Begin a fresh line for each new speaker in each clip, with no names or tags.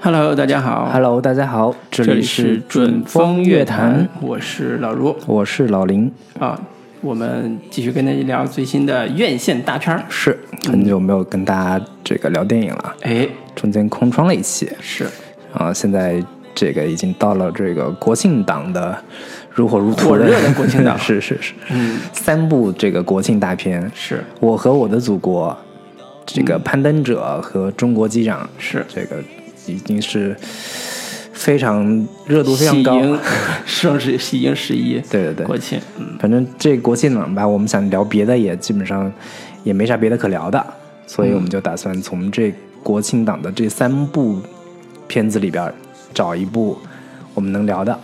Hello，大家好
Hello，大家好，这
这里
里
是
是
准风乐坛，，我是老卢
我是老林，
啊。我们继续跟大家聊最新的院线大片儿。
是很久没有跟大家这个聊电影了，
哎，
中间空窗了一期，
是
啊，现在这个已经到了这个国庆档的如火如荼
火热的国庆档
是是是，
嗯，
三部这个国庆大片，
是
《我和我的祖国》、这个《攀登者》和《中国机长》
是，
这个已经是非常热度非常高
喜，迎 双十喜迎十一，
对对对，
国庆，嗯，
反正这国庆档吧，我们想聊别的也基本上也没啥别的可聊的，所以我们就打算从这国庆档的这三部片子里边儿找一部我们能聊的。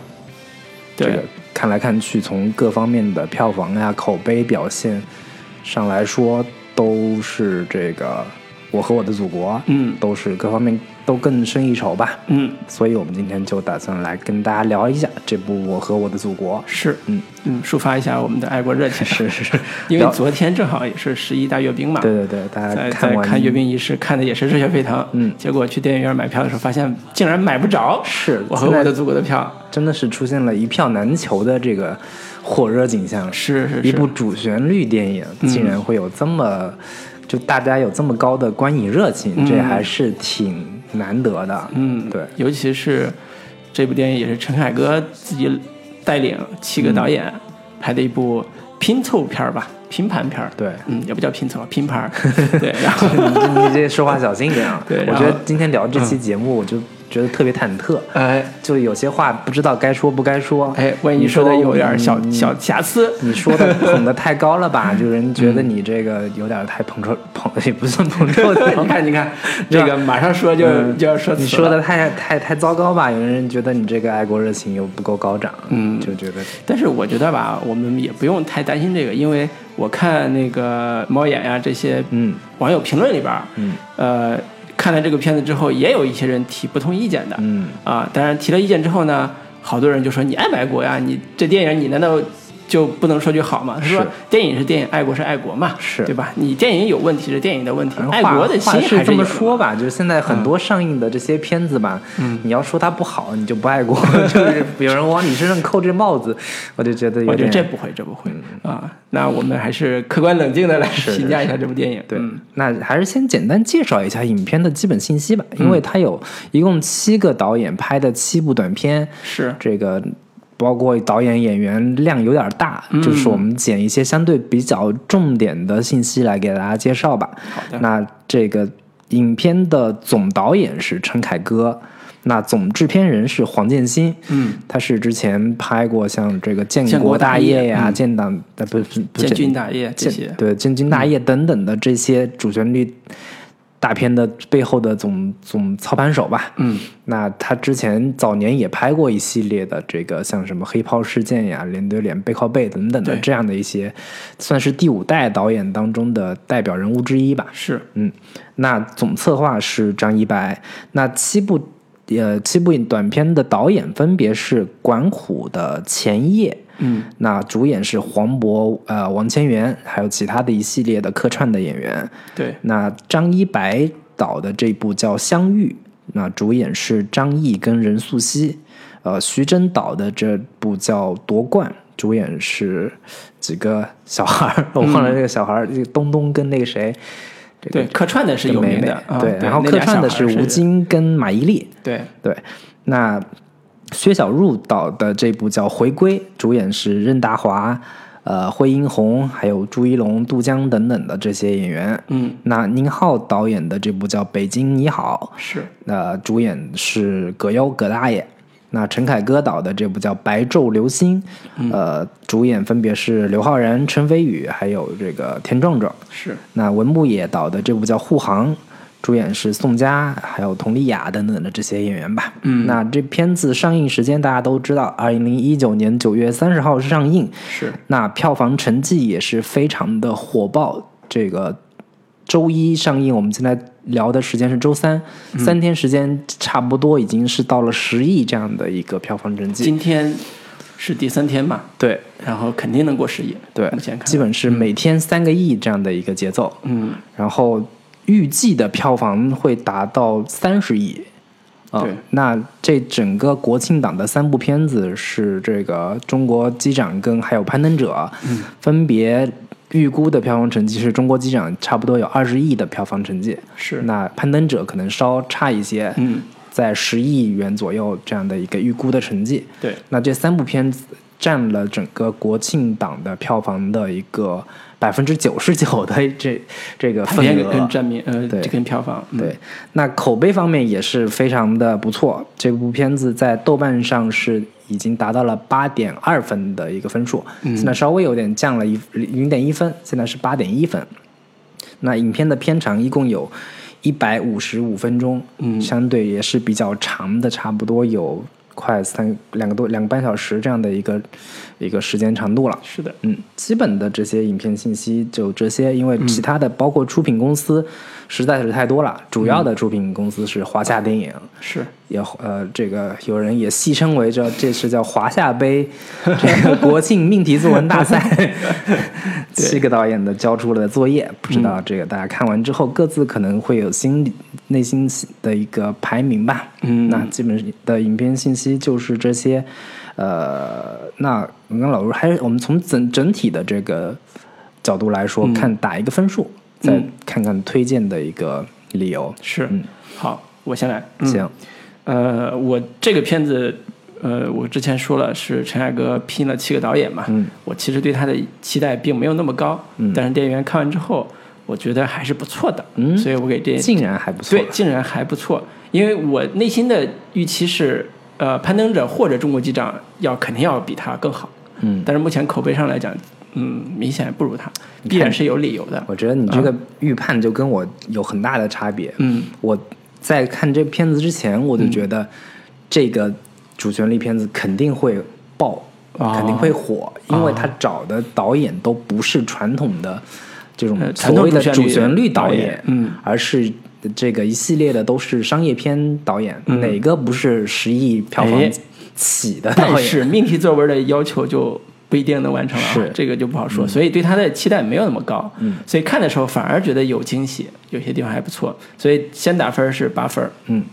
这
对
个，看来看去，从各方面的票房呀、口碑表现上来说，都是这个《我和我的祖国》
嗯
都是各方面都更胜一筹吧。
嗯，
所以我们今天就打算来跟大家聊一下这部《我和我的祖国》。
是，
嗯
嗯，抒发一下我们的爱国热情。
是是是，
因为
聊
昨天正好也是十一大阅兵嘛，
对对对，大
啊在
家
在
看完
看阅兵仪式，看的也是热血沸腾。
嗯
结果去电影院买票的时候，发现竟然买不着，
是
我和
现在
我的祖国的票。
真的是出现了一票难求的这个火热景象。
是是是，
一部主旋律电影竟然会有这么，就大家有这么高的观影热情，这还是挺难得的。
嗯，
对，
尤其是这部电影也是陈凯歌自己带领七个导演
嗯
拍的一部拼凑片儿吧，拼盘片儿。
对
嗯，也不叫拼凑，拼盘 儿。对，然后
你你这说话小心一点啊！
对
我
然
觉
后
得今天聊这期节目，我就觉得特别忐忑，
哎
就有些话不知道该说不该说。
哎，万一
你
说的有点小
嗯
小瑕疵，
你说的捧得太高了吧？就人觉
嗯
得你这个有点太捧臭捧， 也不算捧臭脚。
你看你 看，这个马上说就
嗯
就要说
你
辞
说
了
的太太太糟糕吧？有人觉得你这个爱国热情又不够高涨，
嗯
就觉得
但是我觉得吧，我们也不用太担心这个，因为我看那个猫眼呀、这些
嗯
网友评论里边儿，
嗯
呃，看了这个片子之后，也有一些人提不同意见的，
嗯，
啊，当然提了意见之后呢，好多人就说你爱不爱国呀？你这电影你难道就不能说句好吗？他说
是
电影是电影，爱国是爱国嘛，
是哎
对吧？你电影有问题是电影的问题，爱
话
国的心
话
还
是这
有
么
的嗯
说吧，就是现在很多上映的这些片子吧，你要说它不好，你就不爱国， 就是有人往你身上扣这帽子，我就觉得有
我觉得
点嗯
这不会，这不会、啊。那我们还是客观冷静的来
是
评价一下这部电影。
对
嗯，
那还是先简单介绍一下影片的基本信息吧，因为
嗯
它有一共七个导演拍的七部短片，
是
这个包括导演、演员量有点大，
嗯
就是我们捡一些相对比较重点的信息来给大家介绍吧。
好的。
那这个影片的总导演是陈凯歌，那总制片人是黄建新。
嗯，
他是之前拍过像这个《建
建国
国
大
大业
业》嗯
呀、建党》呃，不是不是
建军大业这些
建，对建军大业等等的这些主旋律大片的背后的总总操盘手吧。
嗯，
那他之前早年也拍过一系列的这个像什么黑炮事件呀、脸对脸、背靠背等等的
对
这样的一些，算是第五代导演当中的代表人物之一吧。
是
嗯，那总策划是张一白，那七部呃七部短片的导演分别是管虎的前夜，
嗯，
那主演是黄渤、呃王千源，还有其他的一系列的客串的演员。
对，
那张一白导的这部叫《相遇》，那主演是张译跟任素汐。呃，徐峥导的这部叫《夺冠》，主演是几个小孩儿，我忘
嗯
了这个小孩儿，这个东东跟那个谁，这个
对客串的是
跟
有
梅
名
梅
的，啊
对，然后
那
客
俩
串
小
的
孩
是
是
吴，京跟马伊琍，
对，
对，那薛晓茹导的这部叫《回归》，主演是任达华、呃惠英红，还有朱一龙、杜江等等的这些演员。
嗯，
那宁浩导演的这部叫《北京你好》，
是
那主演是葛优、葛大爷。那陈凯歌导的这部叫《白昼流星》，呃，主演分别是刘昊然、陈飞宇，还有这个田壮壮。
是
那文牧野导的这部叫《护航》，主演是宋佳，还有佟丽娅等等的这些演员吧。嗯，那这片子上映时间大家都知道，二零一九年九月三十号上映。
是，
那票房成绩也是非常的火爆。这个周一上映，我们现在聊的时间是周三，三天时间差不多已经是到了十亿这样的一个票房成绩。
今天是第三天嘛，
对，
然后肯定能过十亿，
对
目前，看
基本是每天三个亿这样的一个节奏。
嗯，
然后预计的票房会达到三十亿，啊、
对
那这整个国庆档的三部片子是这个《中国机长》跟还有《攀登者》
嗯
分别预估的票房成绩是《中国机长》差不多有二十亿的票房成绩，
是
那《攀登者》可能稍差一些，
嗯，
在十亿元左右这样的一个预估的成绩。
对，
那这三部片子占了整个国庆档的票房的一个百分之九十九的这这个呃份
片
额，
跟战面呃
对
跟票房，嗯
对，那口碑方面也是非常的不错。这部片子在豆瓣上是已经达到了八点二分的一个分数，现在稍微有点降了一零点一分，现在是八点一分。那影片的片长一共有一百五十五分钟，嗯，相对也是比较长的，差不多有快三两个多两个半小时这样的一个一个时间长度了。
是的，
嗯，基本的这些影片信息就这些，因为其他的包括出品公司实在是太多了。主要的出品公司是华夏电影，
是
也呃，这个有人也戏称为这这是叫华夏杯，这个国庆命题作文 大赛，七个导演的交出了作业，不知
嗯
道这个大家看完之后各自可能会有心里内心的一个排名吧。
嗯
那基本的影片信息就是这些。呃，那我跟老卢还是我们从整整体的这个角度来
嗯
说，看打一个分数，再看看推荐的一个理由。
是，好，我先来，嗯
嗯行，
呃，我这个片子，呃，我之前说了是陈凯歌拼了七个导演嘛，
嗯
我其实对他的期待并没有那么高，
嗯
但是电影院看完之后，我觉得还是不错的，
嗯
所以我给这
竟然还不错
对，竟然还不错，因为我内心的预期是，呃，攀登者或者中国机长要肯定要比他更好，
嗯，
但是目前口碑上来讲，嗯，明显不如他，必然是有理由的，
我觉得你这个预判就跟我有很大的差别。
嗯，
我在看这片子之前，我就觉得这个主旋律片子肯定会爆，
哦
肯定会火，因为他找的导演都不是传统的这种
呃传统
所谓的
主旋律
主旋律导
导演嗯，
而是。这个一系列的都是商业片导演，
嗯
哪个不是十亿票房
哎
起的导演？
但是命题作文的要求就不一定能完成了啊，
是嗯
这个就不好说，所以对他的期待没有那么高，嗯，所以看的时候反而觉得有惊喜，有些地方还不错，所以先打分是八分，
嗯，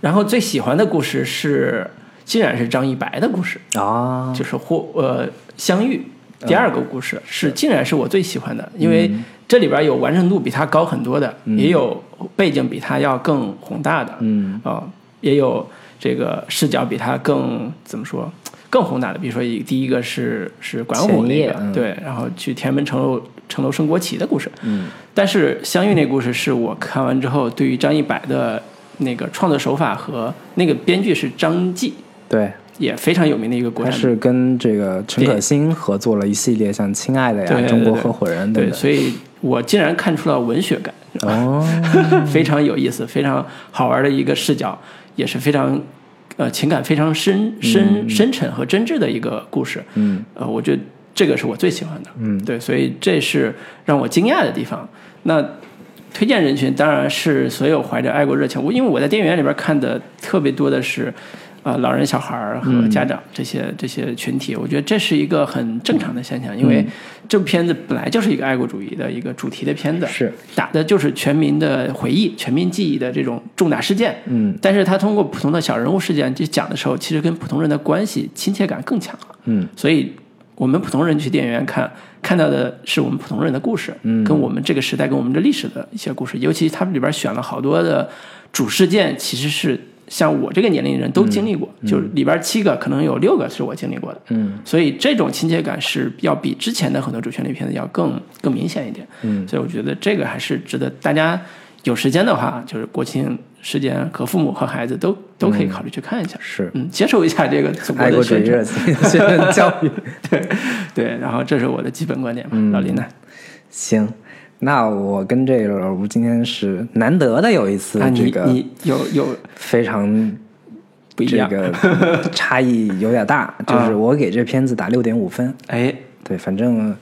然后最喜欢的故事是，竟然是张一白的故事，
啊，
就是或呃相遇。第二个故事
嗯
是，竟然是我最喜欢的，因为这里边有完成度比它高很多的，也有背景比它要更宏大的，
嗯
啊、也有这个视角比它更怎么说更宏大的，比如说一第一个是是管
前
武那
夜
个，
嗯
对，然后去天安门城楼城楼升国旗的故事，
嗯
但是相遇那故事是我看完之后对于张一白的那个创作手法和那个编剧是张继，
对，
也非常有名的一个国
他
产
是跟这个陈可辛合作了一系列像《亲爱的呀》
对对对
中国合伙人》等
对，
等。
所以我竟然看出了文学感，
哦，
非常有意思，非常好玩的一个视角，也是非常呃情感非常深深深沉和真挚的一个故事。
嗯，
呃，我觉得这个是我最喜欢的。嗯，对，所以这是让我惊讶的地方。那推荐人群当然是所有怀着爱国热情，我因为我在电影院里边看的特别多的是。呃，老人、小孩儿和家
嗯
长这些、这些群体，我觉得这是一个很正常的
嗯
现象，因为这部片子本来就是一个爱国主义的一个主题的片子，
是
打的就是全民的回忆、全民记忆的这种重大事件。
嗯
但是他通过普通的小人物事件去讲的时候，其实跟普通人的关系亲切感更强了。
嗯
所以我们普通人去电影院看，看到的是我们普通人的故事，嗯，跟我们这个时代、跟我们这历史的一些故事。尤其他们里边选了好多的主事件，其实是像我这个年龄人都经历过，就是里边七个可能有六个是我经历过的，
嗯，
所以这种亲切感是要比之前的很多主旋律片子要更更明显一点，嗯，所以我觉得这个还是值得大家有时间的话，就是国庆时间和父母和孩子都都可以考虑去看一下，
嗯是
嗯，接受一下这个祖国
爱
的
国主
宣
义
传。
热情 宣传教育。
对，然后这是我的基本观点嘛。
嗯
老林呢？
行，那我跟这个老吴今天是难得的有一次
啊，
这
你
个
你有有
非常
不一
这
样？啊
个 差异有点大，就是我给这片子打六点五分。
哎，
对，反正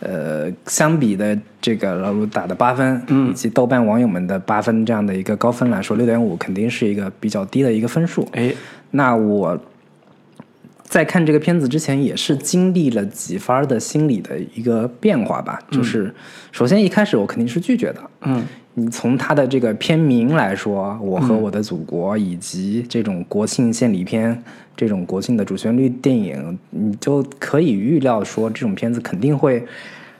呃，相比的这个老卢打的八分，嗯，以及豆瓣网友们的八分这样的一个高分来说，六点五肯定是一个比较低的一个分数。
哎，
那我在看这个片子之前，也是经历了几番儿的心理的一个变化吧。就是首先一开始我肯定是拒绝的，
嗯，
你从它的这个片名来说，《我和我的祖国》以及这种国庆献礼片、这种国庆的主旋律电影，你就可以预料说，这种片子肯定会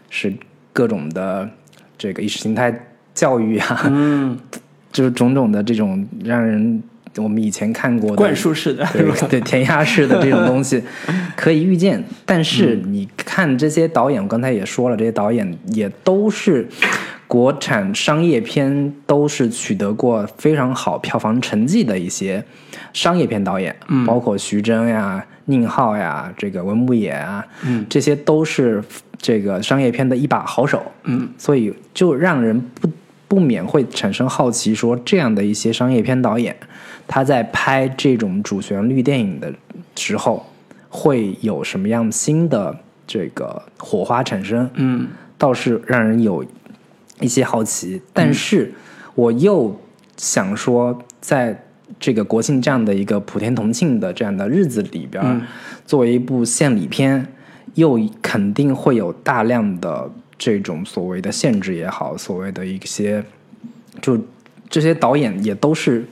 使各种的这个意识形态教育啊，
嗯，
就是种种的这种让人我们以前看过的
灌输式的，
对对填鸭式的这种东西可以预见，但是你看这些导演，我刚才也说了，这些导演也都是国产商业片都是取得过非常好票房成绩的一些商业片导演，包括徐峥呀、宁浩呀、这个文牧野啊，
嗯
这些都是这个商业片的一把好手，
嗯，
所以就让人不不免会产生好奇，说这样的一些商业片导演，他在拍这种主旋律电影的时候，会有什么样新的这个火花产生？
嗯
倒是让人有一些好奇，但是我又想说，在这个国庆这样的一个普天同庆的这样的日子里边，
嗯
作为一部献礼片，又肯定会有大量的这种所谓的限制也好，所谓的一些就这些导演也都是。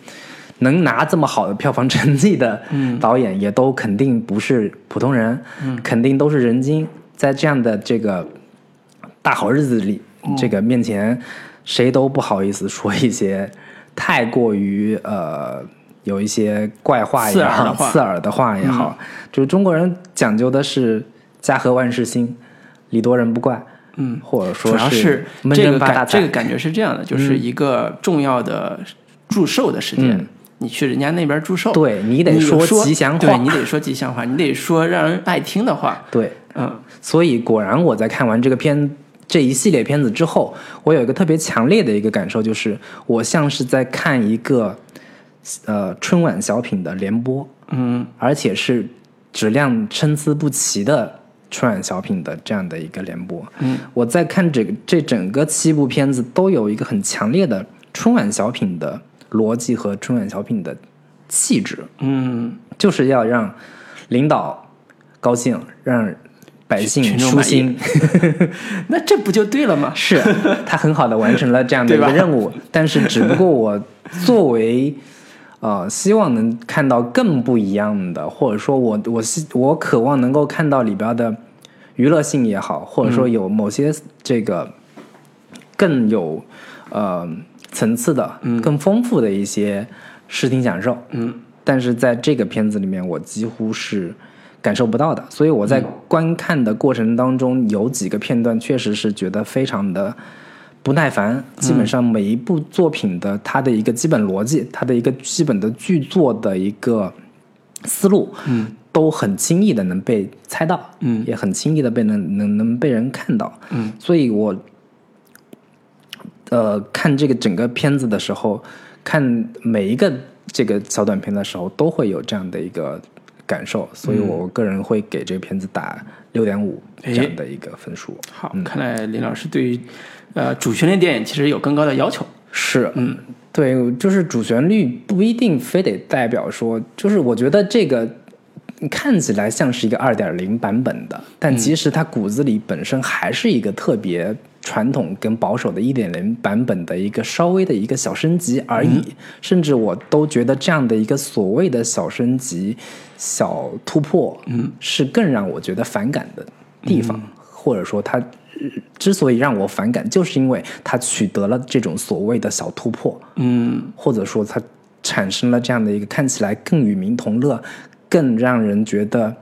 能拿这么好的票房成绩的导演，也都肯定不是普通人，肯定都是人精。在这样的这个大好日子里，
嗯
这个面前谁都不好意思说一些太过于呃有一些怪话也
刺耳的
好、
话嗯
刺耳的话也好，就是中国人讲究的是家和万事兴，礼多人不怪，
嗯，
或者
主
说
要
是闷
这
声
个
发大
感
财，
这个感觉是这样的，就是一个重要的祝寿的时间，
嗯
你去人家那边祝寿，
对你得
你
说
说
吉祥
对
话，
你得说吉祥话，你得说让人爱听的话，
对
嗯
所以果然我在看完这个片这一系列片子之后，我有一个特别强烈的一个感受，就是我像是在看一个呃春晚小品的联播，
嗯
而且是质量参差不齐的春晚小品的这样的一个联播。
嗯，
我在看这个这整个七部片子都有一个很强烈的春晚小品的逻辑和春晚小品的气质。
嗯，
就是要让领导高兴，让百姓
群众
舒心。
那这不就对了吗？
是 他很好的完成了这样的一个
对吧
任务，但是只不过我作为呃，希望能看到更不一样的，或者说我我希我渴望能够看到里边的娱乐性也好，或者说
嗯
有某些这个更有呃层次的、更丰富的一些视听享受。
嗯，
但是在这个片子里面，我几乎是感受不到的。所以我在观看的过程当中，有几个片段确实是觉得非常的不耐
嗯
烦。基本上每一部作品的它的一个基本逻辑，它的一个基本的剧作的一个思路，嗯，都很轻易的能被猜到，
嗯
也很轻易的被能能能被人看到，
嗯，
所以我呃看这个整个片子的时候，看每一个这个小短片的时候，都会有这样的一个感受，所以我个人会给这个片子打六点五这
哎
样的一个分数，
好，看来林老师对于呃主旋律电影其实有更高的要求，
是，嗯，对，就是主旋律不一定非得代表说，就是我觉得这个看起来像是一个二点零版本的，但其实它骨子里本身还是一个特别传统跟保守的一点零版本的一个稍微的一个小升级而已。甚至我都觉得这样的一个所谓的小升级、小突破，嗯，是更让我觉得反感的地方，或者说它呃之所以让我反感，就是因为他取得了这种所谓的小突破，
嗯
或者说他产生了这样的一个看起来更与民同乐、更让人觉得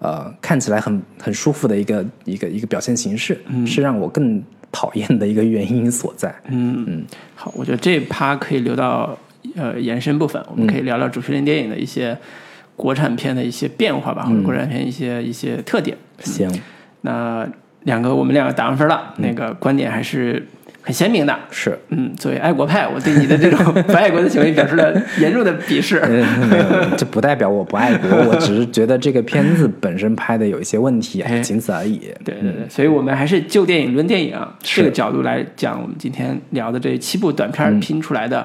呃看起来很很舒服的一个一个一个表现形式，是让我更讨厌的一个原因所在。
嗯嗯，好，我觉得这一趴可以留到呃延伸部分，
嗯
我们可以聊聊主旋律电影的一些国产片的一些变化吧，或
嗯
者国产片一些一些特点。
行，
那两个我们两个打完分了，
嗯
那个观点还是很鲜明的。
是。
嗯，作为爱国派，我对你的这种 不爱国的行为表示了严重的鄙视。
嗯，没有，没有这不代表我不爱国，我只是觉得这个片子本身拍的有一些问题，啊
哎
仅此而已。
对对对，所以我们还是就电影论电影啊这个角度来讲，我们今天聊的这七部短片
嗯
拼出来的《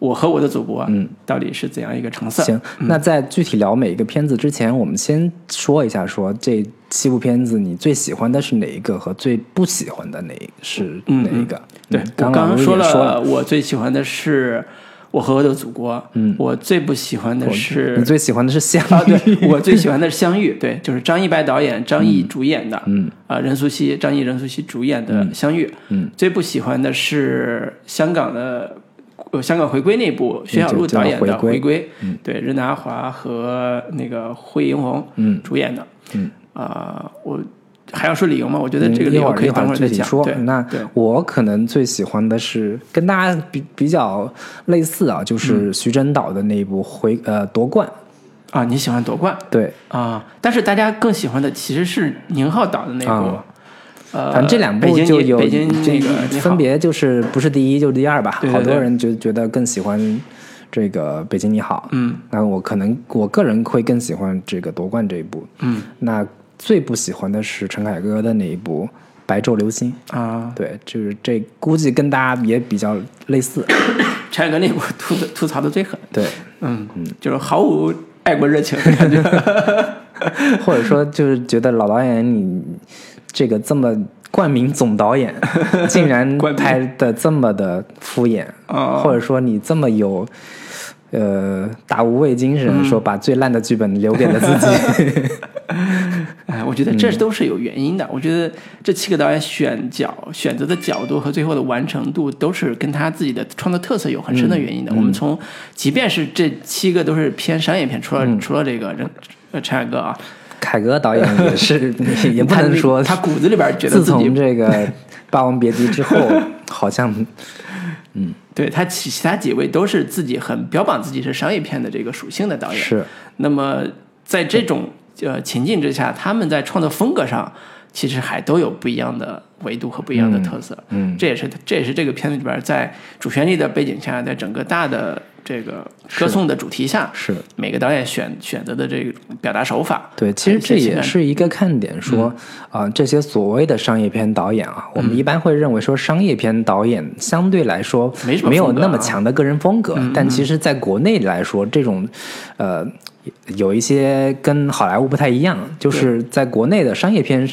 我和我的祖国》，嗯，到底是怎样一个成色？嗯
行，那在具体聊每一个片子之前，我们先说一下说，这七部片子你最喜欢的是哪一个和最不喜欢的哪是哪一
嗯
个？嗯
对，我刚刚说了，我最喜欢的是。我和我的祖国，嗯，我最不喜欢的是
哦你最喜欢的是相遇，
啊、对我最喜欢的是相遇，对，就是张一白导演、张译主演的，
嗯
啊、呃，任素汐、张译、任素汐主演的《相遇》
嗯，嗯，
最不喜欢的是香港的，呃、香港回归那部徐小璐导演的《
嗯回
归》，
归嗯、
对，任达华和那个惠英红主演的，
嗯
啊、嗯呃，我。还要说理由吗？我觉得这个理由可以等
会
儿再
讲。
说
那我可能最喜欢的是跟大家比比较类似啊，
嗯
就是徐峥导的那一部回呃夺冠
啊，你喜欢夺冠？
对
啊，但是大家更喜欢的其实是宁浩导的那部。呃
嗯反正这两部就有，
北京那个
分别就是不是第一就是第二吧。
对对
好多人就觉得更喜欢这个《北京你好》，
嗯，
那我可能我个人会更喜欢这个夺冠这一部，
嗯，
那。最不喜欢的是陈凯歌的那一部《白昼流星》
啊，
对，就是这估计跟大家也比较类似。
陈凯歌那部 吐的吐槽的最狠，
对，
嗯，就是毫无爱国热情的 感觉，
或者说就是觉得老导演你这个这么冠名总导演，竟然
冠名
拍的这么的敷衍，
啊
或者说你这么有。呃，打无畏精神，
嗯
说把最烂的剧本留给了自 己，
哎，我觉
嗯
得这都是有原因的。我觉得这七个导演选角、选择的角度和最后的完成度，都是跟他自己的创作特色有很深的原因的。
嗯
我们从，即便是这七个都是偏商业片，除了、除了这个人呃陈凯歌啊，
凯歌导演也是， 也不能说
他骨子里边觉得
自
自己
从这个《霸王别姬》之后，好像
对他其其他几位都是自己很标榜自己是商业片的这个属性的导演。
是
那么在这种呃情境之下，他们在创作风格上其实还都有不一样的维度和不一样的特色。
嗯嗯
这也是这也是这个片子里边在主旋律的背景下，在整个大的这个歌颂的主题下，
是
每个导演选选择的这种表达手法。
对，其实
还
这
有一些情
也
感
是一个看点，说
嗯
啊、呃这些所谓的商业片导演啊，我们一般会认为说商业片导演相对来说
没什么
没有
风格
那么
啊嗯
强的个人风格，但其实在国内来说，这种呃有一些跟好莱坞不太一样，就是在国内的商业片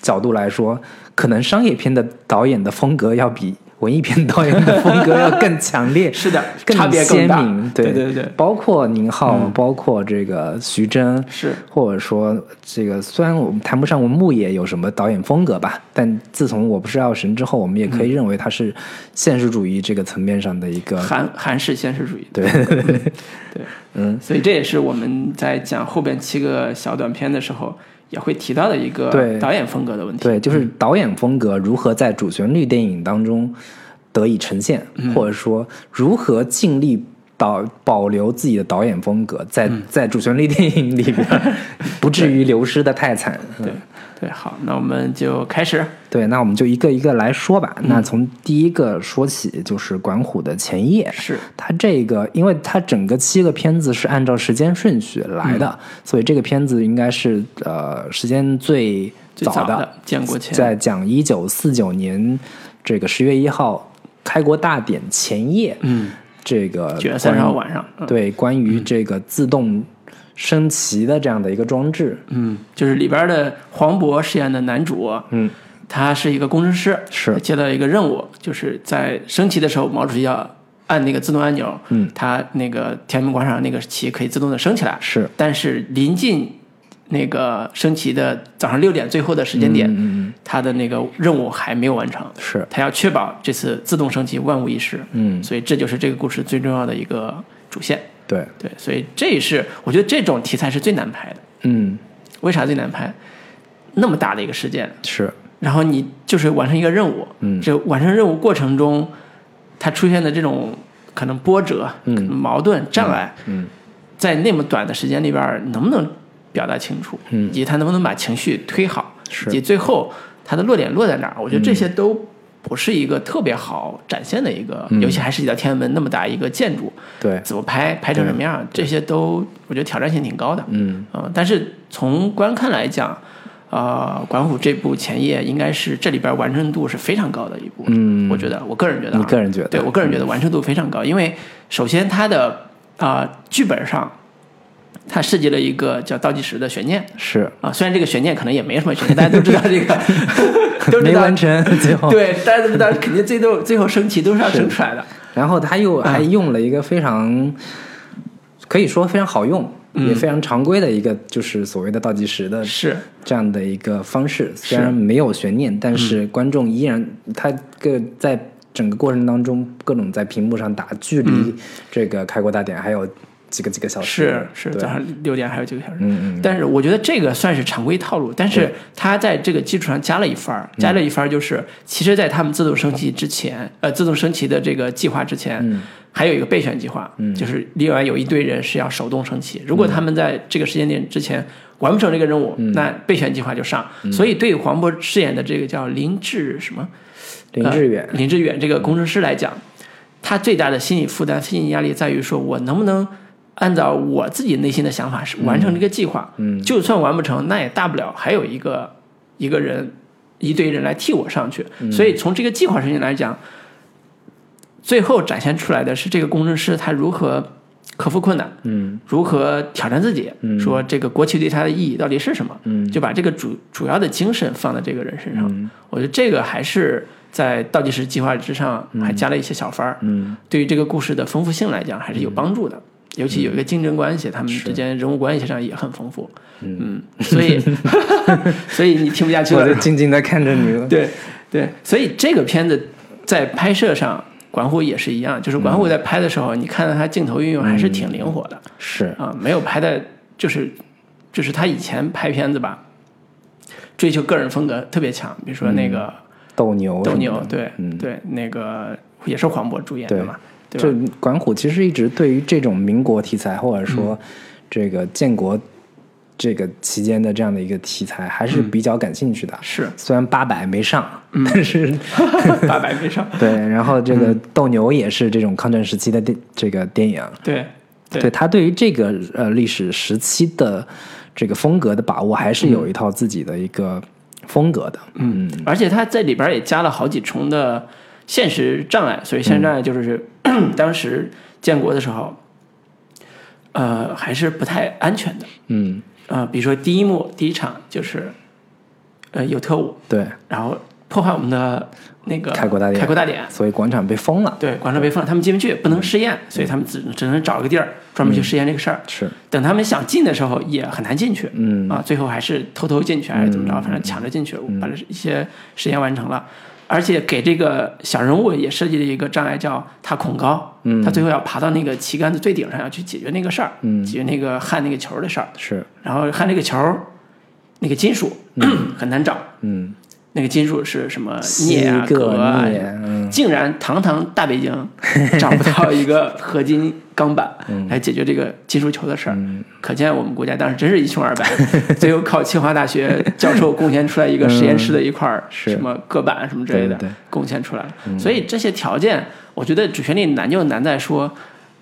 角度来说，可能商业片的导演的风格要比文艺片导演的风格要 更强烈，
是的，
更
差别
鲜
更大
明。。
对
对
对对，
包括宁浩，包括这个徐峥，
是
或者说这个，虽然我们谈不上我们牧野有什么导演风格吧，但自从《我不是药神》之后，我们也可以认为他是现实主义这个层面上的一个。
韩韩式现实主义。
嗯对，
对，
嗯，
所以这也是我们在讲后边七个小短片的时候也会提到的一个
对
导演风格的问题。
对， 就是导演风格如何在主旋律电影当中得以呈现，或者说如何尽力导保留自己的导演风格，在、在主旋律电影里边儿不至于流失的太惨。嗯
对对，好，那我们就开始。
对，那我们就一个一个来说吧。那从第一个说起，就是管虎的前夜。
是
它这个，因为它整个七个片子是按照时间顺序来的，
嗯
所以这个片子应该是呃时间最
最早
的，
的建国前，
在讲一九四九年这个十月一号开国大典前夜，
嗯，
这个
九月三十号晚上，嗯
对关于这个自动升旗的这样的一个装置，
嗯，就是里边的黄渤饰演的男主，
嗯，
他是一个工程师，
是
他接到一个任务，就是在升旗的时候，毛主席要按那个自动按钮，
嗯，
他那个天安门广场那个旗可以自动的升起来，
是
但是临近那个升旗的早上六点最后的时间点，他的那个任务还没有完成，
嗯是
他要确保这次自动升旗万无一失，
嗯
所以这就是这个故事最重要的一个主线。
对，
对，所以这是我觉得这种题材是最难拍的。
嗯
为啥最难拍？那么大的一个事件，
是
然后你就是完成一个任务，
嗯
这完成任务过程中，它出现的这种可能波折、
嗯
可能矛盾、障碍，
嗯
在那么短的时间里边儿能不能表达清楚，
嗯
以及他能不能把情绪推好，
是嗯
以及最后他的落点落在哪儿，我觉得这些都不是一个特别好展现的一个，
嗯
尤其还是到天安门那么大一个建筑，
对，
怎么拍，拍成什么样，这些都我觉得挑战性挺高的。
嗯
嗯，但是从观看来讲，呃，管虎这部《前夜》应该是这里边完成度是非常高的一部。
嗯
我觉得，我个人觉得啊，
你个人觉得嗯
对我个人觉得完成度非常高，因为首先它的啊、呃剧本上他设计了一个叫倒计时的悬念
是
啊，虽然这个悬念可能也没什么悬念，大家都知道这 个都知
没
道
完成， 最后。
对，大家都知道肯定最后最后升旗都是要升出来的，
然后他又还用了一个非常，可以说非常好用，也非常常规的一个，就是所谓的倒计时的
是
这样的一个方式。虽然没有悬念，但是观众依然他个在整个过程当中，各种在屏幕上打，距离这个开国大典还有几个几个小时
是。是，
对
早上六点还有几个小时。
嗯
但是我觉得这个算是常规套路，但是它在这个基础上加了一番儿，加了
嗯
一番儿就是，其实，在他们自动升旗之前，呃，自动升旗的这个计划之前，
嗯
还有一个备选计划，就是另外有一堆人是要手动升旗，如果
嗯
他们在这个时间点之前完不成这个任务，那备选计划就上。
嗯
所以对黄渤饰演的这个叫林志什么？
林志远
呃林志远这个工程师来讲，他最大的心理负担、心理压力在于说，我能不能按照我自己内心的想法是完成这个计划？嗯，就算完不成，那也大不了还有一个一个人一堆人来替我上去。所以从这个计划事情来讲，最后展现出来的是这个工程师他如何克服困难，嗯，如何挑战自己，嗯，说这个国旗对他的意义到底是什么，嗯，就把这个主主要的精神放在这个人身上，我觉得这个还是在倒计时计划之上还加了一些小番儿，嗯，对于这个故事的丰富性来讲还是有帮助的。尤其有一个竞争关系，他们之间人物关系上也很丰富，嗯，所以， 所以你听不下去了
我，就静静的看着你。
对对，所以这个片子在拍摄上，管虎也是一样，就是管虎在拍的时候，你看到他镜头运用还是挺灵活的
是，
啊，没有拍的，就是就是他以前拍片子吧，追求个人风格特别强，比如说那个
斗牛。
斗牛，。对对，那个也是黄渤主演的嘛，对吧
就管虎其实一直对于这种民国题材，或者说这个建国这个期间的这样的一个题材，还是比较感兴趣的。
是
虽然八百没上，但是
八百没上，
对，然后这个斗牛也是这种抗战时期的电这个电影，
对对
对他对于这个呃历史时期的这个风格的把握，还是有一套自己的一个风格的。嗯，
而且他在里边也加了好几重的现实障碍，所以现实障碍就是、
嗯
当时建国的时候，呃，还是不太安全的。
嗯，
呃，比如说第一幕第一场就是，呃，有特务，
对，
然后破坏我们的那个
开国大典
开国大典，
所以广场被封了，
对，广场被封了，他们进不去，不能试验，所以他们只只能找个地儿专
嗯
门去试验这个事儿。
是
等他们想进的时候也很难进去，嗯啊，最后还是偷偷进去还是怎么着，反正抢着进去，把这一些实验完成了。而且给这个小人物也设计了一个障碍，叫他恐高，嗯，他最后要爬到那个旗杆子最顶上，要去解决那个事儿，嗯，解决那个焊那个球的事儿。
是，
然后焊那个球，那个金属、 很难找，
嗯，
那个金属是什么
锡
镍啊、
铬
铬啊
镍嗯，
竟然堂堂大北 京找不到一个合金钢板
嗯
来解决这个金属球的事儿，可见我们国家当时真是一穷二 白。最后靠清华大学教授贡献出来一个实验室的一块儿
嗯是
什么铬板什么之类的
对对对
贡献出来了，所以这些条件，我觉得主旋律难就难在说，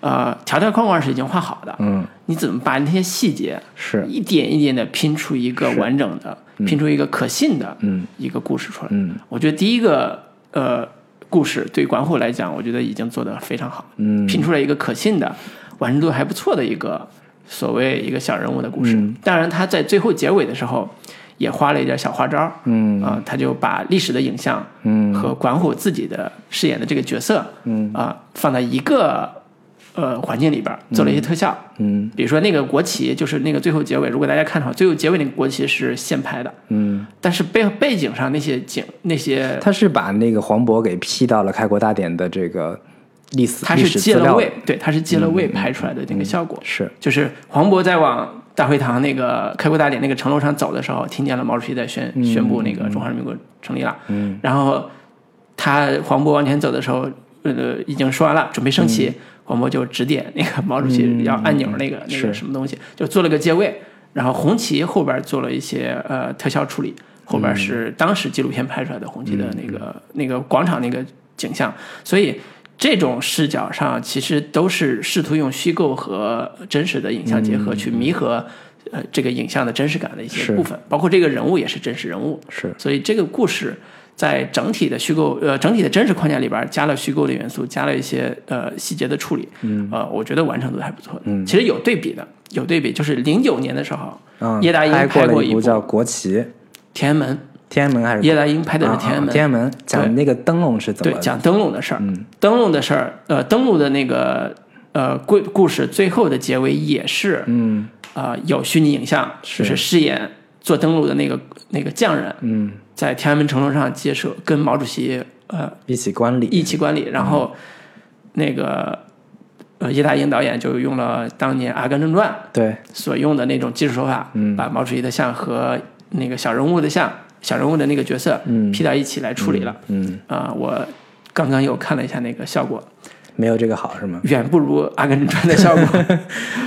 呃，条条框框是已经画好的，
嗯，
你怎么把那些细节
是
一点一点的拼出一个完整的、拼出一个可信的一个故事出来。
嗯
我觉得第一个呃故事对管虎来讲，我觉得已经做得非常好，
嗯
拼出来一个可信的、完成度还不错的一个所谓一个小人物的故事。
嗯
当然，他在最后结尾的时候也花了一点小花招，
嗯
啊、他就把历史的影像，
嗯
和管虎自己的饰演的这个角色，嗯啊、放在一个呃环境里边儿做了一些特效，
嗯
比如说那个国旗，就是那个最后结尾，如果大家看的话，最后结尾那个国旗是现拍的，
嗯。
但是背背景上那些景那些
他是把那个黄渤给 P 到了开国大典的这个历史
他
历
是
史
借
资
了
料嗯
位，对，他是借了位拍出来的那个效果。
是
就是黄渤在往大会堂那个开国大典那个城楼上走的时候，听见了毛主席在宣
嗯
宣布那个中华人民国成立了。嗯，然后他黄渤往前走的时候，呃，已经说完了，准备升旗，黄渤就指点那个毛主席要按钮那个、那个什么东西，就做了个借位。然后红旗后边做了一些呃特效处理，后边是当时纪录片拍出来的红旗的那个、那个广场那个景象，所以这种视角上其实都是试图用虚构和真实的影像结合去弥合。呃，这个影像的真实感的一些
是
部分，包括这个人物也是真实人物，
是
所以这个故事在整体的虚构呃整体的真实框架里边加了虚构的元素，加了一些呃细节的处理，嗯，呃，我觉得完成度还不错。嗯，其实有对比的，有对比，就是零九年的时候，
嗯，
叶大鹰
拍
啊拍
了
过
一
部
部叫《
《
国旗》，
天安门》，
天安门还是
叶大鹰拍的是天安
啊
门，嗯
啊天安门讲
对
那个灯笼是怎
对
么，
讲灯笼的事儿，灯笼的事儿，呃，灯笼的那个呃故故事最后的结尾也是，嗯，啊，有虚拟影像，就是饰演做灯笼的那个那个匠人，嗯，在天安门城楼上接受跟毛主席呃
一起观礼，
一起观
嗯
礼，然后那个呃叶大鹰导演就用了当年《阿甘正传》
对，
所用的那种技术手法，
嗯
把毛主席的像和那个小人物的像、小人物的那个角色，嗯，P 到一起来处理了。
嗯，
啊、我刚刚又看了一下那个效果，
没有这个好是吗？
远不如《阿甘正传》的效果，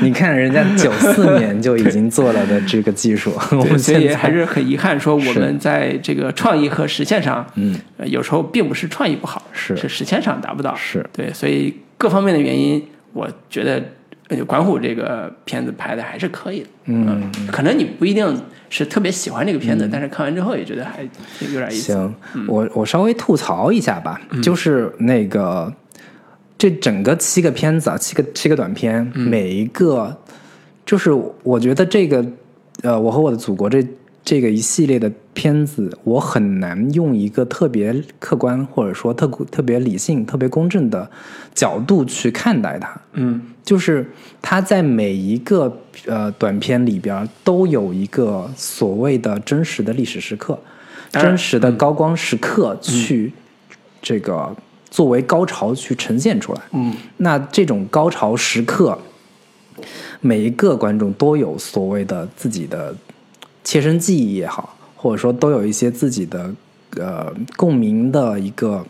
你看人家九四年就已经做了的这个 技术，我
所
们现
以
在
还是很遗憾，说我们在这个创意和实现上，嗯、有时候并不是创意不好，
是
是实现上达不到，
是
对，所以各方面的原因，我觉得。呃管虎这个片子拍的还是可以的，嗯，可能你不一定是特别喜欢这个片子，但是看完之后也觉得还有点意思。
嗯
嗯
行，我我稍微吐槽一下吧，就是那个这整个七个片子啊，七个七个短片，
嗯
每一个就是我觉得这个呃，我和我的祖国这这个一系列的片子，我很难用一个特别客观或者说特特别理性、特别公正的角度去看待它。
嗯
就是它在每一个呃短片里边儿都有一个所谓的真实的历史时刻，
当然嗯
真实的高光时刻去这个作为高潮去呈现出来。
嗯，
那这种高潮时刻，每一个观众都有所谓的自己的切身记忆也好，或者说都有一些自己的呃共鸣的一个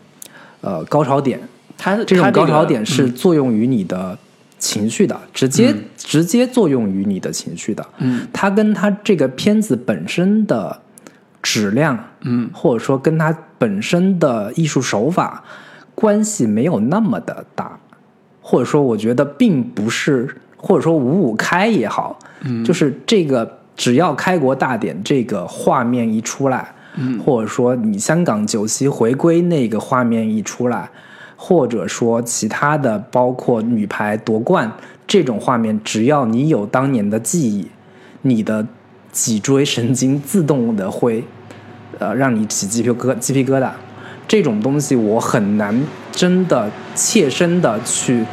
呃高潮点。
他
这种
他
高
个嗯
潮点是作用于你的情绪的，直接、直接作用于你的情绪的。
嗯，
它跟它这个片子本身的质量，
嗯，
或者说跟它本身的艺术手法关系没有那么的大，或者说我觉得并不是，或者说五五开也好，嗯，就是这个只要开国大典这个画面一出来，嗯，或者说你香港九七回归那个画面一出来，或者说其他的包括女排夺冠这种画面，只要你有当年的记忆，你的脊椎神经自动的会，呃，让你起鸡皮疙鸡皮疙瘩。这种东西我很难真的切身的去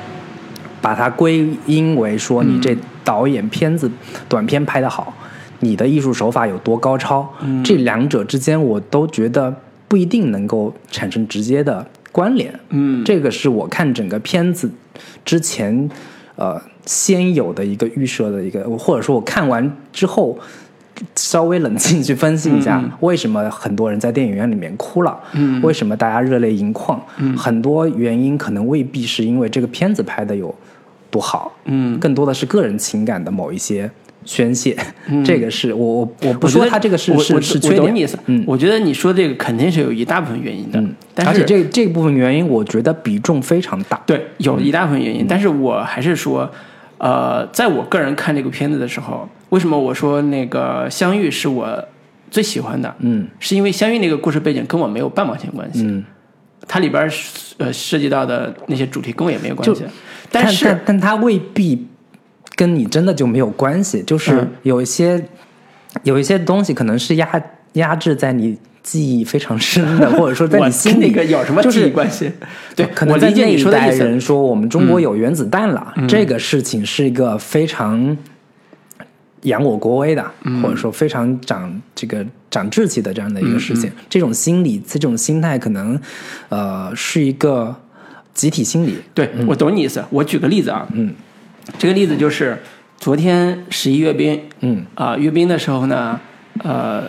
把它归因为说你这导演片子短片拍得好，你的艺术手法有多高超，这两者之间我都觉得不一定能够产生直接的关联。
嗯
这个是我看整个片子之前，呃，先有的一个预设的一个，或者说我看完之后。稍微冷静去分析一下，为什么很多人在电影院里面哭了？
嗯
为什么大家热泪盈眶？
嗯
很多原因可能未必是因为这个片子拍的有多好，
嗯，
更多的是个人情感的某一些宣泄。这个是我我我
嗯我
不
觉
说
得
他这个是
我
是
我
是
我
缺
懂你意
点
思，，
嗯，
我觉得你说这个肯定是有一大部分原因的，但是
而且这这部分原因，我觉得比重非常大。
对有一大部分原
嗯
因，但是我还是说，呃，在我个人看这个片子的时候，为什么我说那个相遇是我最喜欢的，
嗯
是因为相遇那个故事背景跟我没有半毛钱关系，
嗯，
它里边儿呃涉及到的那些主题跟我也没有关系，但
但
是
但但它未必跟你真的就没有关系，就是
嗯
有一些、有一些东西可能是压压制在你记忆非常深的，或者说在
我
你心里
那个有什么
就
利益
是
关系？对，
可
我
能在
理解
那
你
一
说的
代
意思，嗯
人说我们中国有原子弹了，这个事情是一个非常扬我国威的，
嗯
或者说非常长这个长志气的这样的一个事情。
嗯
这种心理，这种心态，可能呃是一个集体心理。
对，我懂你意思。我举个例子啊，嗯，这个例子就是昨天十一阅兵，
嗯
啊、阅兵的时候呢，呃，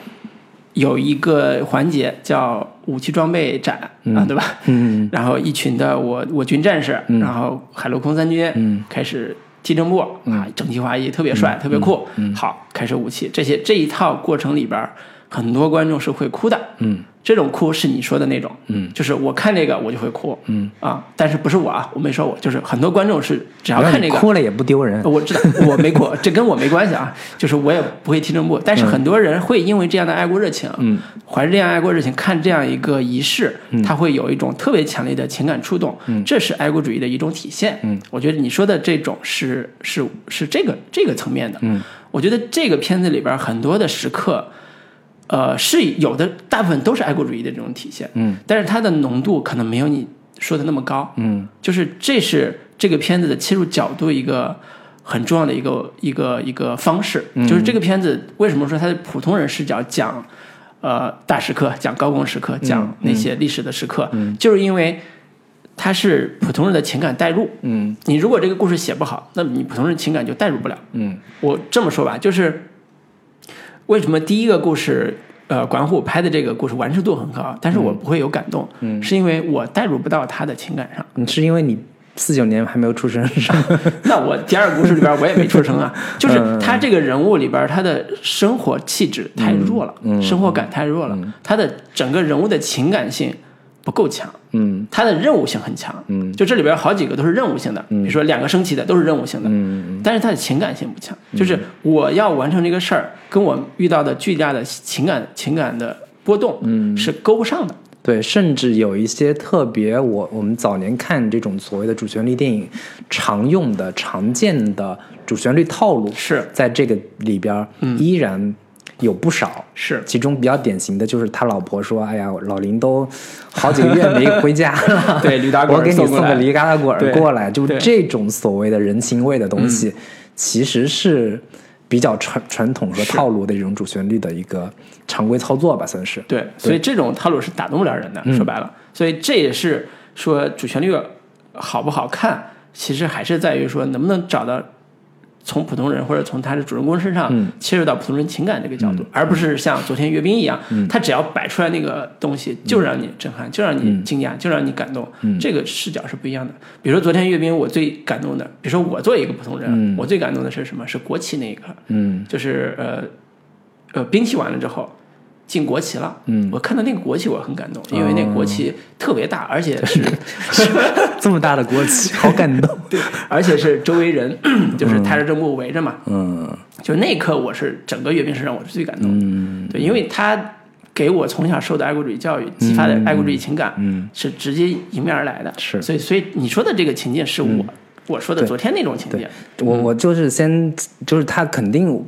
有一个环节叫武器装备展啊、对吧？
嗯
然后一群的我我军战士，然后海陆空三军，
嗯
开始踢正步
嗯
啊，整齐划一，特别帅，特别酷。好，开始武器这些这一套过程里边儿，很多观众是会哭的。
嗯，
这种哭是你说的那种，
嗯，
就是我看这个我就会哭，
嗯
啊，但是不是我啊，我没说我，就是很多观众是只要
然后
看
你
这个，
哭了也不丢人
呃。我知道我没哭，这跟我没关系啊，就是我也不会踢正步，但是很多人会因为这样的爱国热情，
嗯，
怀着这样爱国热情看这样一个仪式，他会有一种特别强烈的情感触动，嗯，这是爱国主义的一种体现，嗯，我觉得你说的这种是是是这个这个层面的，嗯，我觉得这个片子里边很多的时刻。呃，是有的，大部分都是爱国主义的这种体现，
嗯，
但是它的浓度可能没有你说的那么高，
嗯
就是这是这个片子的切入角度一个很重要的一个一个一个方式，
嗯
就是这个片子为什么说它的普通人视角讲呃大时刻，讲高光时刻，讲那些历史的时刻，
嗯
就是因为它是普通人的情感代入。
嗯
你如果这个故事写不好，那么你普通人情感就代入不了。
嗯
我这么说吧，就是为什么第一个故事，呃，管虎拍的这个故事完成度很高，但是
嗯
我不会有感动，是因为我代入不到他的情感上。
嗯，是因为你四九年还没有出生是吧？
那我第二个故事里边我也没出声啊，就是他这个人物里边他的生活气质太弱了，生活感太弱了，他的整个人物的情感性不够强，
嗯
他的任务性很强，
嗯
就这里边好几个都是任务性的，比如说两个升旗的都是任务性的，
嗯
但是他的情感性不强，就是我要完成这个事儿，跟我遇到的巨大的情感情感的波动，是勾不上的，
对，甚至有一些特别我，我们早年看这种所谓的主旋律电影常用的、常见的主旋律套路，
是嗯
在这个里边儿依然有不少。
是
其中比较典型的就是他老婆说：“哎呀，老林都好几个月没回家了，
对驴打滚儿
我给你
送过
送
来
个驴打滚
对
儿过来。”就
对嗯
这种所谓的人情味的东西，其实是比较传传统和
是
套路的一种主旋律的一个常规操作吧，算是。
对，所以这种套路是打动不了人的，说白了。所以这也是说主旋律好不好看，其实还是在于说能不能找到从普通人或者从他的主人公身上切入到普通人情感这个角度，而不是像昨天阅兵一样，他只要摆出来那个东西就让你震撼，就让你惊讶，就让你感动。这个视角是不一样的。比如说昨天阅兵，我最感动的，比如说我作为一个普通人，啊我最感动的是什么？是国旗那一刻，
嗯
就是呃呃兵器完了之后。进国旗了，嗯，我看到那个国旗我很感动，因为那
哦
个国旗特别大，而且 是
这么大的国旗，好感动。
而且是周围 人就是泰山正步围着嘛，
嗯
就那一刻我是整个阅兵是让我是最感动的，
嗯
对，因为他给我从小受的爱国主义教育激发的爱国主义情感，
嗯，
是直接迎面而来的，
是嗯
所以所以你说的这个情境是我我说的昨天那种情境，
我我就是先，就是他肯定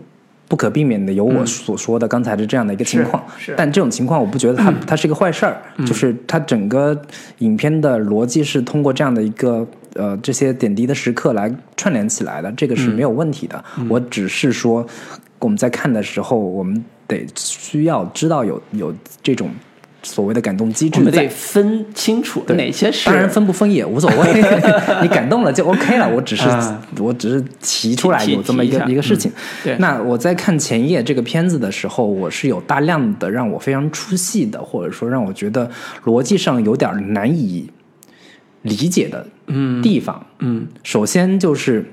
不可避免的有我所说的刚才的这样的一个情况，
嗯是嗯是
但这种情况我不觉得它、它是一个坏事儿，就是它整个影片的逻辑是通过这样的一个呃这些点滴的时刻来串联起来的，这个是没有问题的。
嗯
我只是说我们在看的时候，我们得需要知道有有这种所谓的感动机
我
制
们
在
得。分清楚
对
哪些是
当然分不分也无所 谓，你感动了就 OK 了。我只是、
啊
我只是提出来
提提
有这么一
提
个
一下嗯
一个事情。
对
那我在看《前夜》这个片子的时候，我是有大量的让我非常出戏的，或者说让我觉得逻辑上有点难以理解的地方。
嗯
首先就是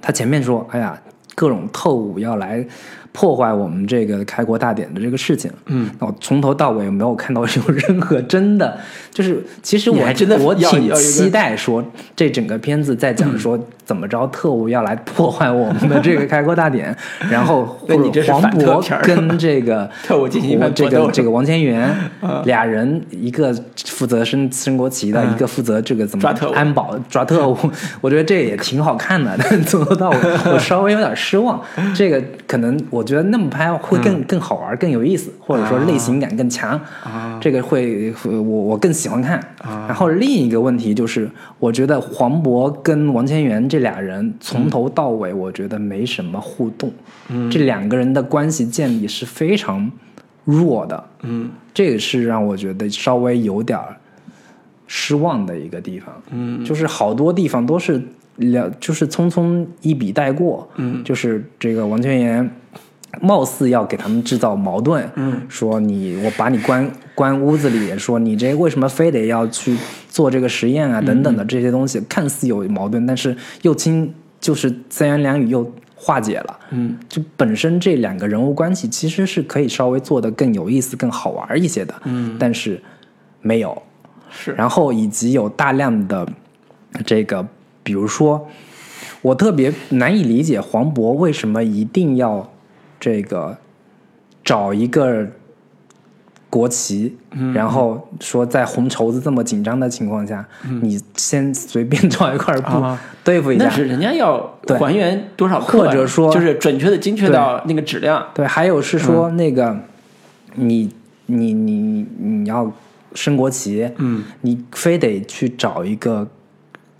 他前面说，哎呀，各种特务要来破坏我们这个开国大典的这个事情。
嗯，
那我从头到尾没有看到有任何真的，就是其实
你
我
还真的
我
要
挺
要一个
期待说这整个片子在讲说怎么着特务要来破坏我们的这个开国大典，然后或
那你这
者
是
黄
反特片
渤
儿
跟这个
特务进行一番
这
搏斗
个这个王千源
啊
俩人，一个负责升升国旗的，
嗯
一个负责这个怎么
抓特务
安保抓 特务，我觉得这也挺好看的， 但从头到尾我稍微有点失 望。这个可能我觉得那么拍会
嗯
更、更好玩、更有意思，或者说类型感更强。
啊
这个会会我我更喜欢看。
啊
然后另一个问题就是，我觉得黄渤跟王千源这俩人
嗯
从头到尾，我觉得没什么互动。嗯，这两个人的关系建立是非常弱的。
嗯
这个是让我觉得稍微有点儿失望的一个地方。
嗯，
就是好多地方都是了，就是匆匆一笔带过。
嗯，
就是这个王千源貌似要给他们制造矛盾，
嗯，
说你我把你关关屋子里，说你这为什么非得要去做这个实
嗯
验啊等等的这些东西，看似有矛盾，但是又亲就是三言两语又化解了。
嗯，
就本身这两个人物关系其实是可以稍微做得更有意思、更好玩一些的。
嗯，
但是没有。
是，
然后以及有大量的这个，比如说，我特别难以理解黄渤为什么一定要这个找一个国旗，
嗯
然后说在红绸子这么紧张的情况下，你先随便找一块布
嗯啊
对付一下
那。是人家要
对
还原多少克呀，
或者说
就是准确的精确到那个质量。
对，还有是说
嗯
那个，你你你你要升国旗，
嗯，
你非得去找一个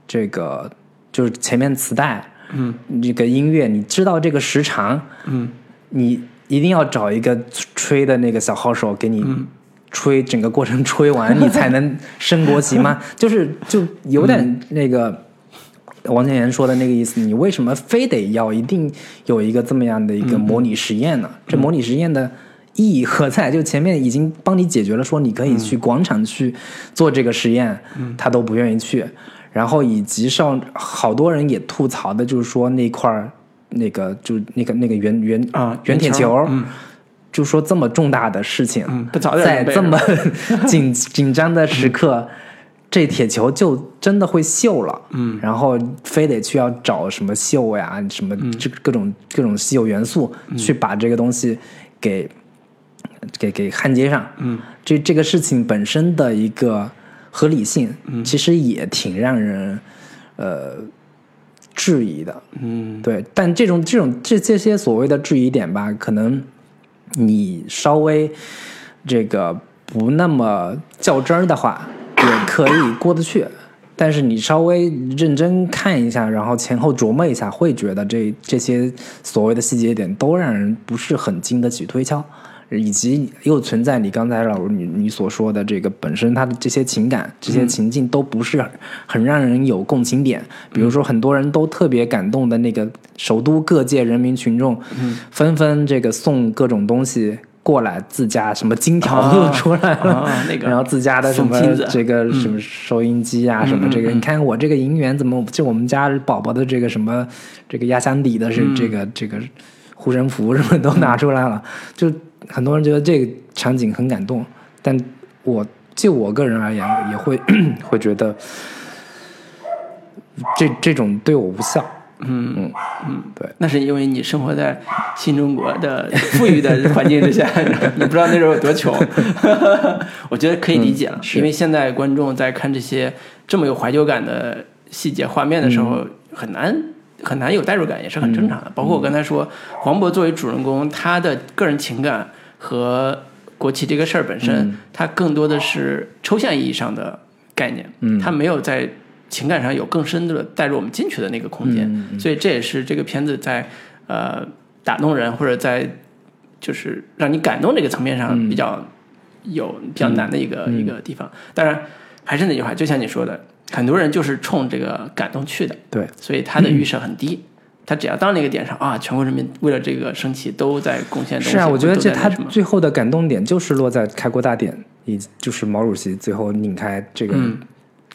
这个就是前面磁带，
嗯，
这个音乐，你知道这个时长，
嗯，
你一定要找一个吹的那个小号手给你
嗯
吹整个过程吹完，你才能升国旗 吗？就是就有点那个王千源说的那个意思，你为什么非得要一定有一个这么样的一个模拟实验呢？这模拟实验的。意义何在？就前面已经帮你解决了，说你可以去广场去做这个实验，他都不愿意去。然后以及上好多人也吐槽的，就是说那块儿那个就那个那个圆圆
啊
圆铁
圆
球嗯
球，
就说这么重大的事情，
嗯不早点
在
准备
这么紧 紧张的时刻，这铁球就真的会锈了。嗯，然后非得去要找什么锈呀，什么
嗯
这各种各种稀有元素，去把这个东西给给给焊接上。
嗯，
这这个事情本身的一个合理性，
嗯
其实也挺让人呃质疑的。
嗯，
对，但这种这种这这些所谓的质疑点吧，可能你稍微这个不那么较真儿的话，也可以过得去。但是你稍微认真看一下，然后前后琢磨一下，会觉得这这些所谓的细节点都让人不是很经得起推敲，以及又存在你刚才老师你你所说的这个本身他的这些情感、这
嗯
些情境都不是很让人有共情点。
嗯
比如说，很多人都特别感动的那个首都各界人民群众，
嗯
纷纷这个送各种东西过来，自家什么金条都
啊
出来了，
啊那个
然后自家的什么
送金子嗯
这个什么收音机啊，什么这个，你看我这个银元怎么就我们家宝宝的这个什么这个压箱底的是
嗯
这个、这个护身符什么都拿出来了，就很多人觉得这个场景很感动，但我就我个人而言也会
嗯
会觉得这这种对我无效，
那是因为你生活在新中国的富裕的环境之 下，你不知道那时候有多穷。我觉得可以理解了，
嗯
因为现在观众在看这些这么有怀旧感的细节画面的时
嗯
候，很难很难有代入感，也是很正常的。包括我
嗯
刚才说，黄渤作为主人公，他的个人情感和国旗这个事儿本身，
嗯
它更多的是抽象意义上的概念，嗯，它没有在情感上有更深的带入我们进去的那个空
嗯
间，所以这也是这个片子在呃打动人或者在就是让你感动这个层面上比较有、比较难的一个、
嗯
一个地方。当然，还是那句话，就像你说的，很多人就是冲这个感动去的，
对，
所以他的预设很低。
嗯
他只要到那个点上啊，全国人民为了这个升旗都在贡献东西。
是啊，我觉得
都
这
在
他
那什么
最后的感动点就是落在开国大典，以及就是毛主席最后拧开这个
嗯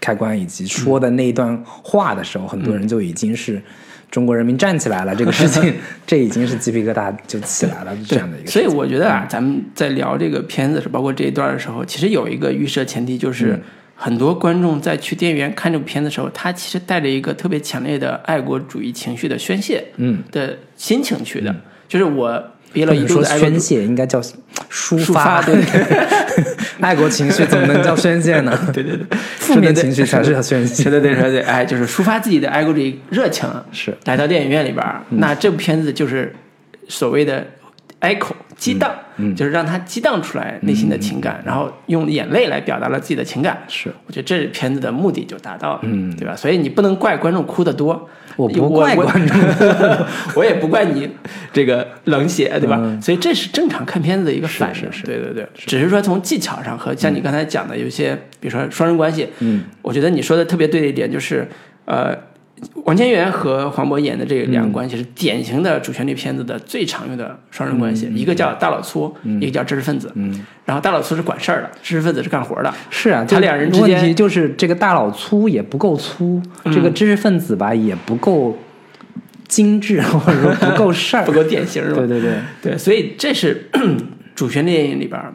开关以及说的那一段话的时候，很多
嗯
人就已经是中国人民站起来了、这个 事情，这已经是鸡皮疙瘩就起来了这样的一个事
所
情。嗯
以我觉得啊，咱们在聊这个片子的时候，包括这一段的时候，其实有一个预设前提，就是
嗯
很多观众在去电影院看这部片子的时候，他其实带着一个特别强烈的爱国主义情绪的宣泄，
嗯，
的心情去的，就是我憋
不
了一
能
肚
说
子爱国主
宣 泄，应该叫抒
抒发对
爱国情绪怎么能叫宣泄呢？ 对对对， 负面情绪才是叫宣泄。
对对对对对，哎，就是抒发自己的爱国主义热情，
是嗯
来到电影院里边儿，那这部片子就是所谓的 echo 激荡，
嗯
就是让它激荡出来内心的情感，然后用眼泪来表达了自己的情感。
是，
我觉得这片子的目的就达到了，嗯，对吧？所以你不能怪观众哭得多，
我不怪观众
我， 我也不怪你这个冷血，对吧？所以这是正常看片子的一个反应，
嗯是是嗯
对对对，只是说从技巧上和像你刚才讲的有一些，比如说双人关系，嗯，我觉得你说的特别对的一点就是，呃。王千源和黄渤演的这两
嗯
个关系是典型的主旋律片子的最常用的双人关系，
嗯
一个叫大老粗，一个叫知识分子。嗯，然后大老粗是管事儿的，知识分子是干活的。
是啊，
他
就
俩人之
问
间嗯
题就是这个大佬粗也不够粗，这个知识分子吧也不够精致， 或者说不够事儿，
不够典型，是吧？
对对对
对，所以这是主旋律电影里边儿，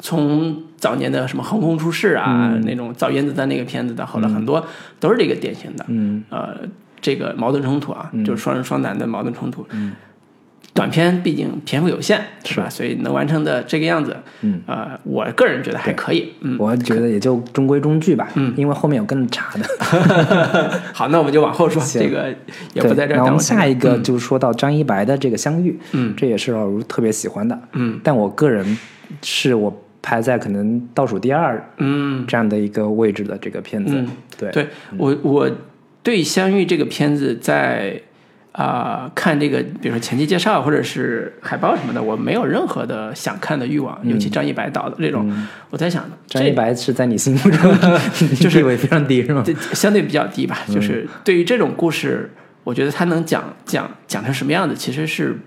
从早年的什么《横空出世啊》
嗯
那种造原子弹那个片子的，后来很多都是这个典型的，嗯，呃，这个矛盾冲突啊，
嗯
就是双人双男的矛盾冲突。短片毕竟篇幅有限，是吧？所以能完成的这个样子，嗯，呃，我个人觉得还可以，嗯。
我觉得也就中规中矩吧，嗯，因为后面有更差的。
好，那我们就往后说，
行
这个也
对，
不在这儿
那我
耽误
们
时间。
下一个就说到张一白的这个相遇，嗯，这也是老卢特别喜欢的，嗯，但我个人是我排在可能倒数第二，嗯，这样的一个位置的这个片子，对，
嗯
嗯
对我我对《相遇》这个片子在啊、看这个，比如说前期介绍或者是海报什么的，我没有任何的想看的欲望，尤其张一白导的这种，我在想
嗯张
这
一白是在你心目 中
就是
地位非常低是吗？
这相对比较低吧，就是
嗯
对于这种故事，我觉得他能讲讲讲成什么样子，其实是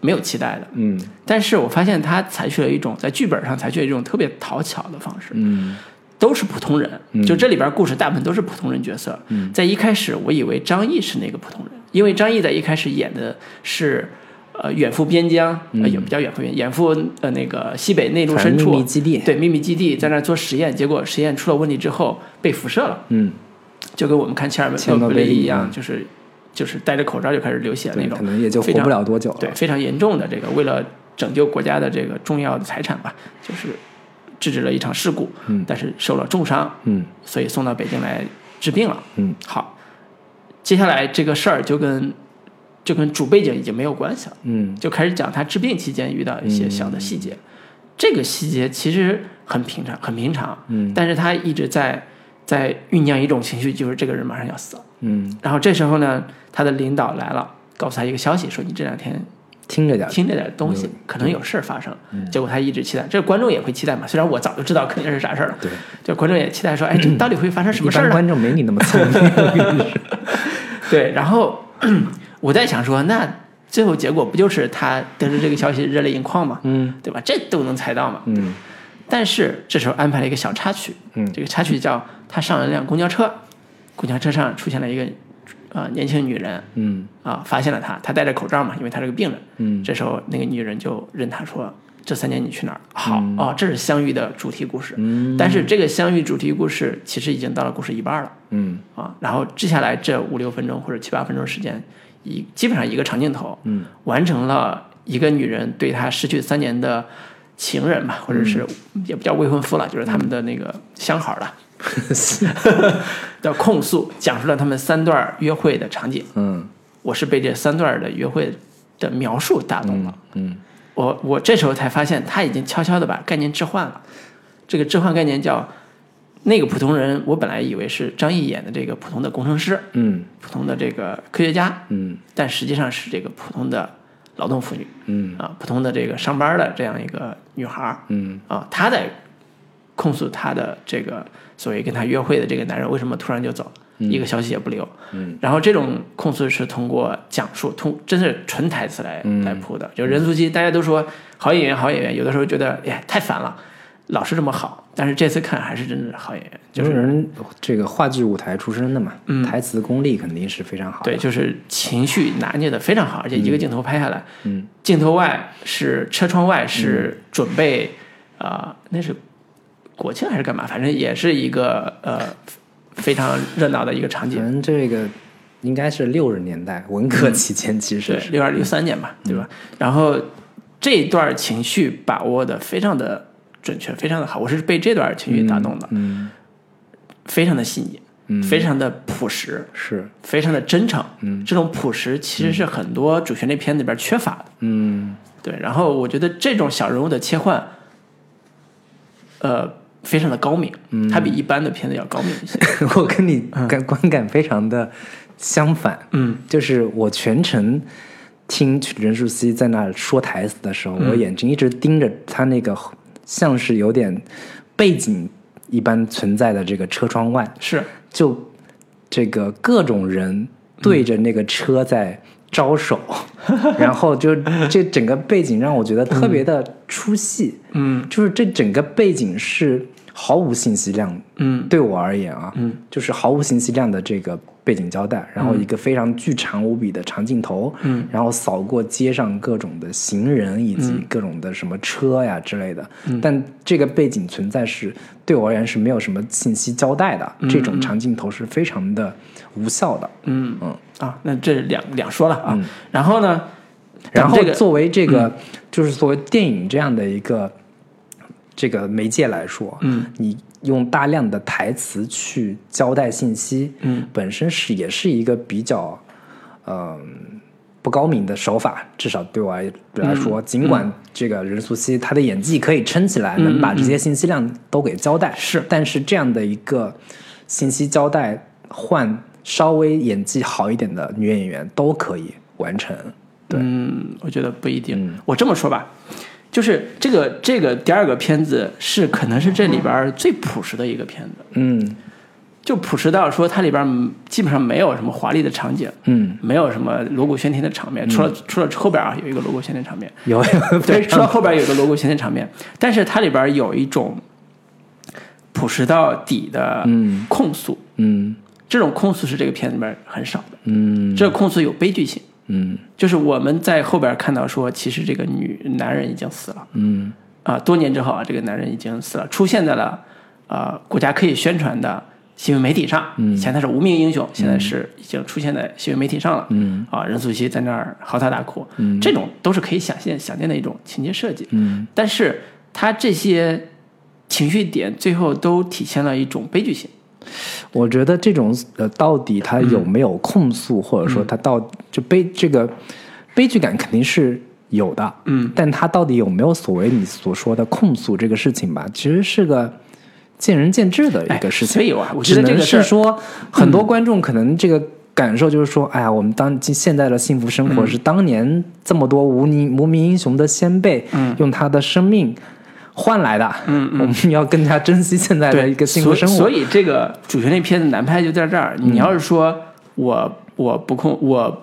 没有期待的。
嗯
但是我发现他采取了一种在剧本上采取了一种特别讨巧的方式，
嗯
都是普通人，就这里边故事大部分都是普通人角色。
嗯
在一开始，我以为张译是那个普通人，因为张译在一开始演的是。呃，远赴边疆，呃，也不叫远赴边，远赴呃那个西北内陆深处
嗯反正秘密基地
对秘密基地，在那儿做实验，结果实验出了问题之后被辐射了，
嗯，
就跟我们看切尔
切尔
诺
诺贝
贝利
利
一样，
嗯
就是就是戴着口罩就开始流血那
对，
种
可，能也就活
非常
不了多久了，
对，非常严重的这个为了拯救国家的这个重要的财产吧，就是制止了一场事故，但是受了重伤，
嗯
所以送到北京来治病了。
嗯，
好，接下来这个事儿就跟就跟主背景已经没有关系了，
嗯
就开始讲他治病期间遇到一些小的细节。这个细节其实很平常，很平常，嗯，但是他一直在在酝酿一种情绪，就是这个人马上要死了。
嗯，
然后这时候呢，他的领导来了，告诉他一个消息，说你这两天
听着点儿，
听着点东西，可能有事儿发生。
嗯
结果他一直期待，这观众也会期待嘛。虽然我早就知道肯定是啥事儿了，
对，嗯
就观众也期待说，哎，这到底会发生什么
一
事儿啊
般
呢？
观众没你那么聪 明，
对，然后 我在想说，那最后结果不就是他得知这个消息热泪盈眶嘛？
嗯
对吧？这都能猜到嘛。
嗯
但是这时候安排了一个小插曲，
嗯
这个插曲叫他上了辆公交车，公交车上出现了一个呃年轻女人，
嗯
啊，发现了他，他戴着口罩嘛，因为他是个病人。
嗯，
这时候那个女人就认他说：“这三年你去哪儿？”好、哦，这是相遇的主题故事。嗯，但是这个相遇主题故事其实已经到了故事一半了
嗯
啊。然后接下来这五六分钟或者七八分钟时间，一基本上一个长镜头，嗯，完成了一个女人对他失去三年的情人吧，或者是也不叫未婚夫了，就是他们的那个相好 了。的控诉，讲述了他们三段约会的场景。
嗯
我是被这三段的约会的描述打动了。
嗯
我我这时候才发现，他已经悄悄的把概念置换了。这个置换概念叫那个普通人，我本来以为是张译演的这个普通的工程师、
嗯
普通的这个科学家，
嗯
但实际上是这个普通的劳动妇女
嗯
啊，普通的这个上班的这样一个女孩儿
嗯
啊，她在控诉她的这个所谓跟她约会的这个男人为什么突然就走了，一个消息也不留。
嗯，
然后这种控诉是通过讲述，通真是纯台词来、
嗯
来铺的。就任素汐，大家都说好演员，好演员，有的时候觉得哎太烦了，老是这么好，但是这次看还是真的好演员，就
就是是人这个话剧舞台出身的嘛，台词功力肯定是非常好的。
对，啊就是情绪拿捏的非常好，而且一个镜头拍下来，
嗯
镜头外是车窗外是准备，啊，那是国庆还是干嘛？反正也是一个呃非常热闹的一个场景
反。正这个应该是六十年代文革期间，其实
对，
是嗯
六二六三年吧，对吧？然后这一段情绪把握的非常的准确，非常的好，我是被这段情绪打动的，
嗯
非常的细腻，
嗯
非常的朴实，
是
非常的真诚，嗯，这种朴实其实是很多主旋律片里边缺乏的，
嗯
对。然后我觉得这种小人物的切换，呃，非常的高明，嗯，它比一般的片子要高明一些，
我跟你感观感非常的相反，
嗯，
就是我全程听任素汐在那说台词的时
嗯
候，我眼睛一直盯着她那个像是有点背景一般存在的这个车窗外，
是
就这个各种人对着那个车在招手，然后就这整个背景让我觉得特别的出戏，
嗯，
就是这整个背景是毫无信息量，
嗯，
对我而言啊，
嗯，
就是毫无信息量的这个背景交代，然后一个非常巨长无比的长镜头，
嗯，
然后扫过街上各种的行人以及各种的什么车呀之类的，
嗯
但这个背景存在是对我而言是没有什么信息交代的，这种长镜头是非常的无效的，
嗯
嗯
啊，那这两两说了啊。然后呢，
然后
这个嗯
作为这个，就是作为电影这样的一个这个媒介来说，
嗯，
你用大量的台词去交代信息，
嗯，
本身是也是一个比较，嗯、不高明的手法，至少对我来来说，
嗯
尽管这个任素汐她的演技可以撑起来，能把这些信息量都给交代，
嗯是
但是这样的一个信息交代，换稍微演技好一点的女演员都可以完成。对，
嗯，我觉得不一定。我这么说吧，就是这个这个第二个片子是可能是这里边儿最朴实的一个片子，
嗯
就朴实到说它里边儿嗯基本上没有什么华丽的场景，
嗯，
没有什么锣鼓喧天的场面，除了除了后边儿啊有一个锣鼓喧天场面，
有 有
对，
非
除了
常
后边有一个锣鼓喧天场面，但是它里边有一种朴实到底的
嗯
控诉，
嗯
这种控诉是这个片子里面很少的，
嗯
这个控诉有悲剧性，
嗯
就是我们在后边看到说，其实这个女男人已经死了
嗯
啊，多年之后啊，这个男人已经死了，出现在了啊国家可以宣传的新闻媒体上，
嗯
以前他是无名英雄，现在是已经出现在新闻媒体上了，
嗯
啊，任素汐在那儿嚎啕大哭，
嗯
这种都是可以想现想见的一种情节设计，
嗯
但是他这些情绪点最后都体现了一种悲剧性。
我觉得这种呃，到底他有
嗯
没有控诉，或者说他到就悲这个悲剧感肯定是有的，
嗯，
但他到底有没有所谓你所说的控诉这个事情吧，其实是个见仁见智的一个事情。
哎所以啊我觉
只
得这
能
个事儿嗯
是说，很多观众可能这个感受就是说，哎呀，我们当今现在的幸福生
嗯
活是当年这么多无名无名英雄的先辈，
嗯
用他的生命换来的，
嗯
我们要更加珍惜现在的
对，
一个幸福生活。嗯
所以。所以这个主旋律片子难拍就在这儿。你要是说我我不控，我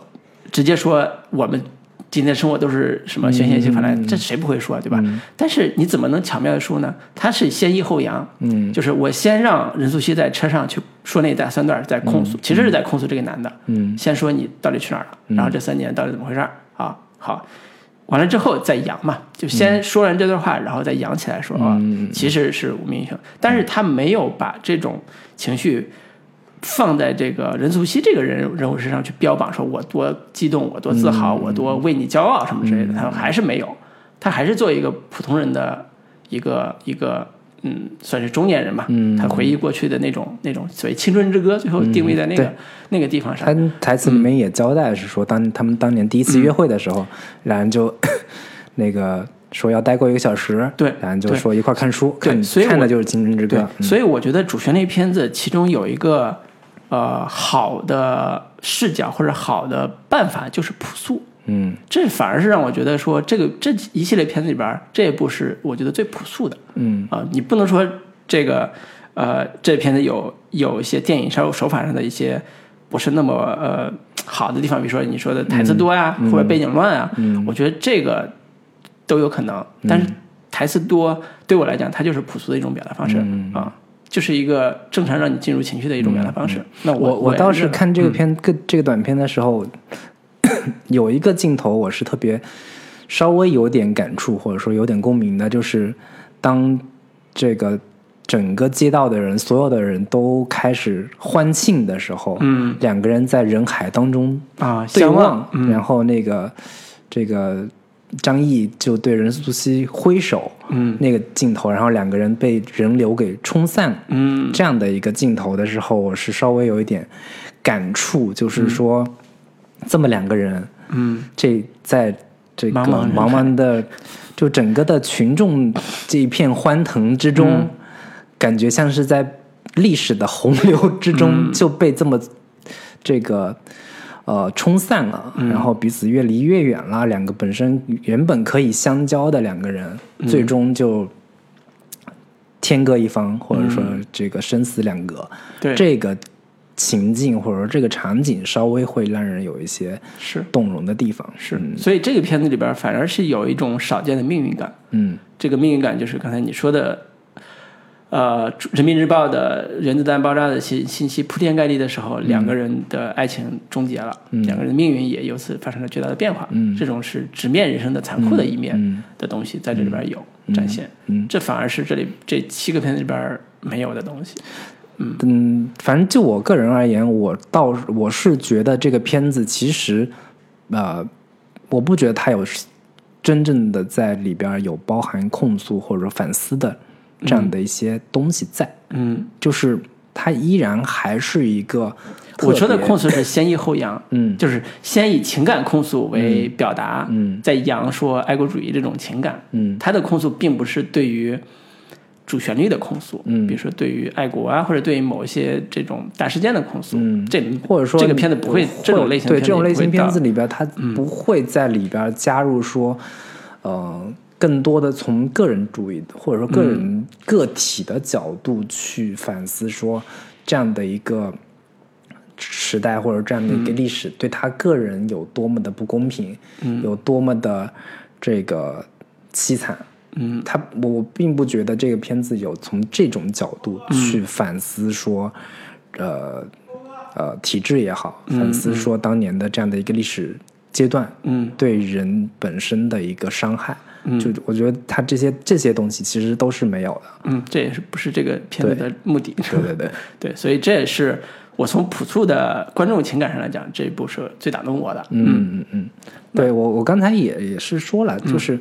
直接说我们今天生活都是什么宣泄
嗯
性泛滥，这谁不会说啊对吧？但是你怎么能巧妙的说呢？它是先抑后扬，
嗯，
就是我先让任素汐在车上去说那一段三段，在控诉，其实是在控诉这个男的，
嗯，
先说你到底去哪儿了，然后这三年到底怎么回事儿啊？好。完了之后再扬嘛，就先说完这段话，然后再扬起来说啊，其实是无名英雄，但是他没有把这种情绪放在这个任素汐这个人人物身上去标榜，说我多激动，我多自豪，我多为你骄傲什么之类的，他还是没有，他还是做一个普通人的一个一个。嗯，算是中年人嘛，他回忆过去的那种那种所谓青春之歌，最后定位在那个、
对
那个地方上
他。台词里面也交代是说，当他们当年第一次约会的时
嗯
候，两人就 那个说要待过一个小时，
对
两人就
对
说一块儿看书，
对
看
所以
看
我
的就是《青春之歌嗯
对》，所以我觉得主旋律片子其中有一个呃好的视角或者好的办法就是朴素，
嗯，
这反而是让我觉得说这个这一系列片子里边儿这一部是我觉得最朴素的，
嗯
啊、你不能说这个呃这片子有有一些电影手手法上的一些不是那么呃好的地方，比如说你说的
嗯
台词多呀、或者背景乱啊，我觉得这个都有可能，
嗯
但是台词多对我来讲，它就是朴素的一种表达方式啊、
嗯
就是一个正常让你进入情绪的一种表达方式。那
嗯我
我嗯
我倒是
认
看这个片、个这个短片的时候，有一个镜头我是特别稍微有点感触，或者说有点共鸣的，就是当这个整个街道的人，所有的人都开始欢庆的时候，
嗯
两个人在人海当中
啊，
对
相
望
望，，嗯
然后那个这个张译就对任素汐挥手，
嗯
那个镜头，然后两个人被人流给冲散，
嗯
这样的一个镜头的时候，我是稍微有一点感触，就是说、这么两个人，
嗯，
这在这个
茫茫人海
茫茫的就整个的群众这一片欢腾之中，
嗯
感觉像是在历史的洪流之
嗯
中就被这么、这个。呃，冲散了，
嗯
然后彼此越离越远了。两个本身原本可以相交的两个人，
嗯
最终就天各一方，或者说这个生死两隔。
嗯对
这个情境或者说这个场景稍微会让人有一些
是
动容的地方。
是，所以这个片子里边反而是有一种少见的命运感。
嗯，
这个命运感就是刚才你说的，呃，《人民日报》的原子弹爆炸的信信息铺天盖地的时候，两个人的爱情终结了，两个人的命运也由此发生了巨大的变化。
嗯
这种是直面人生的残酷的一面
嗯
的东西，在这里边有展现。
嗯
这反而是这里这七个片子里边没有的东西。
嗯，反正就我个人而言，我倒是我是觉得这个片子其实，呃，我不觉得它有真正的在里边儿有包含控诉或者反思的这样的一些东西在，
嗯，
就是它依然还是一个
我说的
特别
控诉是先抑后扬，
嗯
就是先以情感控诉为表达，
嗯嗯
再扬说爱国主义这种情感。
嗯
他的控诉并不是对于主旋律的控诉，
嗯
比如说对于爱国啊，或者对于某一些这种大事件的控诉，
嗯
这
或者说
这个片子不会这种类型的
对
片子
这种
也
类
不会嗯
型片子
到
里边，它不会在里边加入说，呃，更多的从个人主义或者说个人、
嗯
个体的角度去反思说这样的一个时代或者这样的
嗯
一个历史、对他个人有多么的不公平，有多么的这个凄惨。
嗯，
他我我并不觉得这个片子有从这种角度
嗯
去反思说，呃呃体制也好，反思说当年的这样的一个历史阶段，
嗯，
对人本身的一个伤害，嗯，就我觉得他这些这些东西其实都是没有的，
嗯，这也是不是这个片子的目的？
对对对，
对，所以这也是我从朴素的观众情感上来讲，这一部是最打动我的。
嗯嗯嗯，对我我刚才也也是说了，就是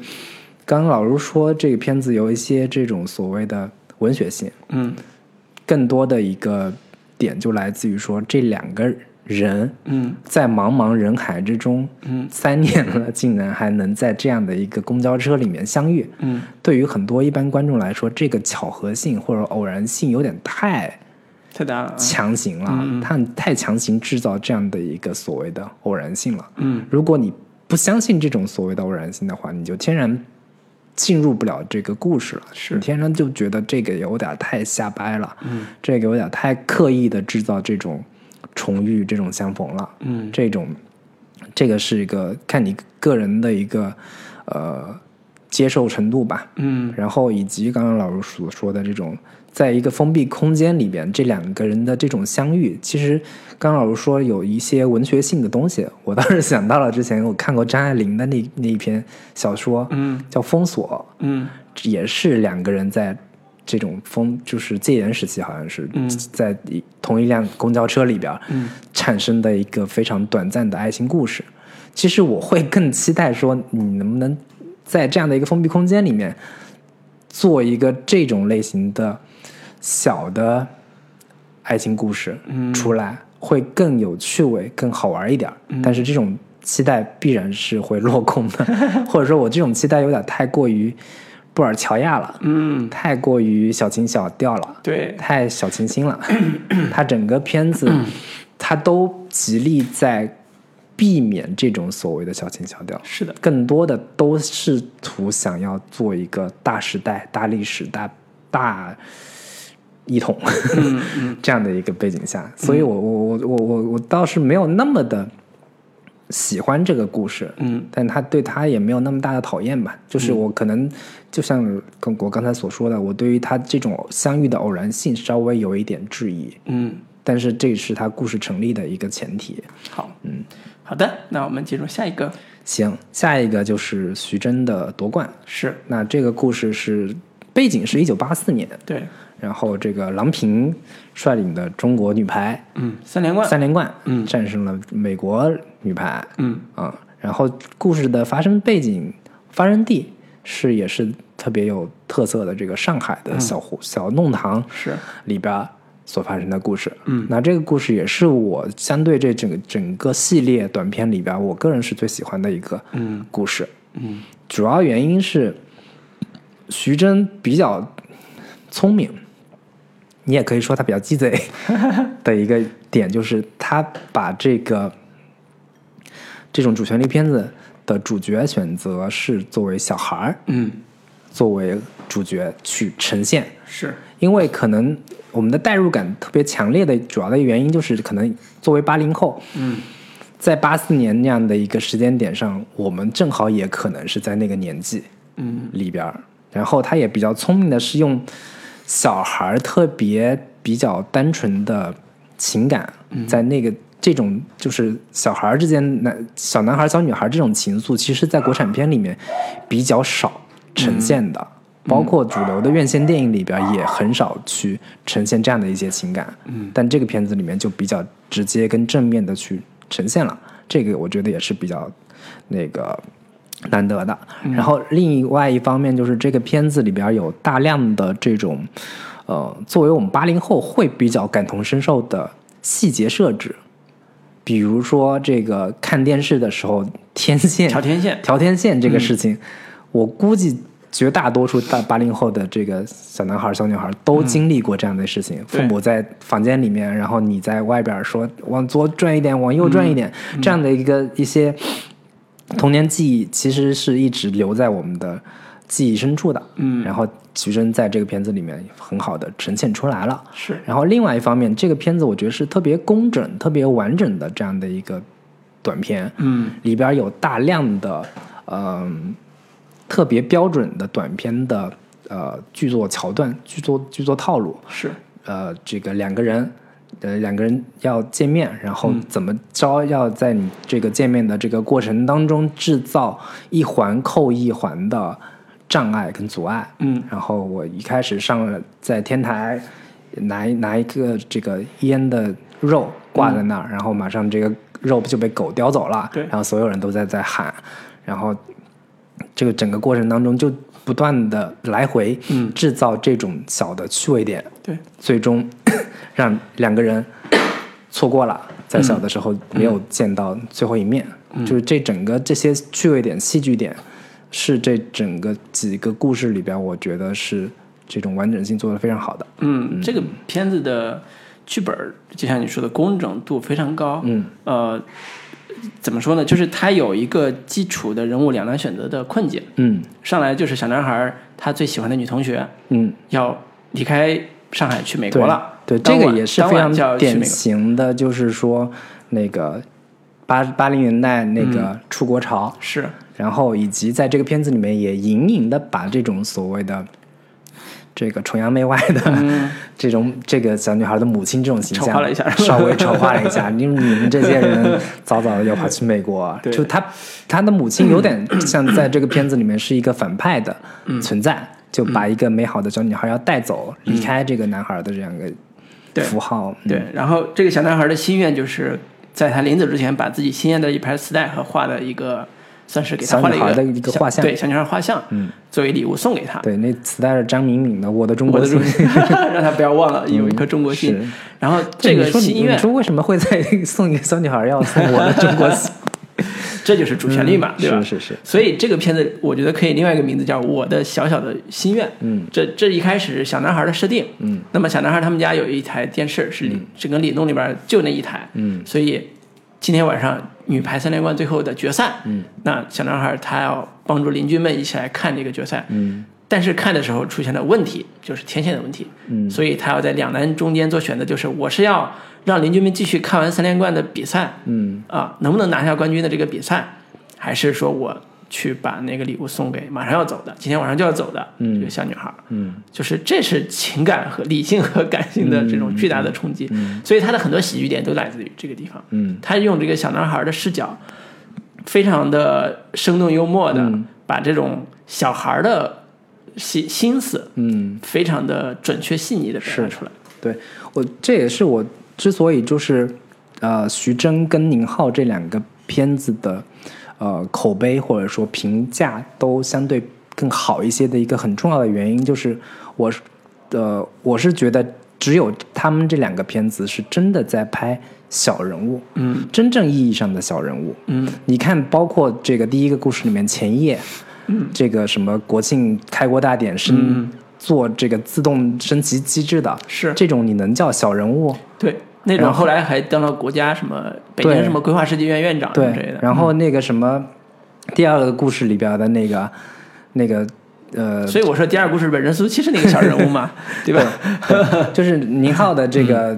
刚刚老卢说这个片子有一些这种所谓的文学性，
嗯
更多的一个点就来自于说这两个人，
嗯
在茫茫人海之中，
嗯，
三年了，竟然还能在这样的一个公交车里面相遇，
嗯，
对于很多一般观众来说，这个巧合性或者偶然性有点太
太大了啊。
强行了，他太强行制造这样的一个所谓的偶然性了。
嗯，
如果你不相信这种所谓的偶然性的话，你就天然进入不了这个故事了。
是
你天然就觉得这个有点太瞎掰了，
嗯，
这个有点太刻意的制造这种重遇、这种相逢了。
嗯
这种，这个是一个看你个人的一个呃接受程度吧。
嗯
然后以及刚刚老师所说的这种，在一个封闭空间里边，这两个人的这种相遇，其实刚刚老师说有一些文学性的东西，我倒是想到了之前我看过张爱玲的那那一篇小说，
嗯
叫《封锁
嗯》，
也是两个人在这种封就是戒严时期，好像是、
嗯
在一同一辆公交车里边，
嗯
产生的一个非常短暂的爱情故事。其实我会更期待说，你能不能在这样的一个封闭空间里面，做一个这种类型的小的爱情故事
嗯
出来，会更有趣味、更好玩一点儿。
嗯
但是这种期待必然是会落空的， 或者说我这种期待有点太过于布尔乔亚了，
嗯，
太过于小情小调了。
对，
太小清新 了。他整个片子，
嗯
他都极力在避免这种所谓的小情小调，
是的，
更多的都试图想要做一个大时代、大历史、大大一统、 这样的一个背景下，所以我我我我我我倒是没有那么的喜欢这个故事，
嗯
但他对他也没有那么大的讨厌吧。就是我可能就像跟我刚才所说的，我对于他这种相遇的偶然性稍微有一点质疑，
嗯，
但是这是他故事成立的一个前提。
好，嗯，好的，那我们进入下一个，
行，下一个就是徐峥的夺冠。
是
那这个故事是背景是一九八四年，
对，
然后这个郎平率领的中国女排
嗯，三连冠，
三连冠，
嗯
战胜了美国女排，
嗯
啊，然后故事的发生背景、发生地是也是特别有特色的这个上海的小胡、小弄堂
嗯是，
里边儿所发生的故事。嗯，那这个故事也是我相对这整个整个系列短片里边儿，我个人是最喜欢的一个
嗯
故事。
嗯
主要原因是徐峥比较聪明，你也可以说他比较 鸡贼的一个点，就是他把这个这种主旋律片子的主角选择是作为小孩儿，
嗯
作为主角去呈现。
是
因为可能我们的代入感特别强烈的主要的原因就是，可能作为八零后，嗯，在八四年那样的一个时间点上，我们正好也可能是在那个年纪，嗯，里边儿。然后他也比较聪明的是用小孩儿特别比较单纯的情感，在那个这种就是小孩儿之间男小男孩儿小女孩儿这种情愫，其实在国产片里面比较少呈现的。包括主流的院线电影里边也很少去呈现这样的一些情感，嗯，但这个片子里面就比较直接跟正面的去呈现了，这个我觉得也是比较那个难得的。然后另外一方面就是这个片子里边有大量的这种，呃，作为我们八零后会比较感同身受的细节设置，比如说这个看电视的时候天线
条天线，
调天线这个事情，我估计绝大多数大八零后的这个小男孩、小女孩都经历过这样的事情。父
对
母在房间里面，然后你在外边说往左转一点，往右转一点，这样的一个一些童年记忆，其实是一直留在我们的记忆深处的。嗯，然后徐峥在这个片子里面很好的呈现出来了。
是
然后另外一方面，这个片子我觉得是特别工整、特别完整的这样的一个短片。嗯，里边有大量的嗯、特别标准的短片的呃剧作桥段、剧作剧作套路。
是
呃，这个两个人，呃，两个人要见面，然后怎么着要在你这个见面的这个过程当中制造一环扣一环的障碍跟阻碍。
嗯，
然后我一开始上了在天台拿一拿一个这个腌的肉挂在那儿，然后马上这个肉就被狗叼走了，
嗯对
然后所有人都在在喊，然后这个整个过程当中就不断的来回
嗯
制造这种小的趣味点，
对，
最终 让两个人错过了，在小的时候没有见到
嗯
最后一面，就是这整个这些趣味点、戏剧点，是这整个几个故事里边，我觉得是这种完整性做得非常好的。
嗯，这个片子的剧本儿就像你说的工整度非常高。嗯，呃，怎么说呢？就是它有一个基础的人物两难选择的困境。
嗯
上来就是小男孩儿他最喜欢的女同学
嗯，
要离开上海去美
对
国了。
对，
当
这
晚
个也是非
当晚就
常
要去
典
美国
型的，就是说那个八八零年代那
嗯
个出国潮，
是
然后以及在这个片子里面也隐隐的把这种所谓的这个崇洋媚外的、 这种这个小女孩的母亲这种
嗯
形
丑
象
化了一下是吧
稍微丑化了 一下，因为你们这些人早早的要跑去美国，啊
对
就她她的母亲 有点像在这个片子里面是一个反派的
嗯
存在，就把一个美好的小女孩要带走，离开这个男孩的这样一个
对
符号，嗯
对，然后这个小男孩的心愿就是在他临走之前，把自己心爱的一盘磁带和画的一个，算是给他
小
画了
女
一
孩
个
的一个
小
画像
对，小女孩画像，嗯，作为礼物送给他。
对，那磁带是张明敏的《我的中
我
国
的
心嗯
中，》。 让他不要忘了有一颗中国心。
是
然后这个
你说你
心愿
你，说为什么会在送一个小女孩要送我的中国 心？
这就是主旋律嘛，对吧？
嗯是是是，
所以这个片子，我觉得可以另外一个名字叫《我的小小的心愿》。嗯，这这一开始是小男孩的设定。嗯，那么小男孩他们家有一台电视，是里整个里弄里边就那一台。嗯，所以今天晚上女排三连冠最后的决赛，嗯，那小男孩他要帮助邻居们一起来看这个决赛。嗯，但是看的时候出现了问题，就是天线的问题。嗯，所以他要在两难中间做选择，就是我是要让邻居们继续看完三连冠的比赛，嗯啊，能不能拿下冠军的这个比赛，还是说我去把那个礼物送给马上要走的，今天晚上就要走的这个小女孩，嗯，就是这是情感和理性和感性的这种巨大的冲击，所以他的很多喜剧点都来自于这个地方，嗯，他用这个小男孩的视角，非常的生动幽默的、把这种小孩的心心思，嗯，非常的准确细腻的表达出来，
对我这也是我之所以就是呃，徐峥跟宁浩这两个片子的呃口碑或者说评价都相对更好一些的一个很重要的原因，就是我是呃我是觉得只有他们这两个片子是真的在拍小人物，嗯，真正意义上的小人物，
嗯，
你看，包括这个第一个故事里面前夜，嗯，这个什么国庆开国大典升、做这个自动升级机制的，
是
这种你能叫小人物？
对。那
然
种
后
后来还当了国家什么北京
对
什么规划设计院院啊长什么之类嗯
对
的，，
然后那个什么，第二个故事里边的那个那个 呃，
所以我说第二故事里边任素汐是那个小人物 嘛，对吧？
对就是宁浩的这个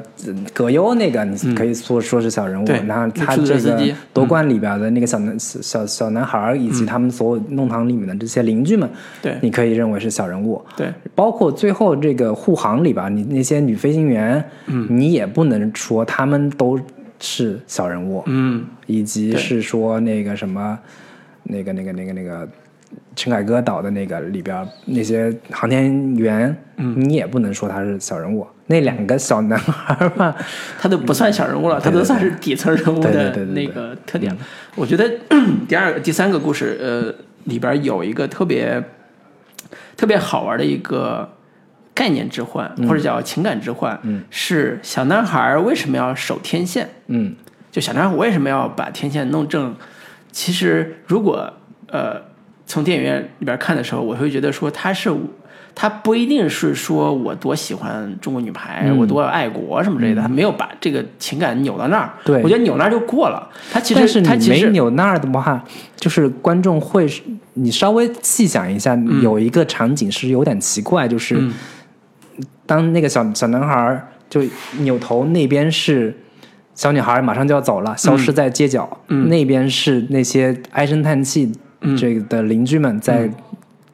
葛优那个，你可以说说是小人物
嗯对，
然后他
出租车
这
司
个
机
夺冠里边的那个小男小小小男孩儿，以及他们所有弄堂里面的这些邻居们，
嗯对
你可以认为是小人物。
对
包括最后这个护航里边，你那些女飞行员，嗯，你也不能说他们都是小人物，
嗯，
以及
对
是说那个什么，那个那个那个那个陈凯歌导的那个里边儿那些航天员，
嗯
你也不能说他是小人物。那两个小男孩儿 吧，
他都不算小人物了，他都算是底层人物
嗯对对
的
对对嗯对
那个特点了。我觉得 第二个、第三个故事，呃，里边有一个特别特别好玩的一个概念置换，
嗯
或者叫情感置换，是小男孩为什么要守天线？
嗯，
就小男孩为什么要把天线弄正？其实如果呃从电影院里边看的时候，我会觉得说他是他不一定是说我多喜欢中国女排，
嗯
我多爱国什么之类的，他没有把这个情感扭到那儿。
对
我觉得扭那儿就过了。他其
但
实
是
他
你
其
没
实
扭那儿的话，就是观众会，你稍微细想一下，
嗯
有一个场景是有点奇怪，就是当那个小小男孩儿就扭头，那边是小女孩儿马上就要走
嗯
了，消失在街角，那边是那些唉声叹气
嗯
这个的邻居们在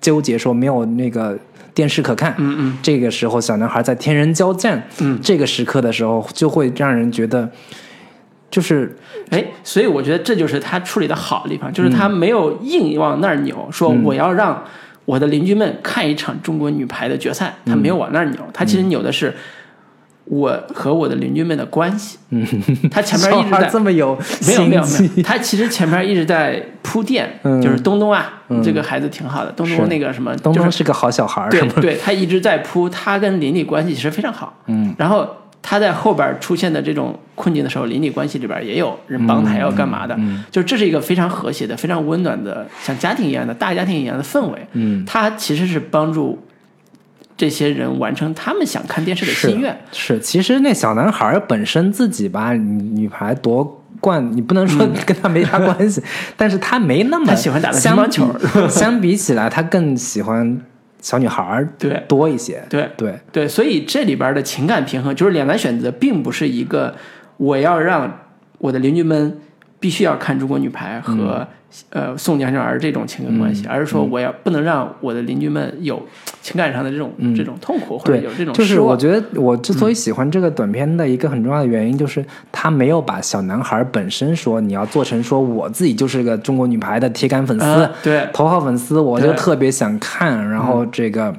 纠结说没有那个。电视可看，嗯嗯，这个时候小男孩在天人交战，嗯，这个时刻的时候，就会让人觉得，就是
哎，所以我觉得这就是他处理的好的地方，就是
嗯
他没有硬往那儿扭，说我要让我的邻居们看一场中国女排的决赛，他没有
嗯
往那儿扭，他其实扭的是我和我的邻居们的关系。嗯，他前面一直
小孩
在
这么有
没有没有没
心
有，
机
他其实前面一直在铺垫，
嗯
就是东东啊，这个孩子挺好的，东
是
东那个什么，
东
就是
东是个好小孩儿，
对
是吗
对，他一直在铺，他跟邻里关系其实非常好。嗯，然后他在后边出现的这种困境的时候，邻里关系里边也有人帮
嗯
他，要干嘛的？就这是一个非常和谐的、非常温暖的，像家庭一样的大家庭一样的氛围。嗯，他其实是帮助这些人完成他们想看电视的心愿。
是，其实那小男孩儿本身自己吧，女女排夺冠，你不能说跟他没啥关系，但是他没那么
嗯他喜欢打的乒
相
乓球
比相比起来，他更喜欢小女孩儿
对
多一些，
对
对，
对，所以这里边的情感平衡，就是两难选择，并不是一个我要让我的邻居们必须要看中国女排
嗯
和、呃宋江小儿这种情感关系，而是说我要不能让我的邻居们有情感上的这种、这种痛苦或者
嗯对
有这，种嗯
就是
失
我
望。
觉得我之所以喜欢这个短片的一个很重要的原因，就是他没有把小男孩儿本身说你要做成说我自己就是个中国女排的铁杆粉丝，
啊对
头号粉丝，我就
对嗯
特别想看，然后这个。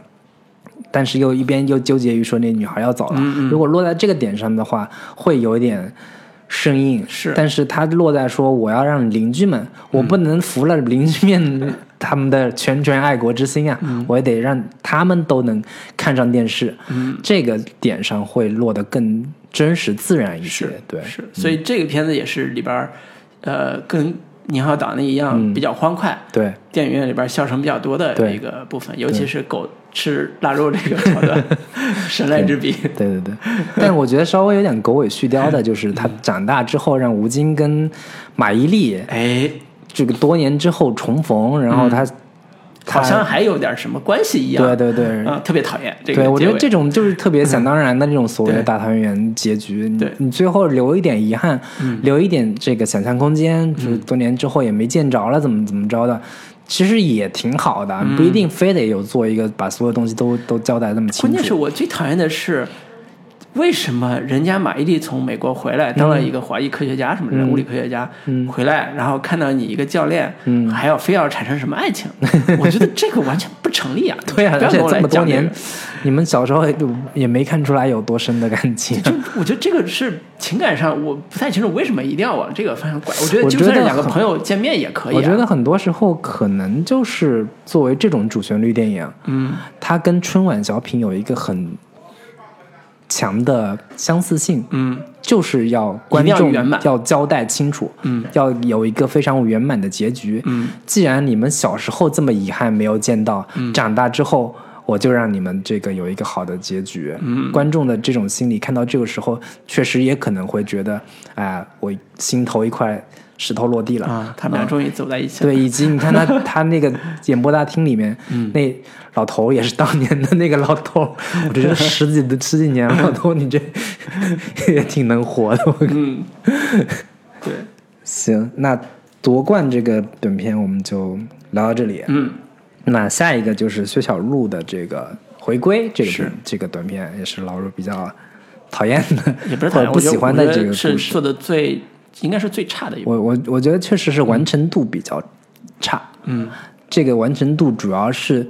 但是又一边又纠结于说那女孩要走了，
嗯
如果落在这个点上的话，会有一点生硬。
是嗯
但是他落在说我要让邻居们，我不能服了邻居们他们的全全爱国之心啊，
嗯
我也得让他们都能看上电视。
嗯
这个点上会落得更真实自然一些。对，嗯
是，所以这个片子也是里边儿呃跟宁浩导那一样、比较欢快，
对，
电影院里边笑声比较多的
嗯对
一个部分，尤其是狗吃腊肉这个桥 段，神来之笔。
对对对，但我觉得稍微有点狗尾续貂的，就是他长大之后让吴京跟马伊琍
哎，
这个多年之后重逢，然后他、他
嗯好像还有点什么关系一样。
对对对。
啊、特别讨厌这个结尾。
对，我觉得这种就是特别想当然的那种所谓的大团圆结局，你
对嗯
你最后留一点遗憾，留一点这个想象空间，就是多年之后也没见着了，怎么怎么着的，其实也挺好的，
嗯
不一定非得有做一个把所有东西都都交代这么清楚。
关键是我最讨厌的是，为什么人家马伊琍从美国回
嗯
来，当了一个华裔科学家什么的，物理科学家、回来，然后看到你一个教练，
嗯
还要非要产生什么爱 情？我觉得这个完全不成立啊！
对啊，
不
而
要
且
跟我
这
来
么多
讲这
年，
个。
你们小时候也也没看出来有多深的感情。
就我觉得这个是情感上，我不太清楚为什么一定要往这个方向拐。我觉
我
得就
觉
算是
得
两个
很
朋友见面也可以、啊。
我觉得很多时候可能就是作为这种主旋律电影，嗯，它跟春晚小品有一个很强的相似性，
嗯，
就是要观
一定
众
要圆满
要交代清楚，嗯，要有一个非常圆嗯满的结局，嗯，既然你们小时候这么遗憾没有见到，长大之后。我就让你们这个有一个好的结局。嗯，观众的这种心理看到这个时候，确实也可能会觉得，哎、我心头一块石头落地了。
啊，他们俩终于走在一起了。
对，以及你看 他他那个演播大厅里面，那老头也是当年的那个老头，我觉得十几十几年老头，你这 也挺能活的。我
嗯，对，
行，那夺冠这个短片我们就聊到这里。
嗯，
那下一个就是薛晓璐的这个回归，这个
是
这个短片也是老陆比较讨厌的，
也不是讨
或者
厌，
不喜欢的
我觉
这
得
个
是
故事。
做的最应该是最差的一部。
我我我觉得确实是完成度比较差。
嗯，
这个完成度主要是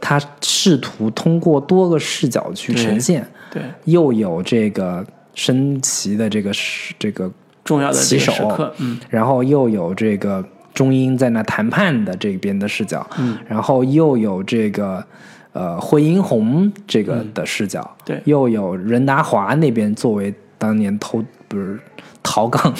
他试图通过多个视角去呈现，
对，
又有这个升旗的这个时这个
重要的这
旗
个
手
时刻，嗯，
然后又有这个中英在那谈判的这边的视角，
嗯，
然后又有这个呃惠英红这个的视角，
嗯对
又有任达华那边作为当年偷不是 逃港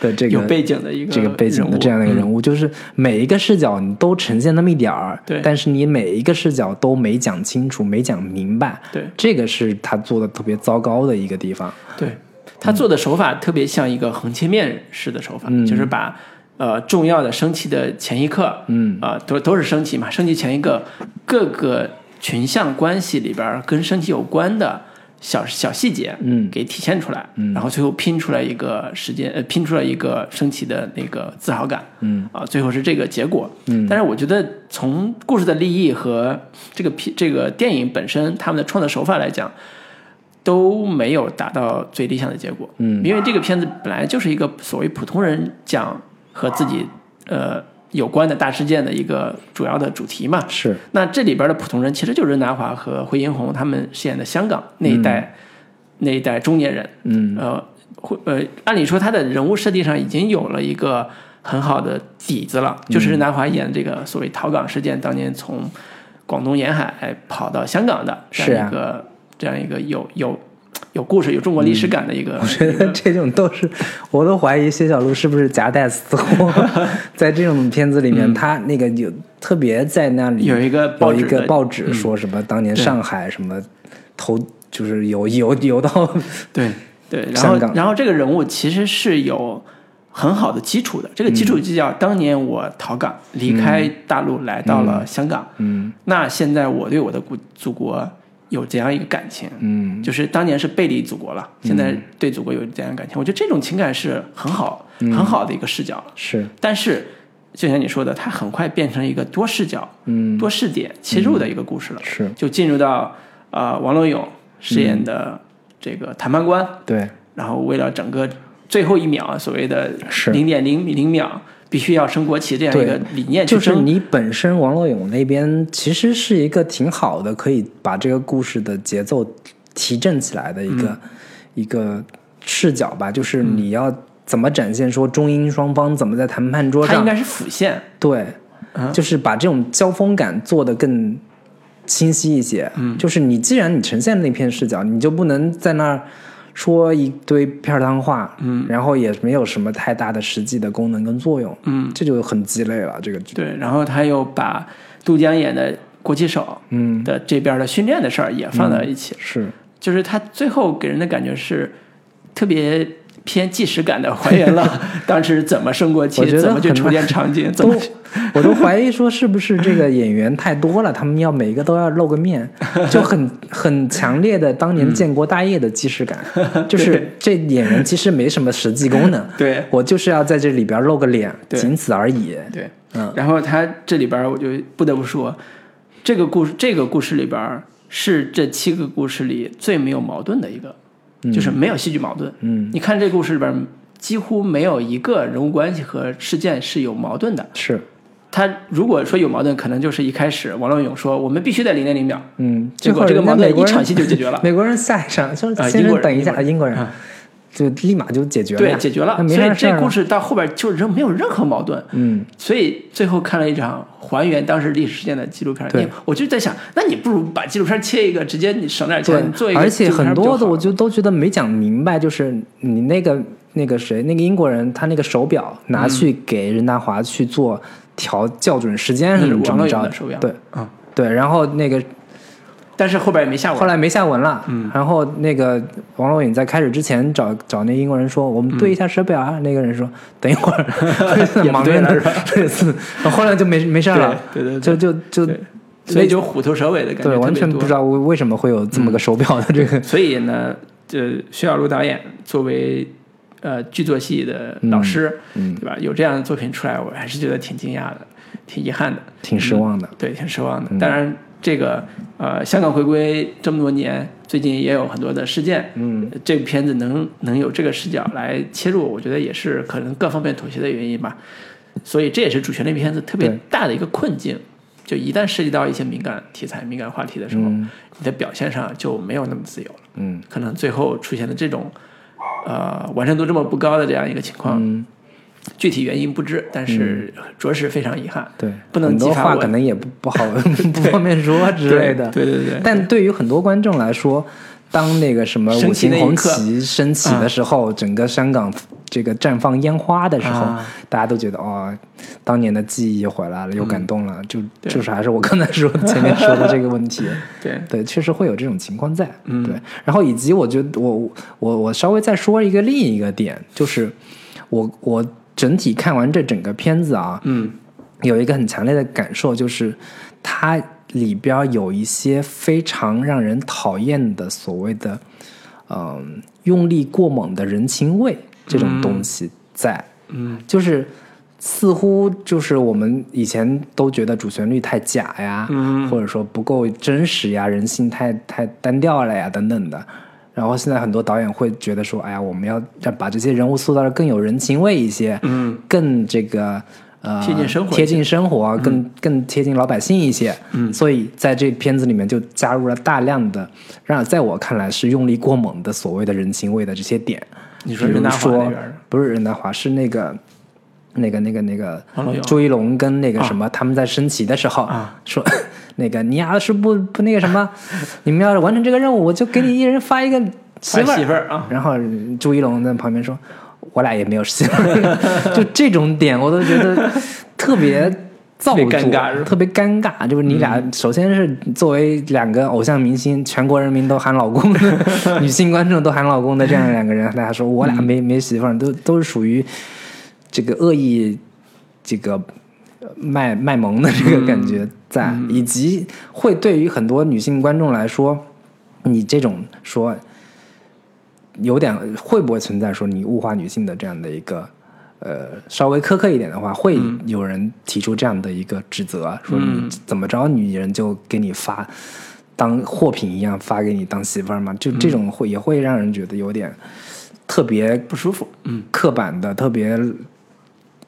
的这
有
个
背景的一个
这个背景的这样的一个人
物，
物，就是每一个视角你都呈现那么一点儿，
对
但是你每一个视角都没讲清楚，没讲明白，
对
这个是他做的特别糟糕的一个地方。
对，他做的手法特别像一个横切面式的手法，就是把呃重要的升旗的前一刻，嗯，啊、都都是升旗嘛，升旗前一个各个群像关系里边儿跟升旗有关的小小细节，
嗯
给体现出来，然后最后拼出来一个时间，呃，拼出来一个升旗的那个自豪感，嗯，啊，最后是这个结果，嗯，但是我觉得从故事的立意和这个片这个电影本身他们的创作手法来讲，都没有达到最理想的结果，嗯，因为这个片子本来就是一个所谓普通人讲和自己呃有关的大事件的一个主要的主题嘛，
是，
那这里边的普通人其实就是任达华和惠英红他们饰演的香港那一
嗯
代、那一代中年人。嗯，呃，会呃，按理说他的人物设定上已经有了一个很好的底子了，
嗯
就是任达华演这个所谓逃港事件，当年从广东沿海跑到香港的这
啊
样一个、这样一个有有有故事、有中国历史感的一个。
嗯我觉得 这种都是，我都怀疑薛晓璐是不是夹带私货， 在这种片子里面，他那个有特别在那里
嗯有一个报
有
纸
一个
的嗯
报纸说什么当年上海什么投就是游游游到
对对，然
香
后
港
然后这个人物其实是有很好的基础的，这个基
嗯
础就叫当年我逃港、离开大陆来到了香港，
嗯
那现在我对我的故祖国有怎样一个感情？
嗯
就是当年是背离祖国了，现在对祖国有怎样的感情？我觉得这种情感是很好、
嗯
很好的一个视角了。
是
但是，就像你说的，它很快变成一个多视角、
嗯
多视点切入的一个故事了，
是
就进入到呃王龙勇饰演的这个谈判官，
对
然后为了整个最后一秒，所谓的
是
零点零零秒必须要升国旗这样一个
对
理念去
就是
争，
你本身王洛勇那边其实是一个挺好的，可以把这个故事的节奏提振起来的一个、
嗯
一个视角吧，就是你要怎么展现说中英双方怎么在谈判桌
它应
上，
该是辅线，
对，
嗯
就是把这种交锋感做得更清晰一些。嗯，就是你既然你呈现那片视角，你就不能在那儿说一堆片儿汤话，嗯，然后也没有什么太大的实际的功能跟作用，嗯，这就很鸡肋了。这个剧，
对，然后他又把杜江演的国旗手
嗯，
的这边的训练的事儿也放到一起，
是
就是他最后给人的感觉是特别偏纪实感的还原 了当时怎么升国
我
旗，
觉得
怎么去
很
重建场景，怎
都
么去。
我都怀疑说是不是这个演员太多了，他们要每一个都要露个面，就很很强烈的当年建国大业的既视感，就是这演员其实没什么实际功能，
对
我就是要在这里边露个脸，
对
仅此而已。
对，
嗯，
然后他这里边儿我就不得不说，这个故事这个故事里边儿是这七个故事里最没有矛盾的一个，就是没有戏剧矛盾。
嗯，
你看这故事里边儿几乎没有一个人物关系和事件是有矛盾的。
是，
他如果说有矛盾，可能就是一开始王乐勇说我们必须在零点零秒，
嗯，
结
最
果
后
这个
人家
矛盾
美国
一
人
场戏就解决
。
了
美国人下一场说：“
啊
先
英
生，
国人
等一
英
下，啊
国人
英国人
啊
就立马就解决了呀，
对，解决了
那。没
所以
啥事
这
儿啊
故
了。
事到后边就人没有任何矛盾。
嗯，
所以最后看了一场还原当时历史事件的纪录片，
对
你我就在想，那你不如把纪录片切一个，直接你省点钱，你做
对，
一个
而
纪
且
录片
很
不就好了。
多的我就都觉得没讲明白，就是你那个那个谁，那个英国人，他那个手表拿去给任达华去做调校准时间
嗯
是怎么
网络
着
用
的
的手表
对
啊，
对，然后那个
但是后边也没下文。
后来没下文了。嗯，然后那个王龙影在开始之前找找那英国人说：“我们对一下手表啊。”那个人说：“等一会儿。” 忙
也不对
着呢
了是吧，
类似。后来就没没事儿了。
对对对
就就就
对所以就虎头蛇尾的感觉，
对，完全不知。道为为什么会有这么个手表的这个。
所以呢，呃，徐小璐导演作为呃剧作系的老师，嗯，对吧？有这样的作品出来，我还是觉得挺惊讶的，挺遗憾的，
挺失望的。嗯
对，挺失望的。当然，这个呃，香港回归这么多年，最近也有很多的事件，嗯，这部片子能能有这个视角来切入，我觉得也是可能各方面妥协的原因吧。所以这也是主旋律片子特别
对
大的一个困境，就一旦涉及到一些敏感题材、敏感话题的时候，你的表现上就没有那么自由了。
嗯，
可能最后出现了这种呃完成度这么不高的这样一个情况，
嗯
具体原因不知，但是着实非常遗憾。
对，
不能
很
激
多
发
话
我
可能也不不好 不方便说之类的。
对对对对
但对于很多观众来说，当那个什么
升
五
旗
星
那一
红
刻嗯
旗升起的时候，整个香港这个绽放烟花的时候，
啊
大家都觉得哦，当年的记忆又回来了，又
嗯
感动了。就就是还是我刚才 说前面说的这个问题。
对
对，确实会有这种情况在。嗯，对。然后以及我觉得我我我稍微再说一个另一个点，就是我我整体看完这整个片子啊，
嗯，
有一个很强烈的感受，就是它里边儿有一些非常让人讨厌的所谓的，嗯、用力过猛的人情味这种东西在，
嗯，
就是似乎就是我们以前都觉得主旋律太假呀，嗯，或者说不够真实呀，人性太太单调了呀，等等的。然后现在很多导演会觉得说，哎呀，我们要让把这些人物塑造的更有人情味一些，嗯，更这个呃
贴近生活一些嗯
贴近生活，更更贴近老百姓一些。嗯，所以在这片子里面就加入了大量的让在我看来是用力过猛的所谓的人情味的这些点。
你说
比如
任达华那
说
边儿
不是任达华，是那个那个那个那个
王洛阳
朱一龙跟那个什么、他们在升旗的时候、
啊
说。那个你要是不不那个什 么，你们要是完成这个任务，我就给你一人发一个媳妇
把
儿。
媳妇儿啊，
然后朱一龙在旁边说：“我俩也没有媳妇儿。” 就这种点，我都觉得特别
特
造作，
别尴尬是吧嗯
特别尴尬。就是你俩，首先是作为两个偶像明星，全国人民都喊老公 的女性观众都喊老公的这样两个人，大家说我俩
嗯
没没媳妇儿，都都是属于这个恶意这个呃卖卖萌的这个感
嗯
觉在，以及会对于很多女性观众来说，你这种说有点会不会存在说你物化女性的这样的一个。呃，稍微苛刻一点的话，会有人提出这样的一个指责，说你怎么着，女人就给你发当货品一样发给你当媳妇儿嘛，就这种会也会让人觉得有点特别
嗯不舒服。嗯
刻板的、特别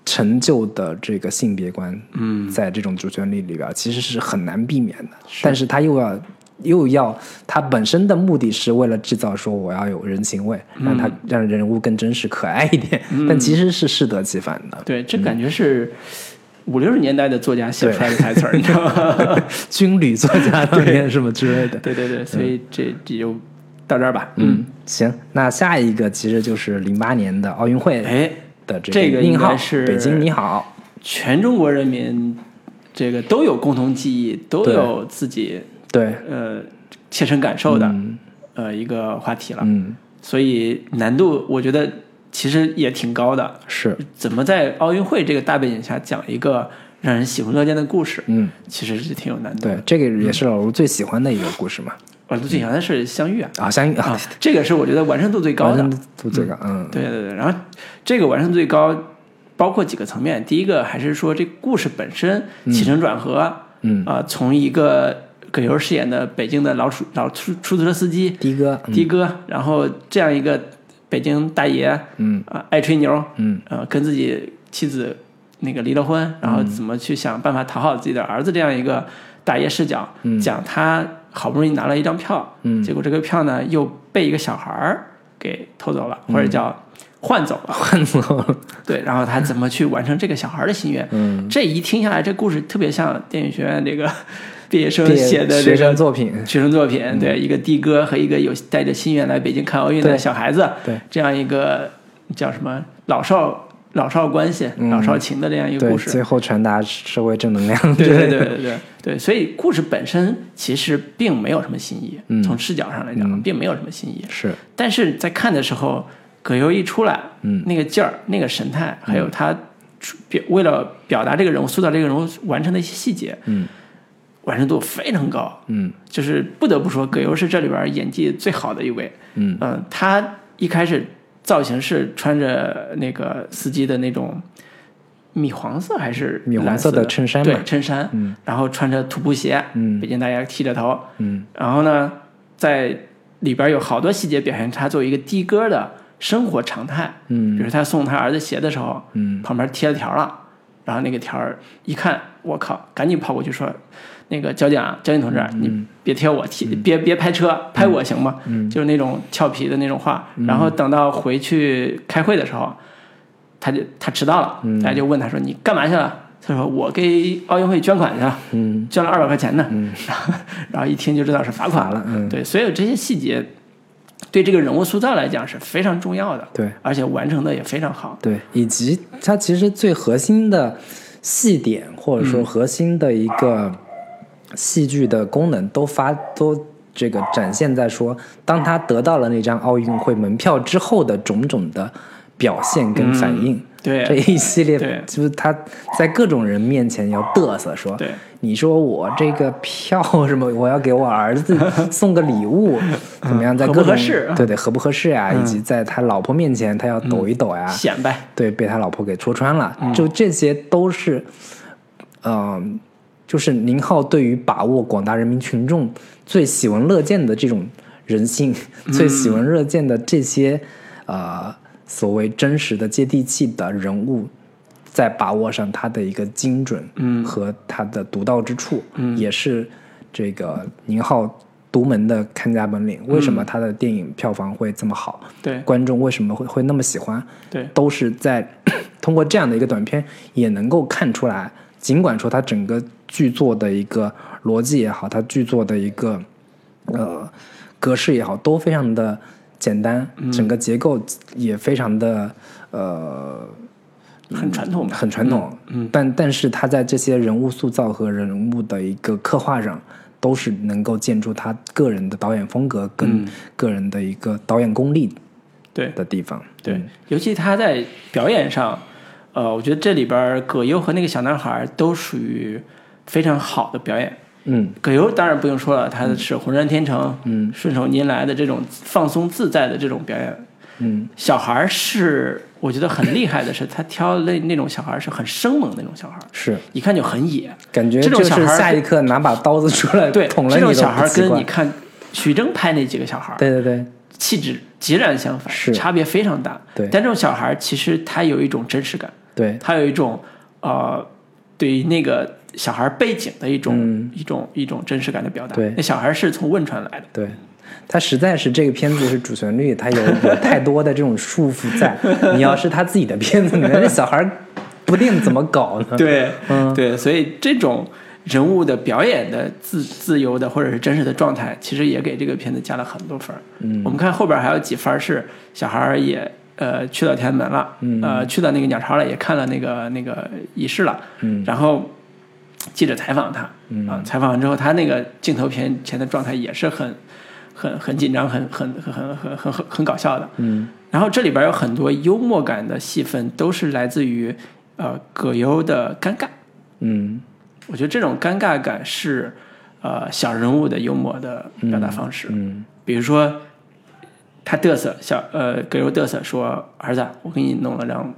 陈旧的这个性别观，
嗯，
在这种主旋律里边儿其实是很难避免的。但是他又要又要，他本身的目的是为了制造说我要有人情味，
嗯
让他让人物更真实可爱一点，但其实是适得其反的。
对，这感觉是五六十年代的作家写出来的台词儿，你知道吗？
军旅作家当年什么之类的。
对对对，所以这这就到这儿吧。
嗯，行，那下一个其实就是零八年的奥运会
哎，
的这
这个应
硬
该
号
是
北京你好，
全中国人民这个都有共同记忆，都
对
有自己
对，
呃切身感受的、呃一个话题了，
嗯，
所以难度我觉得其实也挺高的。
是，
怎么在奥运会这个大背景下讲一个让人喜闻乐见的故事，
嗯，
其实是挺有难度的。
对，这个也是老卢最喜欢的一个故事嘛。
啊，陆俊祥的是相遇啊，
啊，相 应
啊
啊，，
这个是我觉得完成度最高的。
度最高，嗯，
对对对，然后这个完成度最高，包括几个层面。第一个还是说这故事本身起承转合，
嗯
啊、从一个葛优饰演的北京的老出老出出租车司机
的哥，
的哥，然后这样一个北京大爷，
嗯
啊、爱吹牛，
嗯，
呃，跟自己妻子那个离了婚，然
嗯
后怎么去想办法讨好自己的儿子这样一个大爷视角，
嗯
讲他好不容易拿了一张票，嗯，结果这个票呢又被一个小孩儿给偷走了，
嗯
或者叫换走 了，
换走了，
对，然后他怎么去完成这个小孩儿的心愿？嗯，这一听下来，这故事特别像电影学院这个 毕业生
毕业
写的这
学
个
生作品，
学生作品，对，一个的哥和一个有带着心愿来北京看奥运的
嗯对
小孩子，
对
这样一个叫什么老少老少关系、老少情的这样一个
嗯对，
故事。
最后传达社会正能量。
对对 对对对对，所以故事本身其实并没有什么新意，
嗯
从视角上来讲，并没有什么新意。
是，
但是在看的时候，葛优一出来，嗯，那个劲儿、那个神态，还
嗯
有他出表为了表达这个人物、塑造这个人物完成的一些细节，
嗯，
完成度非常高，
嗯，
就是不得不说，葛优是这里边演技最好的一位，呃
嗯
他一开始造型是穿着那个司机的那种。米黄色还是
米黄
蓝
色
色
的衬衫嘛
对衬衫，然后穿着土布鞋，
嗯
北京大爷剃着头，
嗯
然后呢，在里边有好多细节表现他作为一个的哥的生活常态，比
嗯
如他送他儿子鞋的时候，
嗯
旁边贴了条了，然后那个条儿一看，我靠，赶紧跑过去说，那个交警啊，交警同志，
嗯
你别贴我，贴别别拍车，拍我行吗？
嗯
就是那种俏皮的那种话。然后等到回去开会的时候，他就他迟到了，
嗯
大家就问他说你干嘛去了？他说我给奥运会捐款去了，
嗯，
捐了二百块钱呢。然后 然后一听就知道是罚款
好了，嗯，
对，所有这些细节对这个人物塑造来讲是非常重要的，
对
而且完成的也非常好。
对，以及它其实最核心的戏点，或者说
嗯
核心的一个戏剧的功能，都发都这个展现在说，当他得到了那张奥运会门票之后的种种的表现跟反应。这
嗯对，
一系列
对
就是他在各种人面前要嘚瑟说，
对
你说我这个票 什么，我要给我儿 子送个礼物，怎么样，在
合
各
不
种
合适嗯
对对合不合适啊，以及在他老婆面前他要抖一抖呀，
显摆，
对，被他老婆给戳穿了，就这些都是，嗯、就是宁浩对于把握广大人民群众最喜闻乐见的这种人性，最喜闻乐见的这些呃所谓真实的接地气的人物，在把握上他的一个精准，嗯，和他的独到之处，嗯，也是这个宁浩。独门的看家本领，为什么他的电影票房会这么好？
对
观众为什么会会那么喜欢？
对
都是在 通过这样的一个短片也能够看出来。尽管说它整个剧作的一个逻辑也好，它剧作的一个呃格式也好，都非常的简单，整个结构也非常的呃
很传统吧？
很传统。嗯，但但是它在这些人物塑造和人物的一个刻画上，都是能够见出他个人的导演风格跟个人的一个导演功力
对
的地方。
对，尤其他在表演上，呃，我觉得这里边儿葛优和那个小男孩儿都属于非常好的表演。
嗯，
葛优当然不用说了，他是浑然天成，嗯，顺手拈来的这种放松自在的这种表演。
嗯，
小孩儿是我觉得很厉害的是，他挑那那种小孩儿是很生猛的那种小孩儿，
是。
一看就很野。
感觉
这种
就是
小孩儿
下一刻拿把刀子出来
对，
捅了
这
你都
种
不
小孩儿
奇
跟
怪
你看徐峥拍那几个小孩儿
对对对，
气质截然相反，
是
差别非常大。
对
但这种小孩儿其实他有一种真实感，
对
他有一种呃对于那个小孩儿背景的一种、一种一种真实感的表达。
嗯对
那小孩儿是从汶川来的，
对，他实在是这个片子是主旋律，他有有太多的这种束缚在。你要是他自己的片子，你那小孩儿不定怎么搞 呢？
对，对，所以这种。人物的表演的自自由的或者是真实的状态，其实也给这个片子加了很多分儿。嗯，我们看后边还有几分儿是小孩儿也呃去到天安门了，嗯、呃去到那个鸟巢了，也看了那个那个仪式了。嗯，然后记者采访他，嗯、啊，采访完之后，他那个镜头前前的状态也是很很很紧张，很很很很很很很很搞笑的。嗯，然后这里边有很多幽默感的戏份，都是来自于呃葛优的尴尬。
嗯，
我觉得这种尴尬感是呃小人物的幽默的表达方式。嗯，比如说他嘚瑟，小呃葛优嘚瑟说：“儿子，我给你弄了张，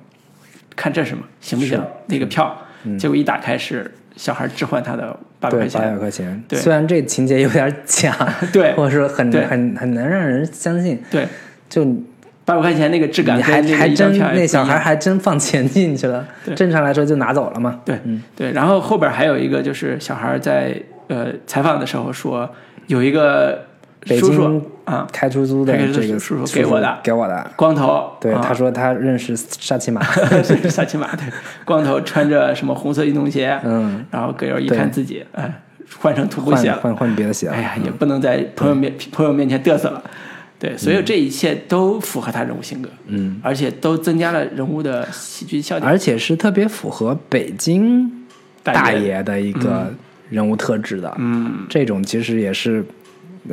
看这是什么行不行？那个票。
嗯
结果一打开是小孩置换他的八百
对
块，
八百
钱。
块钱。
对
虽然这情节有点假，
对
或者说很
对
很很难让人相信。
对，
就你
八百块钱那个质感
还
跟那个
还
一张
真
票也
那
不
小
一
孩
样
还真放钱进去了，正常来说就拿走了嘛。
对，对，然后后边还有一个就是小孩在呃采访的时候说，有一个
北
叔叔
京
啊，
开出租的
开出租
这个
叔叔给我的
给我的，
光头，
对，
啊、
他说他认识沙 琪玛，
是萨琪玛对，光头穿着什么红色运动鞋，
嗯，
然后葛优一看自己，哎，换成徒步鞋
换
了，哎
换换别的鞋了嗯
哎。呀，也不能在朋友面朋友面前嘚瑟了。对，所
嗯
有这一切都符合他人物性格，嗯，而且都增加了人物的喜剧笑点。
而且是特别符合北京大爷的一个人物特质的，
嗯，
这种其实也是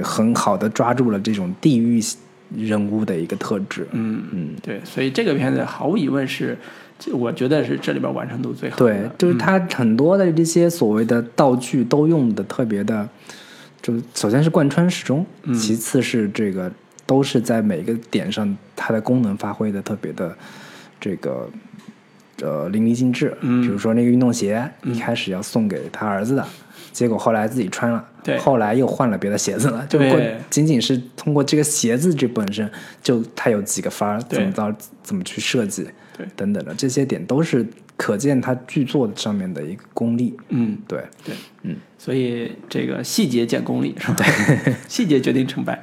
很好的抓住了这种地域人物的一个特质，
嗯
嗯，
对，所以这个片子毫无疑问是，这我觉得是这里边完成度最好的。嗯
对，就是它很多的这些所谓的道具都用的特别的，就首先是贯穿始终，
嗯
其次是这个都是在每个点上它的功能发挥的特别的这个呃淋漓尽致。
嗯
比如说那个运动鞋，一开始要送给他儿子的，结果后来自己穿了。
对
后来又换了别的鞋子了，就
对
过仅仅是通过这个鞋子这本身，就它有几个法儿，
对
怎么到怎么去设计，
对
等等的这些点都是可见它剧作上面的一个功力。
嗯，
对，
对，
嗯，
所以这个细节见功力是吧？ 细节决定成败。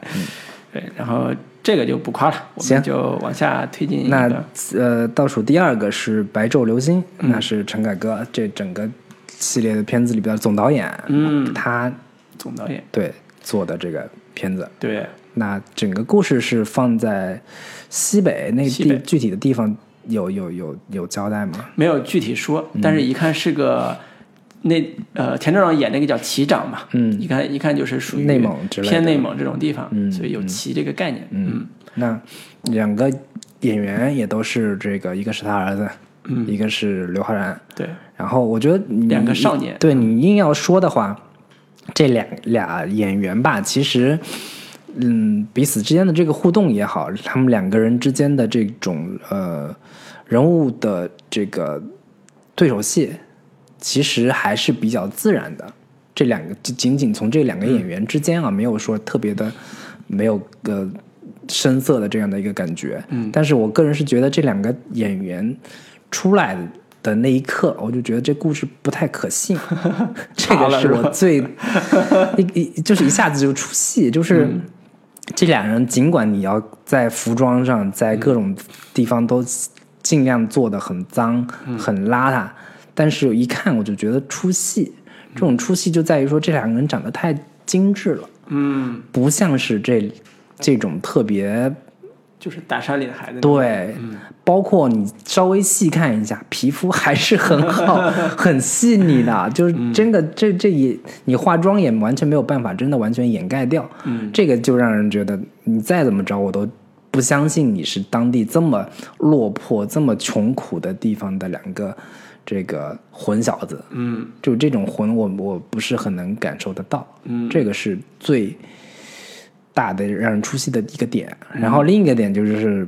对，然后这个就不夸了，我们
嗯行
就往下推进一
那
个。
呃倒数第二个是《白昼流星》，
嗯
那是陈凯歌这整个系列的片子里边的总导演，
嗯，
他
总导演
对做的这个片子。
对，
那整个故事是放在西北那
西
地
北
具体的地方有有有有交代吗？
没有具体说，
嗯
但是一看是个那呃田正朗演那个叫旗长嘛，
嗯
一看一看就是属于
内蒙之类的
偏内蒙这种地方，
嗯
所以有旗这个概念，嗯
那两个演员也都是这个，一个是他儿子，
嗯
一个是刘昊然。
对，
然后我觉得你
两个少年嗯
对你硬要说的话，这两俩演员吧，其实，嗯，彼此之间的这个互动也好，他们两个人之间的这种呃人物的这个对手戏，其实还是比较自然的。这两个就仅仅从这两个演员之间啊，没有说特别的，没有呃深色的这样的一个感觉。嗯，但是我个人是觉得这两个演员出来的那一刻，我就觉得这故事不太可信。这
怕
个
了
是
是
我
吧
最一一就是一下子就出戏，就是。这俩人尽管你要在服装上，在各种地方都尽量做的很脏、很邋遢，但是一看我就觉得出戏。这种出戏就在于说这两个人长得太精致了，
嗯，
不像是这这种特别
就是大山里的嗯孩子，，
对，包括你稍微细看一下，皮肤还是很 好、很细腻的，就是
嗯
真的，这这也你化妆也完全没有办法，真的完全掩盖掉。
嗯
这个就让人觉得你再怎么着，我都不相信你是当地这么落魄、这么穷苦的地方的两个这个混小子。
嗯
就这种魂我，我不是很能感受得到。
嗯
这个是最大的让人出戏的一个点。然后另一个点就是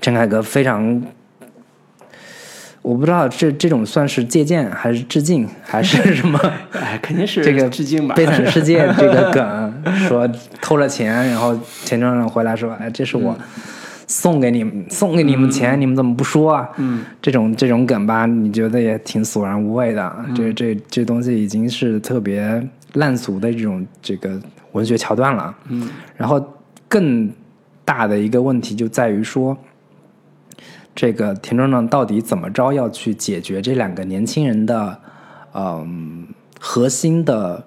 陈凯歌非常，我不知道这这种算是借鉴还是致敬还是什么
哎，肯定是
这个
致敬吧，
悲惨世 界这个梗，说偷了钱，然后钱庄长回来说：“哎，这是我
嗯
送给你们，送给你们钱，你们怎么不说啊？”
嗯，
这种这种梗吧，你觉得也挺索然无味的。啊这
嗯
这这东西已经是特别烂俗的这种这个文学桥段了。啊
嗯，
然后更大的一个问题就在于说，这个田壮壮到底怎么着要去解决这两个年轻人的嗯核心的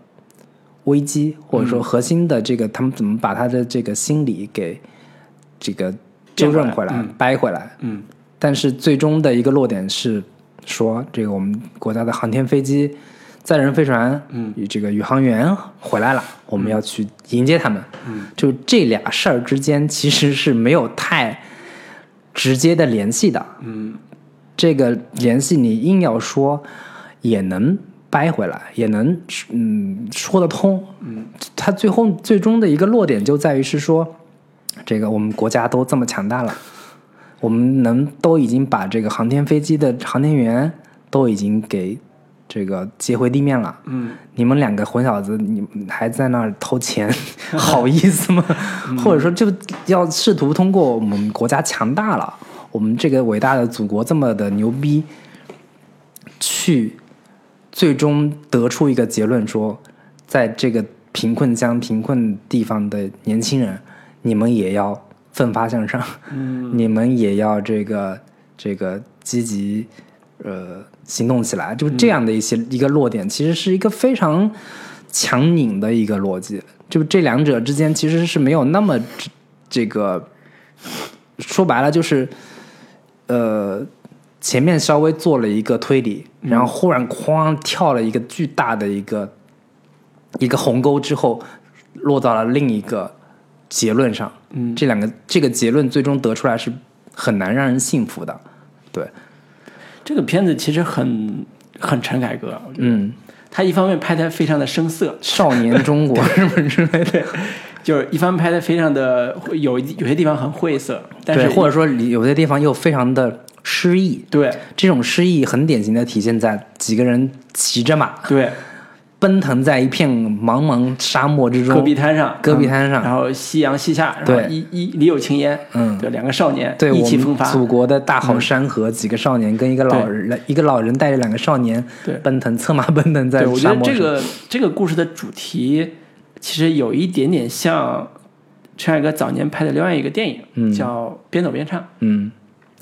危机，或者说核心的这个他们怎么把他的这个心理给这个纠正回来、掰回来？
嗯
但是最终的一个落点是说，这个我们国家的航天飞机、载人飞船，
嗯，
与这个宇航员回来了，我们要去迎接他们。
嗯，
就这俩事儿之间其实是没有太直接的联系的。
嗯
这个联系你硬要说也能掰回来，也能嗯说得通。嗯，它最后最终的一个落点就在于是说，这个我们国家都这么强大了，我们能都已经把这个航天飞机的航天员都已经给这个接回地面了。
嗯，
你们两个混小子，你们还在那儿偷钱，好意思吗？或者说，就要试图通过我们国家强大了，我们这个伟大的祖国这么的牛逼，去最终得出一个结论说，在这个贫困乡、贫困地方的年轻人，你们也要奋发向上，
嗯，
你们也要这个这个积极呃行动起来，就这样的一些、一个落点，其实是一个非常强拧的一个逻辑，就这两者之间其实是没有那么直这个说白了就是，呃，前面稍微做了一个推理，然后忽然哐跳了一个巨大的一个一个鸿沟之后，落到了另一个结论上。嗯，这两个这个结论最终得出来是很难让人信服的。对，
这个片子其实很很陈凯歌，我觉得
嗯，
他一方面拍的非常的生涩，
少年中 国什么之类的，
就是一方面拍的非常的有有些地方很晦涩，但
对，
是
或者说里有些地方又非常的诗意。
对
这种诗意很典型的体现在几个人骑着马
对
奔腾在一片茫茫沙漠之
戈
中
壁，滩上，嗯
戈壁滩上
然后夕阳西下，然后
对
一一李有青烟，
嗯
对，两个少年
对
意
我
气风
们
发，嗯
祖国的大好山河，几个少年跟一个老人，一个老人带着两个少年
对
奔腾，策马奔腾在
对，我觉
沙
得
漠
这
上。
个这个故事的主题其实有一点点像陈凯歌早年拍的另外一个电影，叫《边走边唱》，
嗯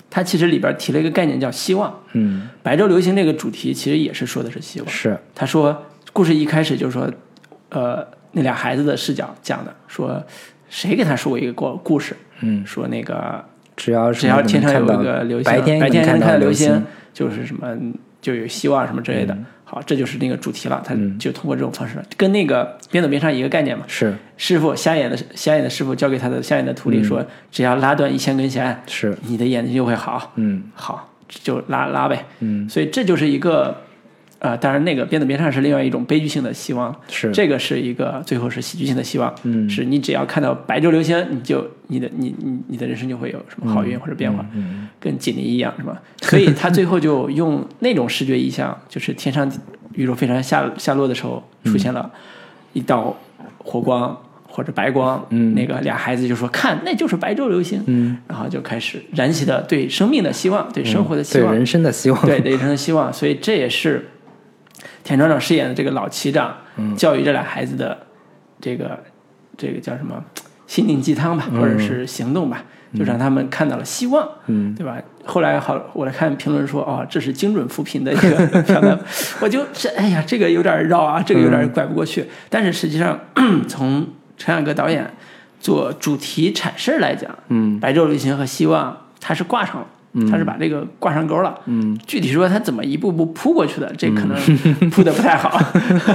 它其实里边提了一个概念叫希望。
嗯，
白昼流星这个主题其实也是说的是希望。
是
他说，故事一开始就说，呃，那俩孩子的视角讲的，说谁给他说过一个故故事，
嗯，
说那个
只要是
只要
能
天上有
看到
一个流星，
白天
白天
能
能
看
看到
流嗯
星，，就是什么就有希望什么之类的。好，这就是那个主题了，他就通过这种方式，跟那个边走边唱一个概念嘛。
是
师傅瞎眼的瞎眼的师傅教给他的瞎眼的徒弟说，只要拉断一千根弦，
嗯是，
你的眼睛就会好。
嗯
好，就拉拉呗。
嗯
所以这就是一个，呃，当然那个边走边唱是另外一种悲剧性的希望，
是
这个是一个最后是喜剧性的希望，
嗯
是你只要看到白昼流星，你就你的你你你的人生就会有什么好运或者变化，
嗯
跟锦鲤一样是吧？所以他最后就用那种视觉意象，就是天上宇宙飞船下下落的时候
嗯
出现了一道火光。或者白光，
嗯
那个俩孩子就说看，那就是白昼流星，
嗯，
然后就开始燃起了对生命的希望，对生活的希
对
望，
人生的希望，
对，人生的希望。所以这也是田壮壮饰演的这个老旗长、
嗯
教育这俩孩子的这个这个叫什么心灵鸡汤吧，或者是行动吧，就让他们看到了希望，
嗯
对吧？后来好，我来看评论说，哦，这是精准扶贫的一个相当， 我就这哎呀，这个有点绕啊，这个有
嗯
点拐不过去。但是实际上， 从陈凯歌导演做主题阐释来讲，
嗯，
白昼旅行和希望，它是挂上了。它是把这个挂上钩了，嗯，具体说它怎么一步步扑过去的，
嗯
这可能扑的不太 好，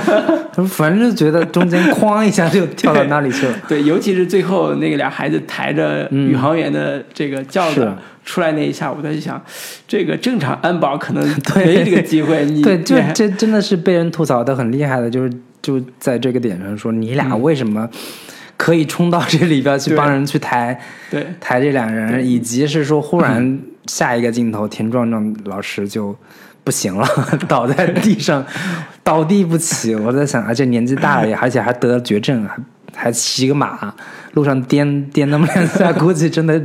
反正就觉得中间哐一下就跳到那里去了。
对，尤其是最后那个俩孩子抬着宇航员的这个轿子、
嗯是
出来那一下，我在想，这个正常安保可能没这个机 会，你
对，就
你还
这真的是被人吐槽的很厉害的，就是就在这个点上说，你俩为什么可以冲到这里边
嗯
去
对
帮人去抬
对嗯
抬这两人，以及是说忽然下一个镜头，田壮壮老师就不行了， 倒在地上，倒地不起。我在想，而且年纪大 了也，而且还得了绝症，还还骑个马，路上颠颠那么两下， 估计真的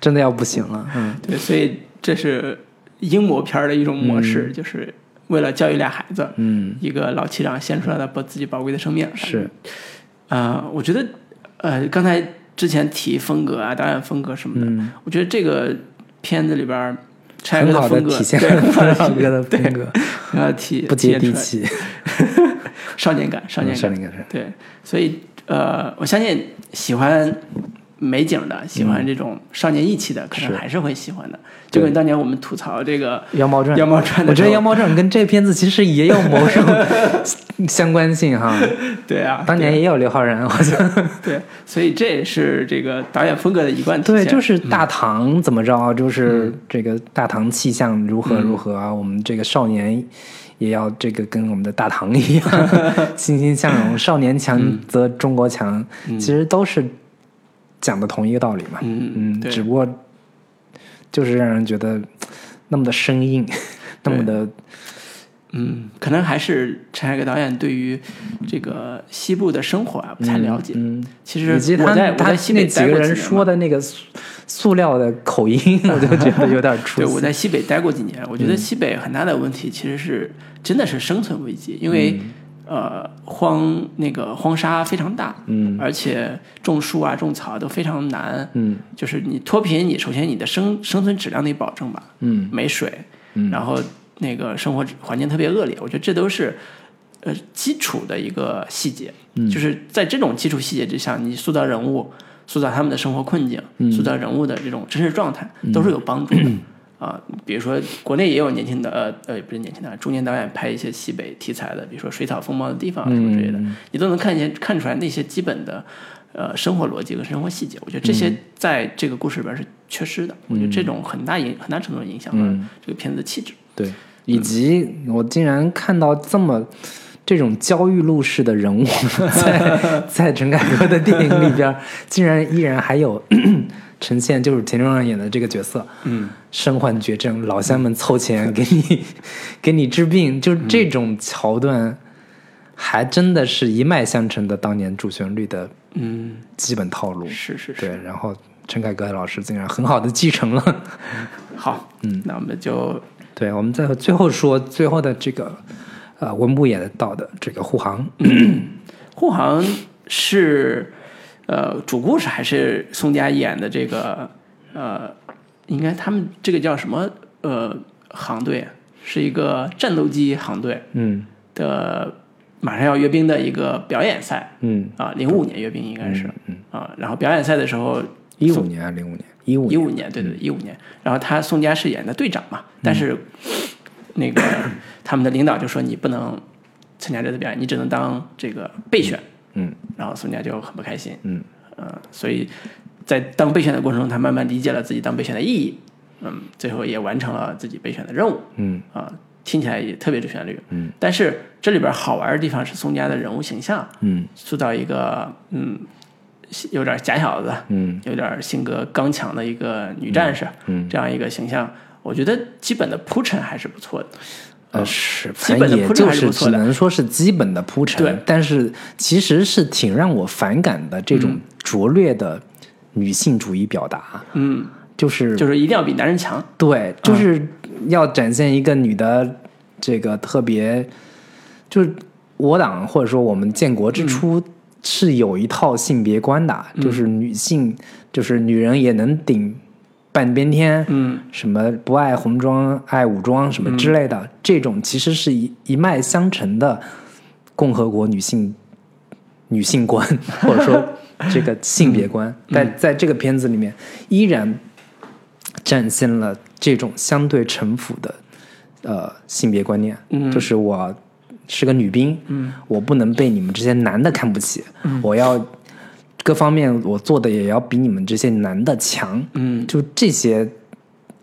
真的要不行了。嗯，
对，所以这是英模片儿的一种模式，就是为了教育俩孩子，
嗯，
一个老旗长献出了他宝自己宝贵的生命，
是，
呃，我觉得，呃，刚才之前提风格啊，导演风格什么的，
嗯
我觉得这个片子里边儿，陈凯
很
歌
好的
风格
体现
对，
了
很好
陈
地
浩
体
哥的风
对
格，
很好地体
不接
体现
地
出来
气。 嗯
少年感，少年
少
感，
年感是
对，所以呃，我相信喜欢美景的，喜
嗯
欢这种少年义气的，可能还是会喜欢的。就跟当年我们吐槽这个
《妖猫传》。
《妖猫传》
我
的时
觉得《
候，
妖猫传》跟这片子其实也有某 种相关性哈，
对啊，
当年也有刘昊然，好像
对对，所以这也是这个导演风格的一贯体现。
对，就是大唐怎么着，就是这个大唐气象如
嗯
何如何啊，我们这个少年也要这个跟我们的大唐 一样欣欣向荣，少年强则中国强，其实都是讲的同一个道理嘛，
嗯
嗯，
对
只不过就是让人觉得那么的生硬，那么的
嗯，可能还是陈凯歌导演对于这个西部的生活啊不太了解。
嗯。
其实
以及
我
他
在我
他
在西
那
北
几
待
个
过
人
年
说
嘛
的那个塑塑料的 口音，我就觉得有点出
对，我
戏。
在西北待过几年，我
嗯
觉得西北很大的问题其实是真的是生存危机，因为、
嗯
呃荒那个荒沙非常大，
嗯
而且种树啊种草都非常难，
嗯
就是你脱贫，你首先你的生生存质量得保证吧，
嗯
没水，然后那个生活环境特别恶劣，我觉得这都是呃
嗯
基础的一个细节，就是在这种基础细节之下，你塑造人物，塑造他们的生活困境，
嗯
塑造人物的这种真实状态，都是有帮助的。 啊，比如说国内也有年轻的呃呃不是年轻的中年导演拍一些西北题材的，比如说水草丰茂的地方啊什么之类的，
嗯
你都能看见看出来那些基本的呃生活逻辑和生活细节。我觉得这些在这个故事里边是缺失的，我觉得这种很大影很大程度影响了这个片子的气质。
对，以及我竟然看到这么这种焦裕禄式的人物 在在陈凯歌的电影里边儿，竟然依然还有 呈现就是田中让演的这个角色，嗯，身患绝症，老乡们凑钱给你 给你治病，就是
嗯
这种桥段，还真的是一脉相承的当年主旋律的
嗯，
基本套路。
是是是，
对，然后陈凯歌老师竟然很好的继承了。
好，嗯，那我们就
对，我们在最后说最后的这个，呃，文牧野道的这个护航，
嗯护航是，呃，主故事还是宋佳演的这个，呃，应该他们这个叫什么？呃，航队是一个战斗机航队
嗯
的，马上要阅兵的一个表演赛
嗯，
啊，零五年阅兵应该是啊，然后表演赛的时候
一五年还啊是零五年？一五
一
年，嗯
五年，对对，一五年。然后他宋佳饰演的队长嘛，但是
嗯
那个 他们的领导就说你不能参加这次表演，你只能当这个备选。
嗯，
然后宋佳就很不开心。
嗯，
呃，所以在当备选的过程中，他慢慢理解了自己当备选的意义。嗯，最后也完成了自己备选的任务。
嗯
啊、听起来也特别主旋律。嗯，但是这里边好玩的地方是宋佳的人物形象，
嗯
塑造一个嗯，有点假小子，
嗯
有点性格刚强的一个女战士，
嗯
这样一个形象，我觉得基本的铺陈还是不错的。
呃是，
啊基
反
本
正
的
也
铺陈
就
还是
是
不错
只
的
能说是基本的铺
对
陈，但是其实是挺让我反感的这种拙劣的女性主义表达，
嗯，
就是
就是一定要比男人强。
对，就是要展现一个女的这个特别，就是我党或者说我们建国之初是有一套性别观的，就是女性就是女人也能顶半边天，
嗯，
什么不爱红装爱武装什么之类
嗯
的，这种其实是一一脉相承的共和国女性女 性观，或者说这个性别观，
嗯
在在这个片子里面依然展现了这种相对城府的呃性别观念，
嗯
就是我是个女兵，
嗯，
我不能被你们这些男的看不起，我要各方面我做的也要比你们这些男的强，
嗯
就这些，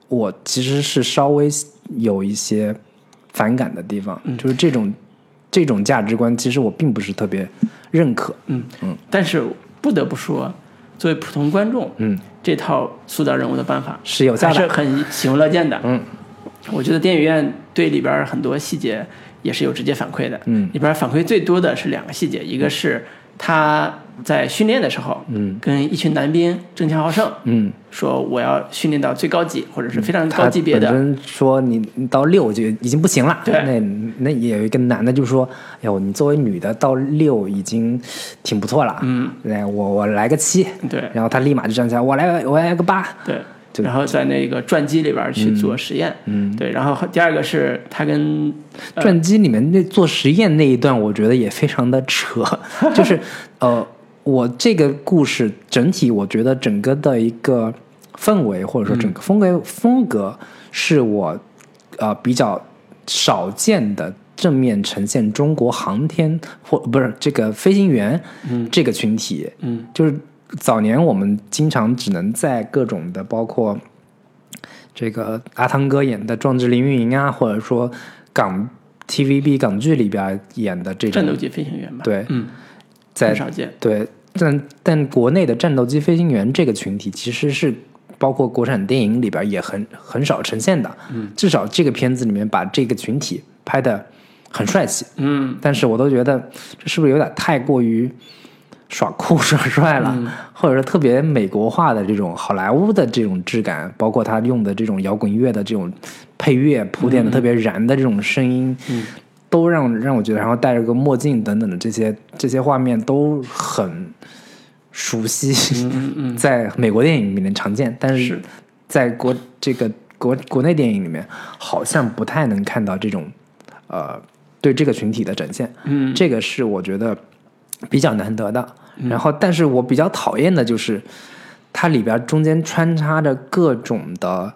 我其实是稍微有一些反感的地方，
嗯
就是这种这种价值观，其实我并不是特别认可。
嗯嗯。但是不得不说，作为普通观众，
嗯，
这套塑造人物的办法
是有价
还
的
是很喜闻乐见的。
嗯，
我觉得电影院对里边很多细节也是有直接反馈的。
嗯
里边反馈最多的是两个细节，一个是他在训练的时候，嗯，跟一群男兵争强好胜，
嗯，
说我要训练到最高级或者是非常
他
高级别
本
的，
身说你你到六就已经不行了，
对
那那也有一个男的就说，哎呦，你作为女的到六已经挺不错了，嗯，来我我来个七，
对
然后他立马就站起来，我来我来个八，
对。
就
然后在那个转机里边去做实验，嗯，对。然后第二个是他跟呃
转机里面那做实验那一段，我觉得也非常的扯，就是呃，我这个故事整体，我觉得整个的一个氛围或者说整个风格、风格是我呃比较少见的。正面呈现中国航天或不是这个飞行员，嗯，这个群体，
嗯，
就是早年我们经常只能在各种的包括这个阿汤哥演的《壮志凌云营》啊，或者说港 TVB 港剧里边演的这
战
种
斗，机飞行员吧，，
对，
嗯，
在
很少见，
对，但但国内的战斗机飞行员这个群体其实是包括国产电影里边也很很少呈现的，嗯，至少这个片子里面把这个群体拍的很帅气，
嗯，
但是我都觉得这是不是有点太过于耍酷耍帅了，或者说特别美国化的这种好莱坞的这种质感，包括他用的这种摇滚乐的这种配乐铺垫的特别燃的这种声音，都让让我觉得，然后戴着个墨镜等等的这些这些画面都很熟悉，在美国电影里面常见，但是
是
在国这个国国内电影里面好像不太能看到这种呃对这个群体的展现。
嗯，
这个是我觉得比较难得的。然后，但是我比较讨厌的就是它里边中间穿插着各种的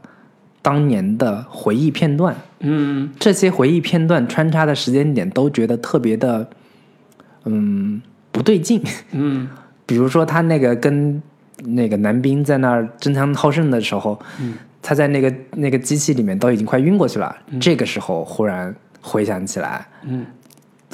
当年的回忆片段，
嗯，
这些回忆片段穿插的时间点都觉得特别的，嗯，不对劲。
嗯，
比如说他那个跟那个男兵在那儿争强好胜的时候，嗯，他在那个那个机器里面都已经快晕过去了，这个时候忽然回想起来，
嗯，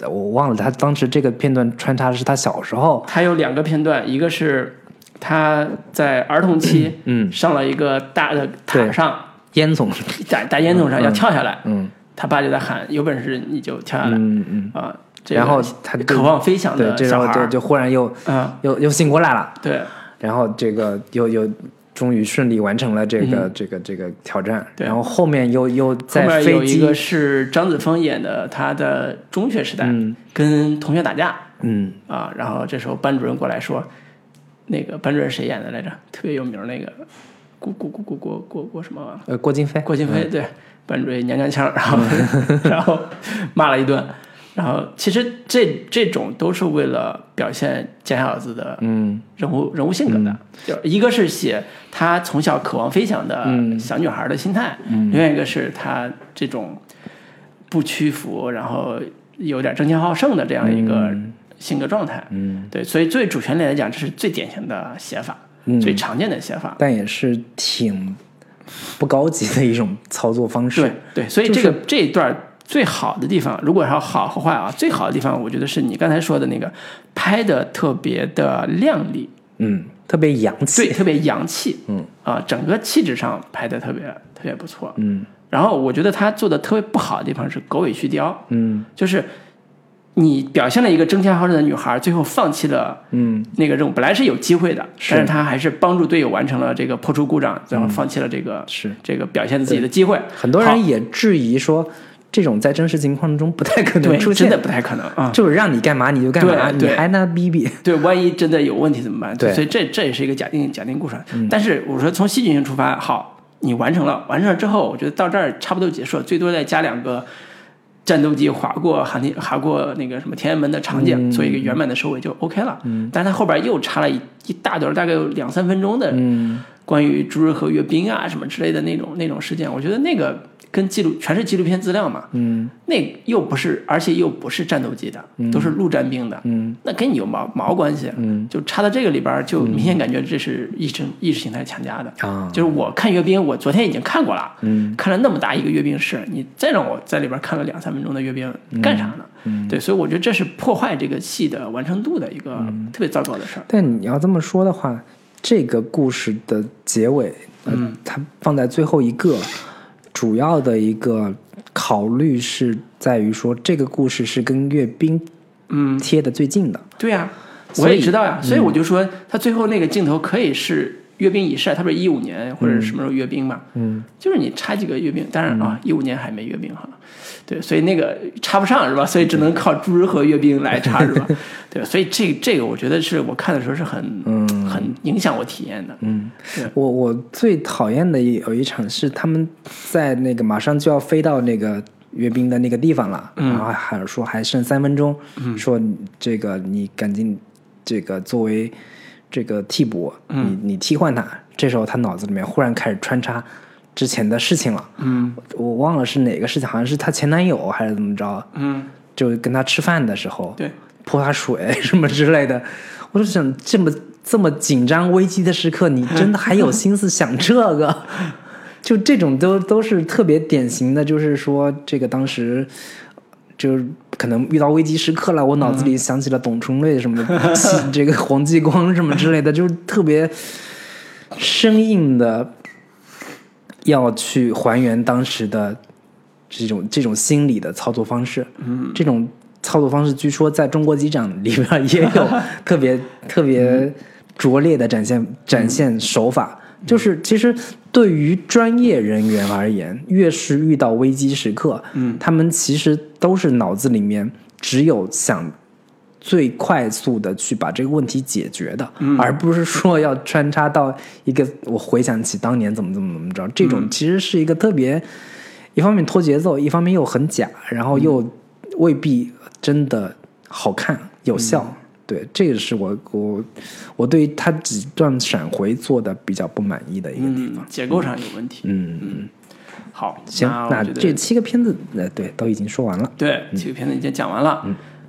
我忘了他当时这个片段穿插的是他小时候，
它有两个片段，一个是他在儿童期，
嗯，
上了一个大的塔
对
上，
烟囱，
大大烟囱上要跳下来，
嗯
他爸就在喊：“有本事你就跳下来
嗯嗯，
啊！”这个
然后他就
渴望飞翔
对，
的
这时
小
候
孩
就
儿，
就忽然又
啊，
又又醒过来了，
对
然后这个又又终于顺利完成了这个、这个这个挑战，
嗯对
然后后面又又
后
在
面有
飞
一
机
个，是张子枫演的，他的中学时代、
嗯
跟同学打架
嗯，
啊，然后这时候班主任过来说，那个班主任谁演的来着？特别有名儿那个郭郭郭郭郭郭郭什么啊
呃，郭京飞，嗯
郭京飞对班主任娘娘腔儿，然后 然后骂了一顿，然后其实这这种都是为了表现假小子的
嗯
人物人物性格的，就一个是写她从小渴望飞翔的
嗯
小女孩的心态，另外一个是她这种不屈服，然后有点争强好胜的这样一个性格状态。
嗯，
对，所以作为主旋律来讲，这是最典型的写法，
嗯
最常见的写法。
但也是挺不高级的一种操作方式，
对对，所以
就
这个、这一段最好的地方，如果要好和坏啊，最好的地方，我觉得是你刚才说的那个拍的特别的靓丽，
嗯，特别洋
对，
气，
特别洋气，
嗯
啊、整个气质上拍的特别特别不错。
嗯
然后我觉得他做的特别不好的地方是狗尾续貂，
嗯
就是你表现了一个争强好胜的女孩，最后放弃了
嗯
那个任务，本来是有机会的，
是嗯
但是她还是帮助队友完成了这个破除故障，然后放弃了这个、
是，
这个表现自己的机会。
很多
好
人也质疑说，这种在真实情况中不太可能
对
出
真
现
的。不太可能啊。
就是让你干嘛你就干嘛，
对
你
对
还拿逼逼，
对，万一真的有问题怎么办？
对嗯
所以这这也是一个假定假定故事。但是我说从戏剧性出发，好，你完成了，完成了之后，我觉得到这儿差不多结束了，最多再加两个战斗机划过航天划过那个什么天安门的场
嗯
景，做一个圆满的收尾就 OK 了。嗯，但是它后边又插了一一大段，大概有两三分钟的
嗯
关于朱日和阅兵啊什么之类的那种那种事件，我觉得那个跟纪录全是纪录片资料嘛，嗯，那又不是，而且又不是战斗机的，都是陆战兵的，嗯，那跟你有毛毛关系？嗯，就插到这个里边儿，就明显感觉这是意识意识形态强加的
啊
就是我看阅兵，我昨天已经看过了，嗯，看了那么大一个阅兵式，你再让我在里边看了两三分钟的阅兵，干啥呢？嗯，对，所以我觉得这是破坏这个戏的完成度的一个特别糟糕的事儿。
但你要这么说的话，这个故事的结尾，呃、嗯，它放在最后一个，主要的一个考虑是在于说，这个故事是跟阅兵
嗯
贴的最近的，
对呀、
所
我
以嗯
也知道呀、所以我就说，他最后那个镜头可以是阅兵仪式啊，他不是一五年或者是什么时候阅兵嘛？
嗯，
就是你插几个阅兵，当然啊，一五年还没阅兵哈，对，所以那个插不上是吧？所以只能靠朱日和阅兵来插是吧？ 对，所以这这个我觉得是我看的时候是很、
嗯
很影响我体验的，嗯，
我我最讨厌的一有一场是他们在那个马上就要飞到那个阅兵的那个地方了，然后海尔说还剩三分钟，说你这个你赶紧这个作为这个替补，你你替换他。这时候他脑子里面忽然开始穿插之前的事情了，
嗯
我忘了是哪个事情，好像是她前男友还是怎么着，
嗯，
就跟她吃饭的时候，
对，
泼她水什么之类的， 我就想这么这么紧张危机的时刻，你真的还有心思想这个？ 就这种都都是特别典型的，就是说这个当时就是可能遇到危机时刻了，我脑子里想起了董存瑞什么的，起这个黄继光什么之类的， 就是特别生硬的要去还原当时的这种这种心理的操作方式。嗯，这种操作方式据说在中国机长里边也 有特别特别拙劣的展现展现手法。就是其实对于专业人员而言，越是遇到危机时刻，嗯，他们其实都是脑子里面只有想最快速的去把这个问题解决的，
嗯
而不是说要穿插到一个我回想起当年怎么怎么怎么着，这
嗯
种其实是一个特别，一方面拖节奏，一方
嗯嗯
面又很假，然后又未必真的好看有效。对，这个是我我我对他几段闪回做的比较不满意的一个地方。
嗯，结构上有问题。
嗯
嗯，好，
行，
那
那
我觉得
这七个片子，呃，对，都已经说完 了。
对这个片子已经讲完了，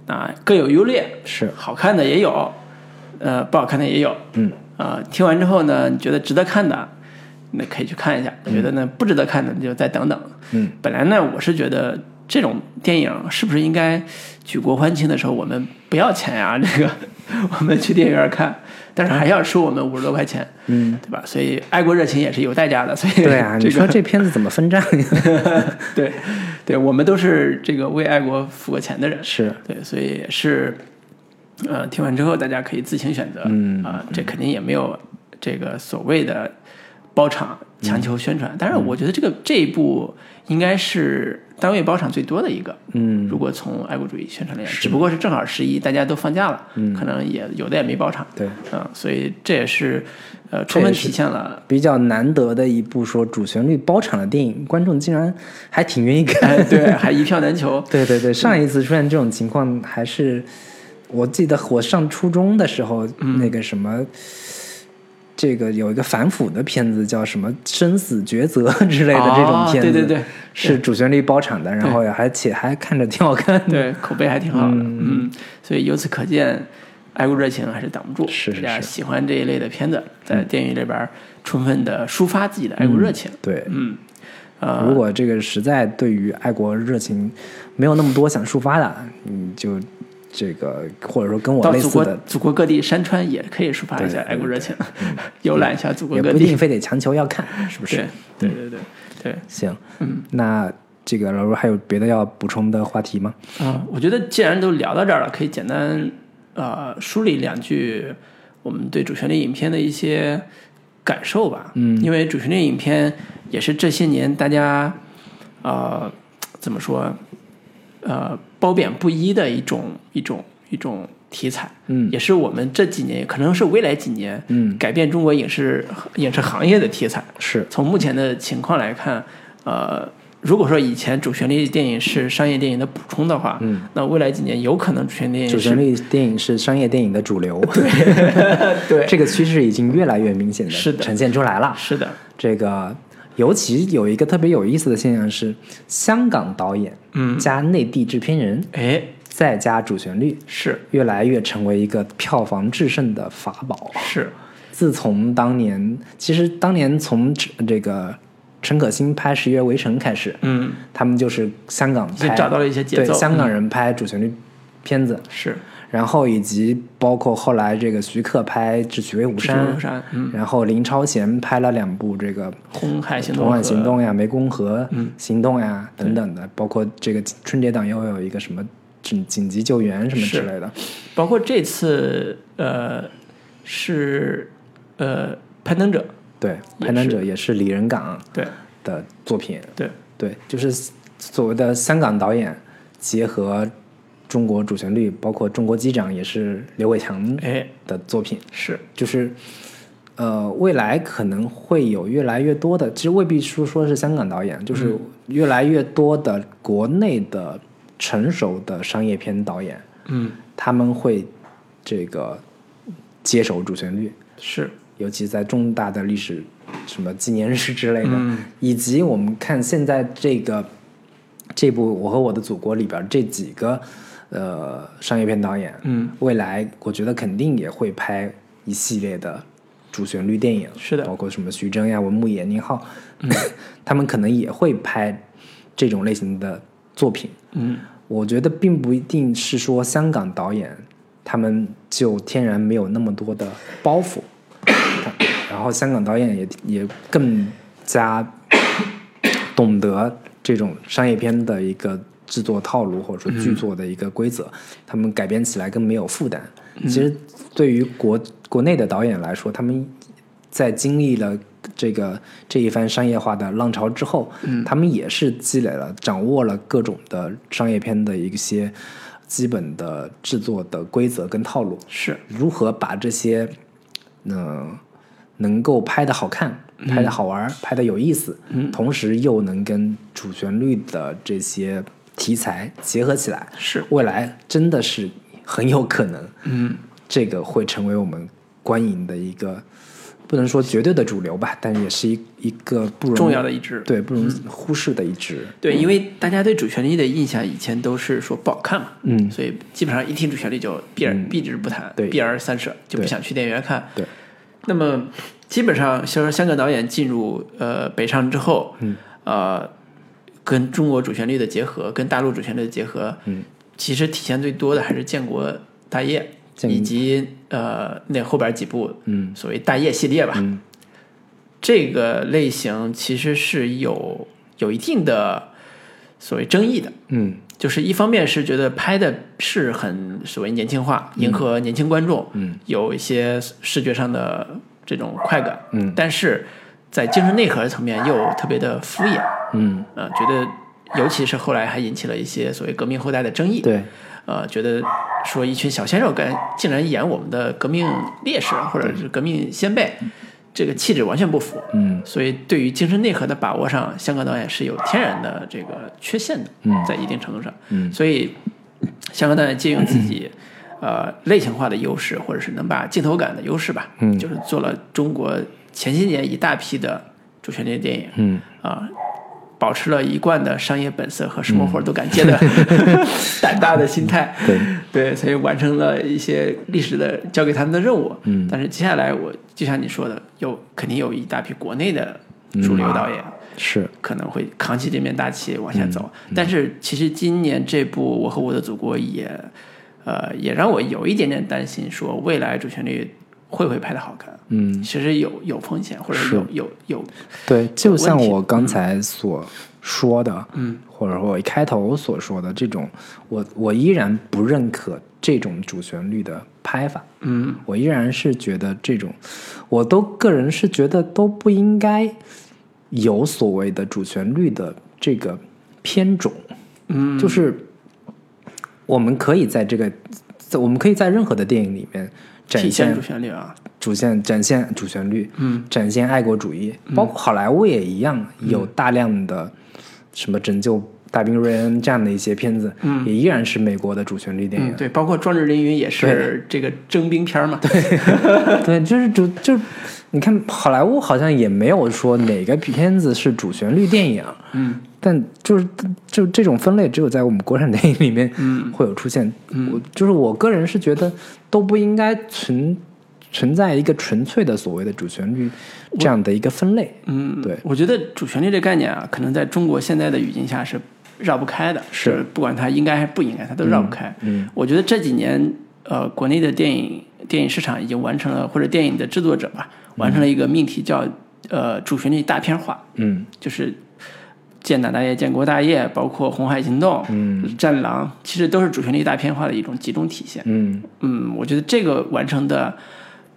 那各有优劣，
嗯是，
好看的也有，呃，不好看的也有，
嗯，
啊，听完之后呢，你觉得值得看的，那可以去看一下；觉得呢不值得看的，你就再等等。
嗯，
本来呢，我是觉得这种电影是不是应该举国欢庆的时候，我们不要钱呀、这 个我们去电影院看，但是
嗯
还要收我们五十多块钱，嗯，对吧？所以爱国热情也是有代价的。所以
对啊，
这
你
个
说这片子怎么分账 呀？
对，对我们都是这个为爱国付过钱的人，
是，
对，所以也是，呃，听完之后大家可以自行选择，嗯啊、这肯定也没有这个所谓的包场强求宣传，当然我觉得这个这一步应该是单位包场最多的一个，嗯，如果从爱国主义宣传来讲，只不过是正好十一大家都放假了，嗯，可能也有的也没包场，
对
啊、所以这也是呃充分体现了。
比较难得的一部说主旋律包场的电影，观众竟然还挺愿意看
哎，。 对，还一票难求，
对对对，上一次出现这种情况还是我记得我上初中的时候，那个什么。这个有一个反腐的片子叫什么《生死抉择》之类的这种
哦
片子，
对对对
是主旋律包场的，然后还且还看着挺好看的。
对，口碑还挺好的。嗯，所以由此可见，爱国热情还是挡不住，
是是嗯
大家
是
喜欢这一类的片子，在电影里边儿充分的抒发自己的爱国热情。
对，呃
嗯，
如果这个实在对于爱国热情没有那么多想抒发的，你就这个或者说跟我
到
类
祖
似
国
的，
祖国各地山川也可以抒发一
对
下
对对嗯
爱国热情， 游览一下祖国
也
各
不一
地
定。非得强求要看，是不是
对？嗯对对对对。
行，那这个老卢还有别的要补充的话题吗？
啊、我觉得既然都聊到这儿了，可以简单呃梳理两句我们对主旋律影片的一些感受吧。嗯，因为主旋律影片也是这些年大家呃怎么说呃褒贬不一的一种一种一种题材。
嗯，
也是我们这几年，可能是未来几年，
嗯，
改变中国影视影视行业的题材。
是，
从目前的情况来看，呃，如果说以前主旋律电影是商业电影的补充的话，嗯，那未来几年有可能主旋律电
主
影
旋
是
律电影是商业电影的 主流， 对这个趋势已经越来越明显
是
的
的
呈现出来了。
是的，
这个尤其有一个特别有意思的现象是，香港导演
嗯，
加内地制片人
哎，
再加主旋律，
是
越来越成为一个票房制胜的法宝。
是，
自从当年，其实当年从这个陈可辛拍《十月围城》开始，
嗯，
他们就是香港
已经
拍
找到了一些节
对
奏，嗯
香港人拍主旋律片子，
是
然后以及包括后来这个徐克拍《智取威虎
《
山》，
山》嗯，
然后林超贤拍了两部这个《
《红海行动》
同
和
案行动》呀、《湄公河
嗯
行动》呀等等的，包括这个春节档又有一个什么紧紧急救援什么之
是
类的，
包括这次呃是呃攀登者，
对，《
也
攀登
是
者》也是李仁港
对
的作品，
对
对，就是所谓的香港导演结合中国主旋律，包括《中国机长》也是刘伟强
哎
的作品，
是
就是呃，未来可能会有越来越多的，其实未必说说是香港导演，就是越来越多的国内的成熟的商业片导演，
嗯
他们会这个接手主旋律，
是
尤其在重大的历史什么纪念日之类的，
嗯
以及我们看现在这个这部《我和我的祖国》里边这几个呃商业片导演，
嗯，
未来我觉得肯定也会拍一系列的主旋律电影，
是的嗯
包括什么徐峥呀、文牧野、宁浩， 他们可能也会拍这种类型的作品，
嗯
我觉得并不一定是说香港导演他们就天然没有那么多的包袱，然后香港导演也也更加懂得这种商业片的一个制作套路或者说剧作的一个规则，他们改编起来更没有负担。其实对于国国内的导演来说，他们在经历了这个这一番商业化的浪潮之后，他们也是积累了、掌握了各种的商业片的一些基本的制作的规则跟套路。
是
如何把这些，嗯、能够拍的好看、
嗯
拍的好玩儿、拍的有意思，同时又能跟主旋律的这些题材结合起来，
是
未来真的是很有可能，
嗯，
这个会成为我们观影的一个，不能说绝对的主流吧，但也是一一个不容
重要的一支。
对不容忽视的一支。
对，因为大家对主旋律的印象以前都是说不好看嘛，
嗯
所以基本上一听主旋律就避而、避之不谈，
对
避而三舍，就不
对
想去电影院看。
对，
那么基本上，像是香港导演进入呃北上之后，
嗯，
呃，跟中国主旋律的结合，跟大陆主旋律的结合，
嗯，
其实体现最多的还是建国大业，
建
以及呃那后边几部
嗯
所谓大业系列吧。
嗯
这个类型其实是有有一定的所谓争议的，
嗯
就是一方面是觉得拍的是很所谓年轻化，迎合年轻观众，
嗯，
有一些视觉上的这种快感，
嗯
但是在精神内核层面又特别的敷衍，
嗯，
呃，觉得尤其是后来还引起了一些所谓革命后代的争议，
对，
呃，觉得说一群小鲜肉敢竟然演我们的革命烈士啊或者是革命先辈，这个气质完全不符，
嗯
所以对于精神内核的把握上，香港导演是有天然的这个缺陷的，
嗯
在一定程度上，
嗯
所以香港导演借用自己呃类型化的优势，或者是能把镜头感的优势吧，
嗯
就是做了中国前些年一大批的主旋律电影，
嗯
啊、保持了一贯的商业本色和什么活儿都敢接 的、胆大的心态，
对
对，所以完成了一些历史的交给他们的任务。
嗯
但是接下来我就像你说的，有肯定有一大批国内的主流导演。
嗯是，
可能会扛起这面大旗往下
嗯
走，但是其实今年这部《我和我的祖国》也，呃，也让我有一点点担心，说未来主旋律会不会拍的好看？
嗯。
其实有有风险，或者
是
有有有
对，就像
问题嗯
我刚才所说的，嗯，或者我一开头所说的这种，我我依然不认可这种主旋律的拍法，
嗯，
我依然是觉得这种，我都个人是觉得都不应该有所谓的主旋律的这个片种，嗯，就是我们可以在这个，在我们可以在任何的电影里面展
体现
现
主旋律啊，
主线展现主旋律，
嗯，
展现爱国主义，包括好莱坞也一样，有大量的什么拯救大兵瑞恩这样的一些片子，嗯，也依然是美国的主旋律电影
嗯，，对，包括《壮志凌云》也是这个征兵片儿嘛，对，
对，就是主就是，你看好莱坞好像也没有说哪个片子是主旋律电影，
嗯，
但就是就这种分类只有在我们国产电影里面会有出现，嗯，我就是我个人是觉得都不应该存存在一个纯粹的所谓的主旋律这样的一个分类，
嗯，
对
我觉得主旋律这概念啊，可能在中国现在的语境下是绕不开的，
是
就不管它应该还是不应该，它都绕不开。
嗯
我觉得这几年，呃，国内的电影电影市场已经完成了，或者电影的制作者吧，完成了一个命题叫呃主旋律大片化，
嗯
就是建党大业、建国大业，包括红海行动、嗯、战狼，其实都是主旋律大片化的一种集中体现。
嗯
嗯，我觉得这个完成的，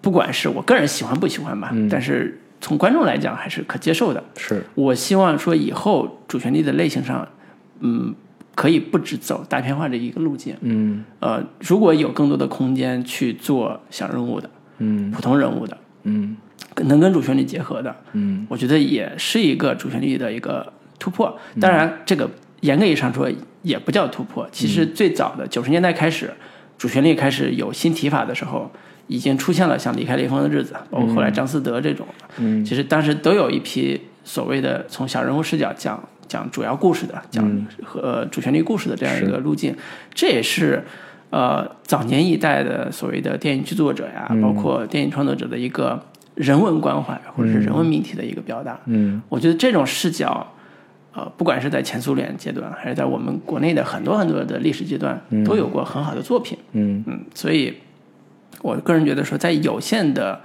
不管是我个人喜欢不喜欢吧，
嗯
但是从观众来讲还是可接受的。
是，
我希望说以后主旋律的类型上，嗯，可以不只走大片化的一个路径。
嗯
呃，如果有更多的空间去做小人物的、
嗯
普通人物的，
嗯
能跟主旋律结合的，
嗯，
我觉得也是一个主旋律的一个突破。当
嗯
然，这个严格意义上说也不叫突破。其实最早的九十年代开始，主旋律开始有新提法的时候，已经出现了像《离开雷锋的日子》，包括后来张思德这种。
嗯，
其实当时都有一批所谓的从小人物视角讲讲主要故事的，讲
嗯
和、呃主旋律故事的这样一个路径，这也是。呃，早年一代的所谓的电影剧作者呀，
嗯
包括电影创作者的一个人文关怀或者是人文命题的一个表达。
嗯
我觉得这种视角，呃，不管是在前苏联阶段，还是在我们国内的很多很多的历史阶段，都有过很好的作品。
嗯
嗯，所以我个人觉得说，在有限的、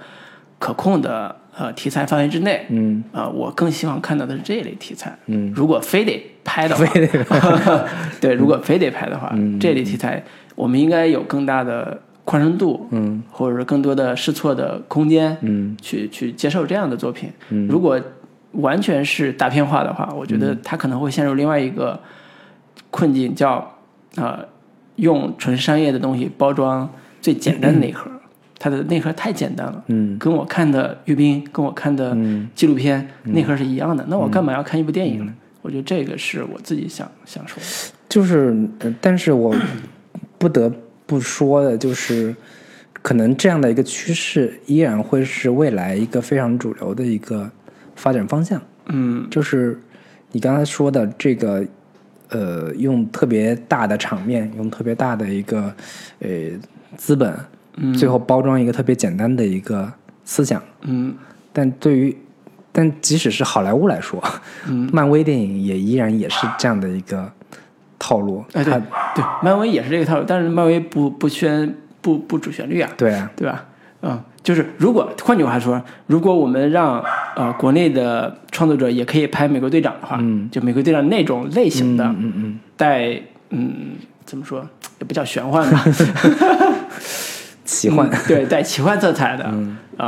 可控的呃题材范围之内，
嗯
呃，我更希望看到的是这一类题材。
嗯，
如果非得拍的话， 嗯对，如果非得拍的话，这类题材我们应该有更大的宽容度，嗯，或者说更多的试错的空间，
嗯，
去去接受这样的作品。嗯，如果完全是大片化的话，我觉得它可能会陷入另外一个困境，叫啊、呃用纯商业的东西包装最简单的内核，它的内核太简单了。
嗯，
跟我看的阅兵，跟我看的纪录片、内核是一样的，那我干嘛要看一部电影呢？我觉得这个是我自己想想说的。
就是，呃但是我不得不不说的，就是可能这样的一个趋势依然会是未来一个非常主流的一个发展方向。
嗯，
就是你刚才说的这个，呃，用特别大的场面，用特别大的一个呃资本，最后包装一个特别简单的一个思想。
嗯
但对于，但即使是好莱坞来说，
嗯，
漫威电影也依然也是这样的一个套路。
哎对
它
对，漫威也是这个套路，但是漫威不不宣不不主旋律啊，
对啊，
对吧？嗯，就是如果换句话说，如果我们让呃国内的创作者也可以拍美国队长的话，
嗯，
就美国队长那种类型的
嗯嗯嗯，
带嗯怎么说也不叫玄幻吧，
奇幻。嗯
嗯对带奇幻色彩的啊、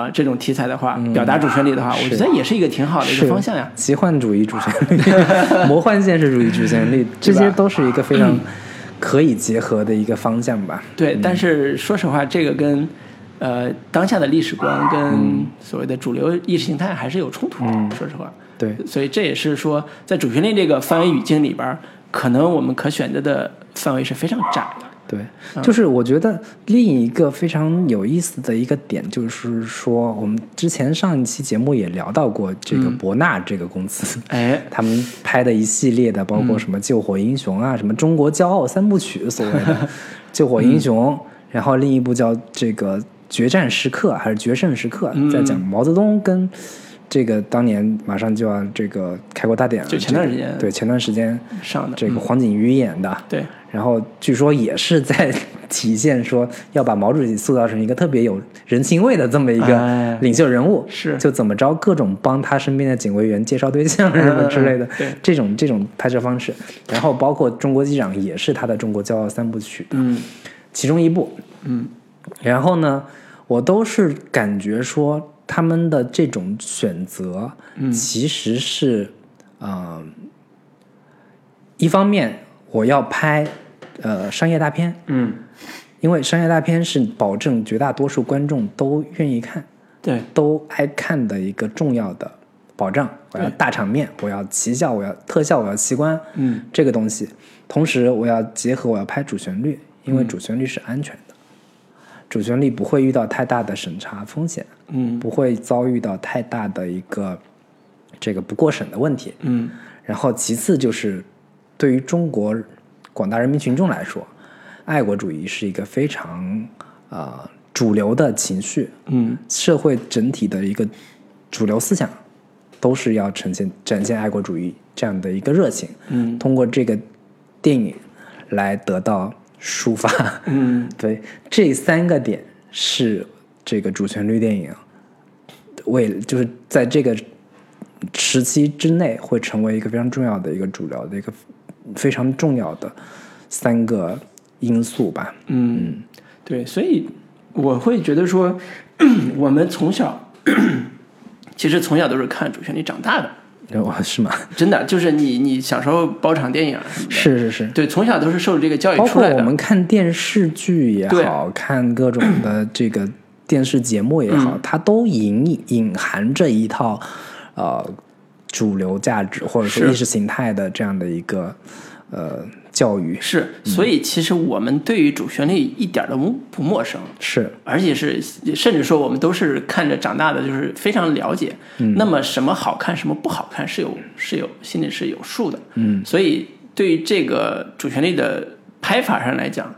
呃这种题材的话，表达主旋律的话，我觉得也是一个挺好的一
是
个方向呀。
奇幻主义主旋律、 魔幻现实主义主旋律，这些都是一个非
嗯
常可以结合的一个方向吧。
对，但是说实话，这个跟呃当下的历史观
嗯
跟所谓的主流意识形态还是有冲突的。说实话，
对，
所以这也是说，在主旋律这个范围语境里边儿，可能我们可选择的范围是非常窄的。
对，
嗯
就是我觉得另一个非常有意思的一个点，就是说我们之前上一期节目也聊到过这
嗯
个博纳这个公司，
哎，
他们拍的一系列的，包
嗯
括什么《救火英雄》啊，什么《中国骄傲三部曲》所谓 的《救火英雄》
嗯
然后另一部叫这个《决战时刻》还是《决胜时刻》，
嗯
在讲毛泽东跟这个当年马上就要这个开国大典了，
就前段时间嗯
这个对前段时间
上的
这个黄景瑜演的，
对，
然后据说也是在体现说要把毛主席塑造成一个特别有人情味的这么一
哎
个领袖人物，
是
就怎么着各种帮他身边的警卫员介绍对象啊什么之类的，
嗯对
这种这种拍摄方式。然后包括《中国机长》也是他的《中国骄傲三部曲》
嗯
其中一部，
嗯，
然后呢，我都是感觉说他们的这种选择，
嗯
其实是，嗯、一方面我要拍呃商业大片，
嗯，
因为商业大片是保证绝大多数观众都愿意看，
对，
都爱看的一个重要的保障。我要
对
大场面，我要奇效，我要特效，我要奇观，
嗯，
这个东西。同时，我要结合我要拍主旋律，因为
嗯
主旋律是安全的，主旋律不会遇到太大的审查风险，
嗯
不会遭遇到太大的一个这个不过审的问题。
嗯
然后其次就是，对于中国广大人民群众来说，爱国主义是一个非常呃主流的情绪，
嗯，
社会整体的一个主流思想都是要呈现展现爱国主义这样的一个热情，
嗯
通过这个电影来得到抒发。
嗯，
对，这三个点是这个主旋律电影为就是在这个时期之内会成为一个非常重要的一个主流的一个非常重要的三个因素吧。
嗯，对，所以我会觉得说， 我们从小 其实从小都是看主旋律长大的，
哦，是吗？
真的就是你你小时候包场电影啊什么的，
是是是，
对，从小都是受这个教育
包
出
括
来
我
的。
们看电视剧也
对
好看各种的这个电视节目也
嗯
好，它都隐隐含着一套呃主流价值或者说
是
意识形态的这样的一个呃教育。
是，所以其实我们对于主旋律一点儿都不陌生，
是，
而且是甚至说我们都是看着长大的，就是非常了解。
嗯
那么什么好看，什么不好看，是有是有心里是有数的。
嗯，
所以对于这个主旋律的拍法上来讲，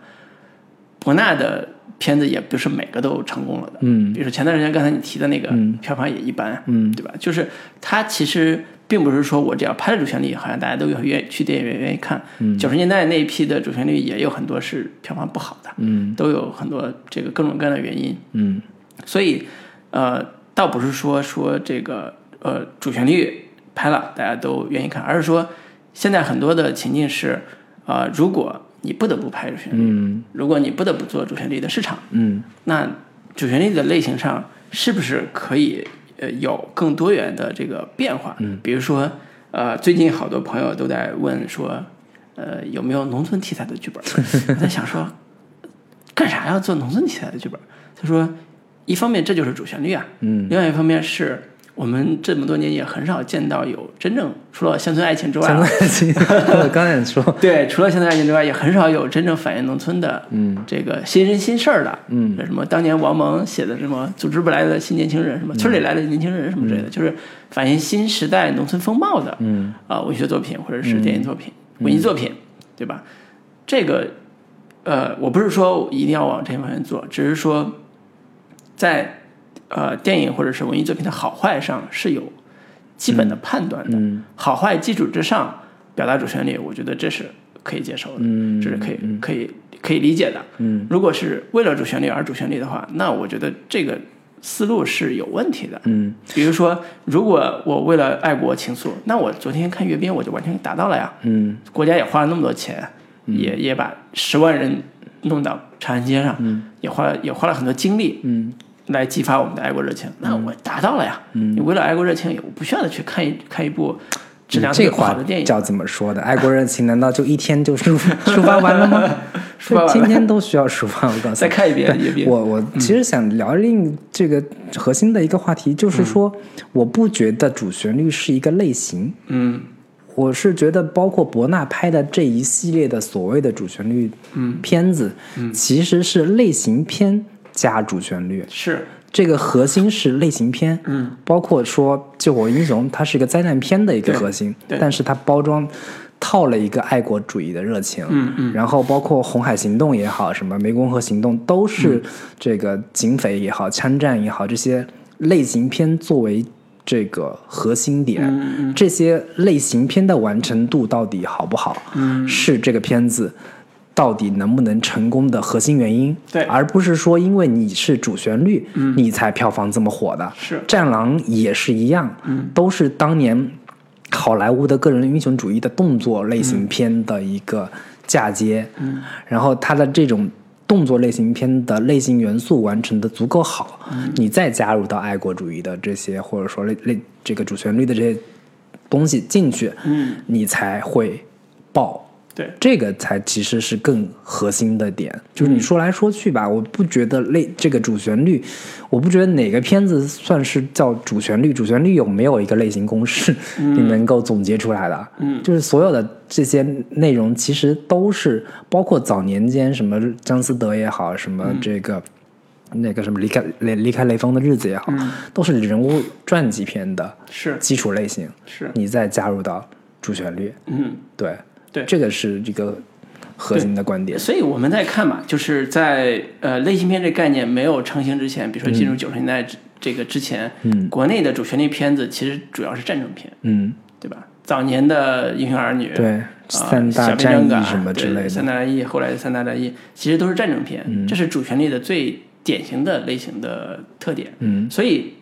博纳的片子也不是每个都成功了的。
嗯
比如说前段时间刚才你提的那个，票房也一般，嗯，对吧？就是它其实并不是说我只要拍了主旋律，好像大家都有愿意去电影院愿意看。
嗯
九十、年代那一批的主旋律也有很多是票房不好的，
嗯
都有很多这个各种各样的原因。
嗯
所以，呃，倒不是说说这个呃主旋律拍了大家都愿意看，而是说现在很多的情境是，呃，如果你不得不拍主旋律，
嗯
如果你不得不做主旋律的市场，
嗯
那主旋律的类型上是不是可以呃有更多元的这个变化？嗯，比如说呃，最近好多朋友都在问说，呃，有没有农村题材的剧本？ 我在想说，干啥要做农村题材的剧本？他说，一方面这就是主旋律啊，
嗯
另外一方面是我们这么多年也很少见到有真正除了乡村爱情之外啊，
相关性，我刚想说，
对，除了乡村爱情之外，也很少有真正反映农村的，嗯，这个新人新事儿的，嗯，什么当年王蒙写的什么组织部来的新年轻人，什么村里来的年轻人，什么之类的，就是反映新时代农村风貌的，嗯，啊、文学作品或者是电影作品、文艺作品，对吧？这个，呃，我不是说一定要往这些方面做，只是说在呃电影或者是文艺作品的好坏上是有基本的判断的，
嗯
好坏基础之上表达主旋律，我觉得这是可以接受的，
嗯
这是可以可以可以理解的。
嗯，
如果是为了主旋律而主旋律的话，那我觉得这个思路是有问题的。
嗯，
比如说，如果我为了爱国情愫，那我昨天看阅兵我就完全达到了呀。
嗯
国家也花了那么多钱，也也把十万人弄到长安街上，也花也花了很多精力，
嗯
来激发我们的爱国热情。那我达到了呀！你为了爱国热情，我不需要再去看一看一部质量特
嗯这
别
个
不好
话
的电影。
叫怎么说的？爱国热情难道就一天 就抒抒发完了吗？
抒发完了
天天都需要抒发。我告诉你，
再看一遍也比
我我其实想聊另这个核心的一个话题，就是说，我不觉得主旋律是一个类型，
嗯
我是觉得包括伯纳拍的这一系列的所谓的主旋律片子，其实是类型片加主旋律。
是
这个核心是类型片，
嗯，
包括说《救火英雄》，它是一个灾难片的一个核心，
对对
但是它包装套了一个爱国主义的热情，
嗯嗯，
然后包括《红海行动》也好，什么《湄公河行动》，都是
嗯
这个警匪也好、枪战也好这些类型片作为这个核心点，
嗯
这些类型片的完成度到底好不好？
嗯
是这个片子到底能不能成功的核心原因，
对
而不是说因为你是主旋律，
嗯
你才票房这么火的。
是
战狼也是一样，
嗯
都是当年好莱坞的个人英雄主义的动作类型片的一个嫁接，
嗯
然后它的这种。动作类型片的类型元素完成的足够好，
嗯
你再加入到爱国主义的这些，或者说类类这个主旋律的这些东西进去，
嗯
你才会爆。
对
这个才其实是更核心的点，就是你说来说去吧，我不觉得类这个主旋律，我不觉得哪个片子算是叫主旋律，主旋律有没有一个类型公式、你能够总结出来的？啊
嗯
就是所有的这些内容其实都是包括早年间什么张思德也好，什么这个。那个什么离开离离开雷锋的日子也好，都是人物传记片的
是
基础类型，
是
你再加入到主旋律，
嗯。
对
对
这个是一个核心的观点。
所以我们在看嘛，就是在呃类型片这概念没有成型之前，比如
嗯
说进入九十年代之这个之前，嗯，国内的主旋律片子其实主要是战争片，
嗯，
对吧？早年的《英雄儿女》，
对，
啊，
三大
小兵
战
张嘎
役什么之
对
类
三
的，嗯
大战役，后来的三大战役其实都是战争片，这是主旋律的最典型的类型的特点。
嗯，
所以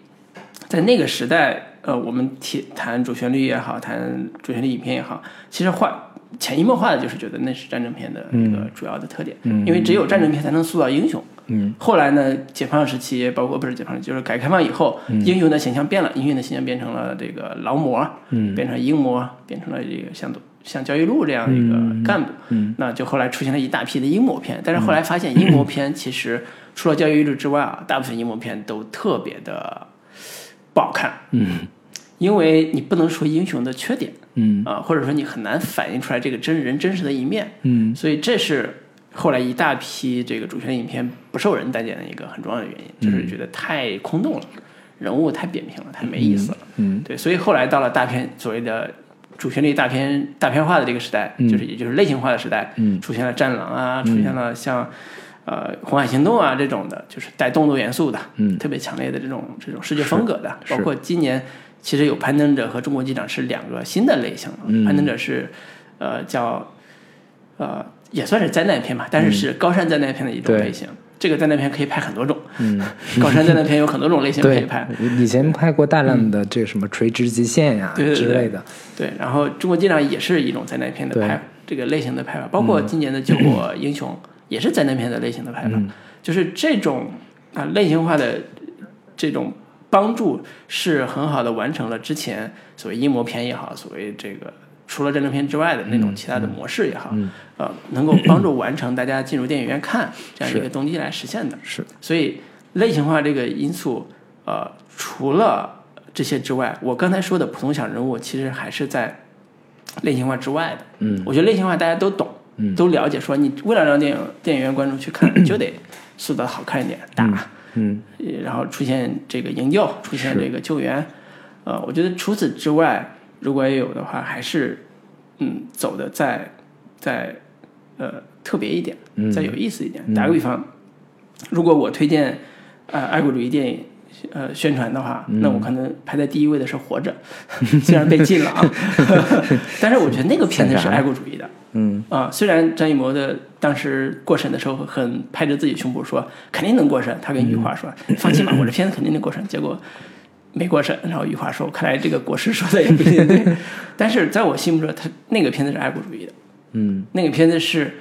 在那个时代，呃，我们提谈主旋律也好，谈主旋律影片也好，其实化潜移默化的就是觉得那是战争片的一个主要的特点，因为只有战争片才能塑造英雄。
嗯，
后来呢，解放时期，包括不是解放时期，就是改革开放以后，英雄的形象变了，英雄的形象变成了这个劳模，嗯，变成英模，变成了这个像像焦裕禄这样的一个干部，嗯，那就后来出现了一大批的英模片，但是后来发现英模片其实除了焦裕禄之外啊，大部分英模片都特别的不好看，
嗯
因为你不能说英雄的缺点
嗯
啊，或者说你很难反映出来这个真人真实的一面，
嗯
所以这是后来一大批这个主旋律影片不受人待见的一个很重要的原因，
嗯
就是觉得太空洞了，人物太扁平了，太没意思了。
嗯
对，所以后来到了大片所谓的主旋律大片大片化的这个时代，就是也就是类型化的时代，
嗯
出现了《战狼》啊，出现了像呃《红海行动啊》这种的，就是带动作元素的，
嗯
特别强烈的这种这种视觉风格的，
是
包括今年其实有《攀登者》和《中国机长》是两个新的类型，
嗯
攀登者》是呃叫呃也算是灾难片吧，但是是高山灾难片的一种
嗯对
类型。这个灾难片可以拍很多种，
嗯，
高山灾难片有很多种类型可以
对
拍。，嗯
以前拍过大量的这个什么垂直极限呀
对对
之
对
类的，
对，然后中国机长也是一种灾难片的
对嗯
拍这个类型的拍法，包括今年的救火英雄也是灾难片的类型的拍法，
嗯
就是这种啊、类型化的这种帮助是很好的完成了之前所谓阴谋片也好，所谓这个除了战争片之外的那
嗯
种其他的模式也好，呃，能够帮助完成大家进入电影院看这样一个动机来实现的。
是
所以类型化这个因素，呃，除了这些之外，我刚才说的普通小人物其实还是在类型化之外的。
嗯，
我觉得类型化大家都懂，
嗯
都了解。说你为了让电影电影院观众去看，你就得塑造得好看一点，大，
嗯
呃然后出现这个营救，出现这个救援。呃，我觉得除此之外，如果也有的话，还是嗯走的再再呃特别一点，
嗯
再有意思一点。打个比方，如果我推荐呃爱国主义电影。呃，宣传的话，那我可能排在第一位的是《活着》 虽然被禁了啊，但是我觉得那个片子是爱国主义的，
嗯
啊，虽然张艺谋的当时过审的时候很拍着自己胸脯说肯定能过审，他跟余华说、放心吧，我这片子肯定能过审，结果没过审。然后余华说，看来这个国师说的也不一定对， 但是在我心目中，他那个片子是爱国主义的，
嗯
那个片子是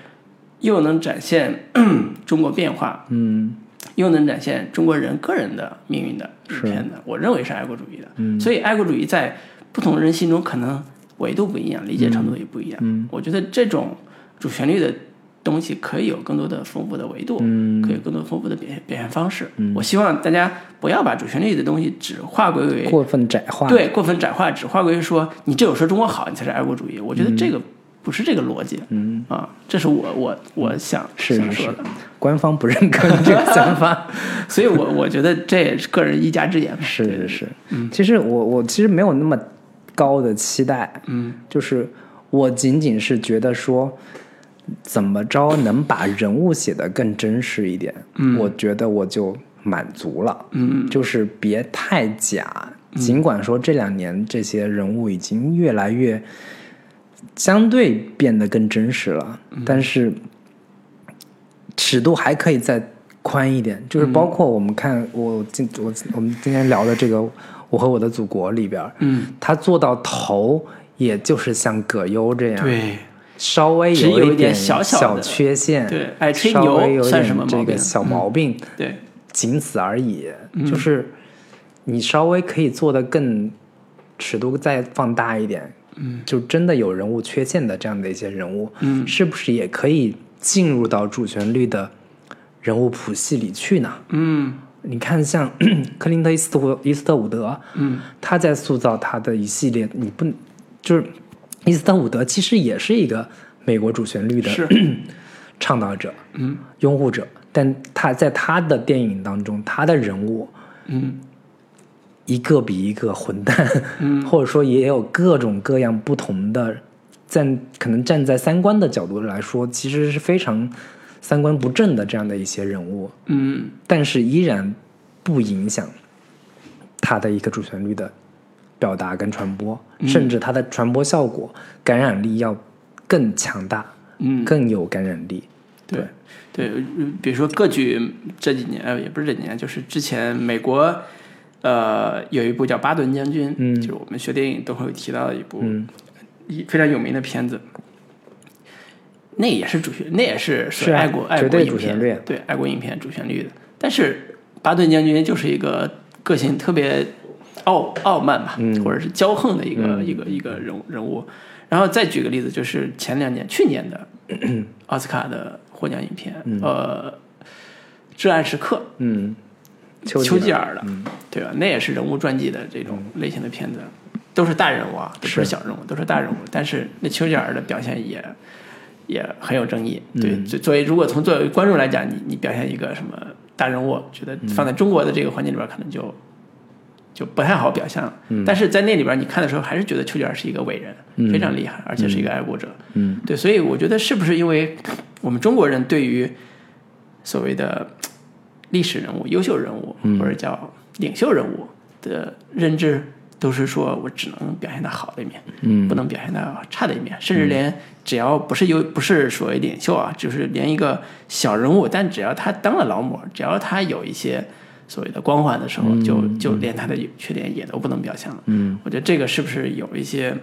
又能展现 中国变化，
嗯
又能展现中国人个人的命运的一片子，我认为是爱国主义的。所以爱国主义在不同人心中可能维度不一样，理解程度也不一样。我觉得这种主旋律的东西可以有更多的丰富的维度，可以有更多丰富的表现表现方式。我希望大家不要把主旋律的东西只划归为
嗯，过分窄化，
对，过分窄化，只划归说你只有说中国好，你才是爱国主义。我觉得这个不是这个逻辑，嗯啊，这是我我我想
是
想
是
说
是
的，
官方不认可你这个想法。
所以我我觉得这也是个人一家之言嘛。
是是是，
嗯
其实我我其实没有那么高的期待，
嗯，
就是我仅仅是觉得说，怎么着能把人物写得更真实一点，嗯，我觉得我就满足了，
嗯，
就是别太假。尽管说这两年这些人物已经越来越相对变得更真实了，
嗯
但是尺度还可以再宽一点，就是
嗯
包括我们看、我今我我们今天聊的这个《我和我的祖国》里边儿，
嗯，
他做到头也就是像葛优这样，
对
稍微
只有
有
一点小小的
缺陷，
对爱吹
稍
牛
微有一
算
点
什么
这
毛
个
病嗯
小毛病，
对，
仅此而已，
嗯
就是你稍微可以做的更尺度再放大一点，
嗯，
就真的有人物缺陷的这样的一些人物，
嗯
是不是也可以进入到主旋律的人物谱系里去呢？
嗯
你看，像 克林特·伊斯特伊斯特伍德，
嗯，
他在塑造他的一系列，你不就是伊斯特伍德其实也是一个美国主旋律的
是
倡导者，
嗯
拥护者，但他在他的电影当中，他的人物
嗯
一个比一个混蛋，
嗯
或者说也有各种各样不同的站，可能站在三观的角度来说，其实是非常三观不正的这样的一些人物，
嗯
但是依然不影响他的一个主旋律的表达跟传播，
嗯
甚至它的传播效果、感染力要更强大，
嗯，
更有感染力。
对对，呃比如说各剧这几年呃也不是这几年，就是之前美国呃有一部叫《巴顿将军》，
嗯
就是我们学电影都会提到的一部
嗯，
一非常有名的片子，那也是主旋，那也是属于
是啊
爱国、爱
绝
国
对
影
主旋
片，
律
对爱国影片主旋律的。但是巴顿将军就是一个个性特别傲傲慢吧，
嗯
或者是骄横的一个、一个一个人物人物。然后再举个例子，就是前两年去年 的奥斯卡的获奖影片，呃，《至暗时刻》，
嗯，丘
丘吉
吉尔，嗯
尔的，对吧？那也是人物传记的这种类型的片子，都是大人物啊，都不是
是
小人物，都是大人物。但是那丘吉尔的表现也也很有争议。
嗯
对，作作为如果从作为观众来讲，你你表现一个什么大人物，觉
嗯
得放在中国的这个环境里边，可能就就不太好表现了。
嗯
但是在那里边，你看的时候还是觉得丘吉尔是一个伟人，非常厉害，而且是一个爱国者。
嗯，
对，所以我觉得是不是因为我们中国人对于所谓的嘖历史人物、优秀人物或者叫领袖人物的认知，都是说我只能表现他好的一面，
嗯，
不能表现他差的一面，甚至连只要不是优不是所谓领袖啊，就是连一个小人物，但只要他当了劳模，只要他有一些。所谓的光环的时候，就就连他的缺点也都不能表现了。嗯，我觉得这个是不是有一些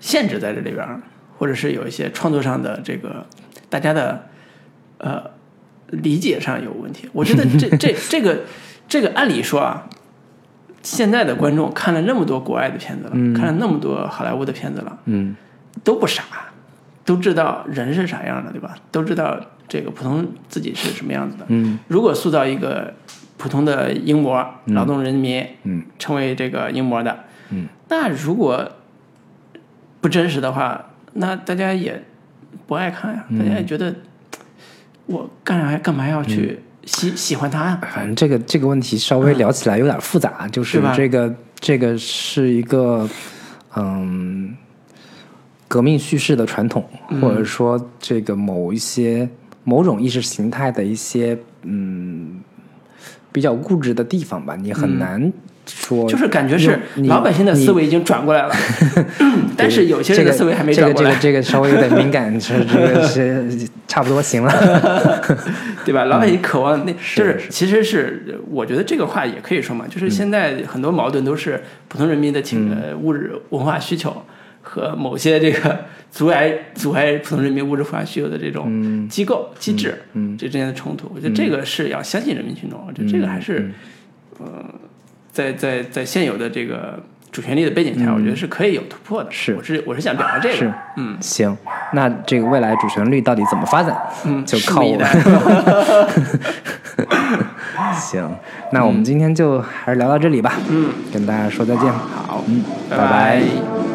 限制在这里边儿，或者是有一些创作上的这个大家的呃理解上有问题。我觉得这 这这个这个按理说啊，现在的观众看了那么多国外的片子了，看了那么多好莱坞的片子了，
嗯
都不傻，都知道人是啥样的，对吧？都知道这个普通自己是什么样子的。
嗯，
如果塑造一个普通的英模劳动人民，
嗯，
成为这个英模的，
嗯，
那如果不真实的话，那大家也不爱看
嗯
呀、大家也觉得我干啥干嘛要去
嗯
喜、喜欢他呀、啊
反正这个这个问题稍微聊起来有点复杂，就是
嗯对吧
这个这个是一个嗯革命叙事的传统，
嗯
或者说这个某一些某种意识形态的一些嗯比较固执的地方吧，你很难说、
嗯就是感觉是
你
老百姓的
你
思维已经转过来了， 但是有些人的思维还没
这
转
个
过
这
来
个，这个稍微有点敏感，是这个是差不多行了。
对吧？老百姓渴望那，
嗯是嗯
就是其实是我觉得这个话也可以说嘛，就是现在很多矛盾都是普通人民的情呃物质文化需求和某些这个 阻碍阻碍普通人民物质文化需求的这
嗯
种机构机制这之间的冲突，我觉得这个是要相信人民群众，我觉得这个
嗯
还是呃在在在现有的这个主旋律的背景下，我觉得是可以有突破的。
嗯是
我是我是想表达这
是
个，嗯，
行，那这个未来主旋律到底怎么发展？
嗯
就
拭
靠
目以
我们。
待
行，
嗯
那我们今天就还是聊到这里吧。嗯，跟大家说再见。
好，
嗯拜
拜
拜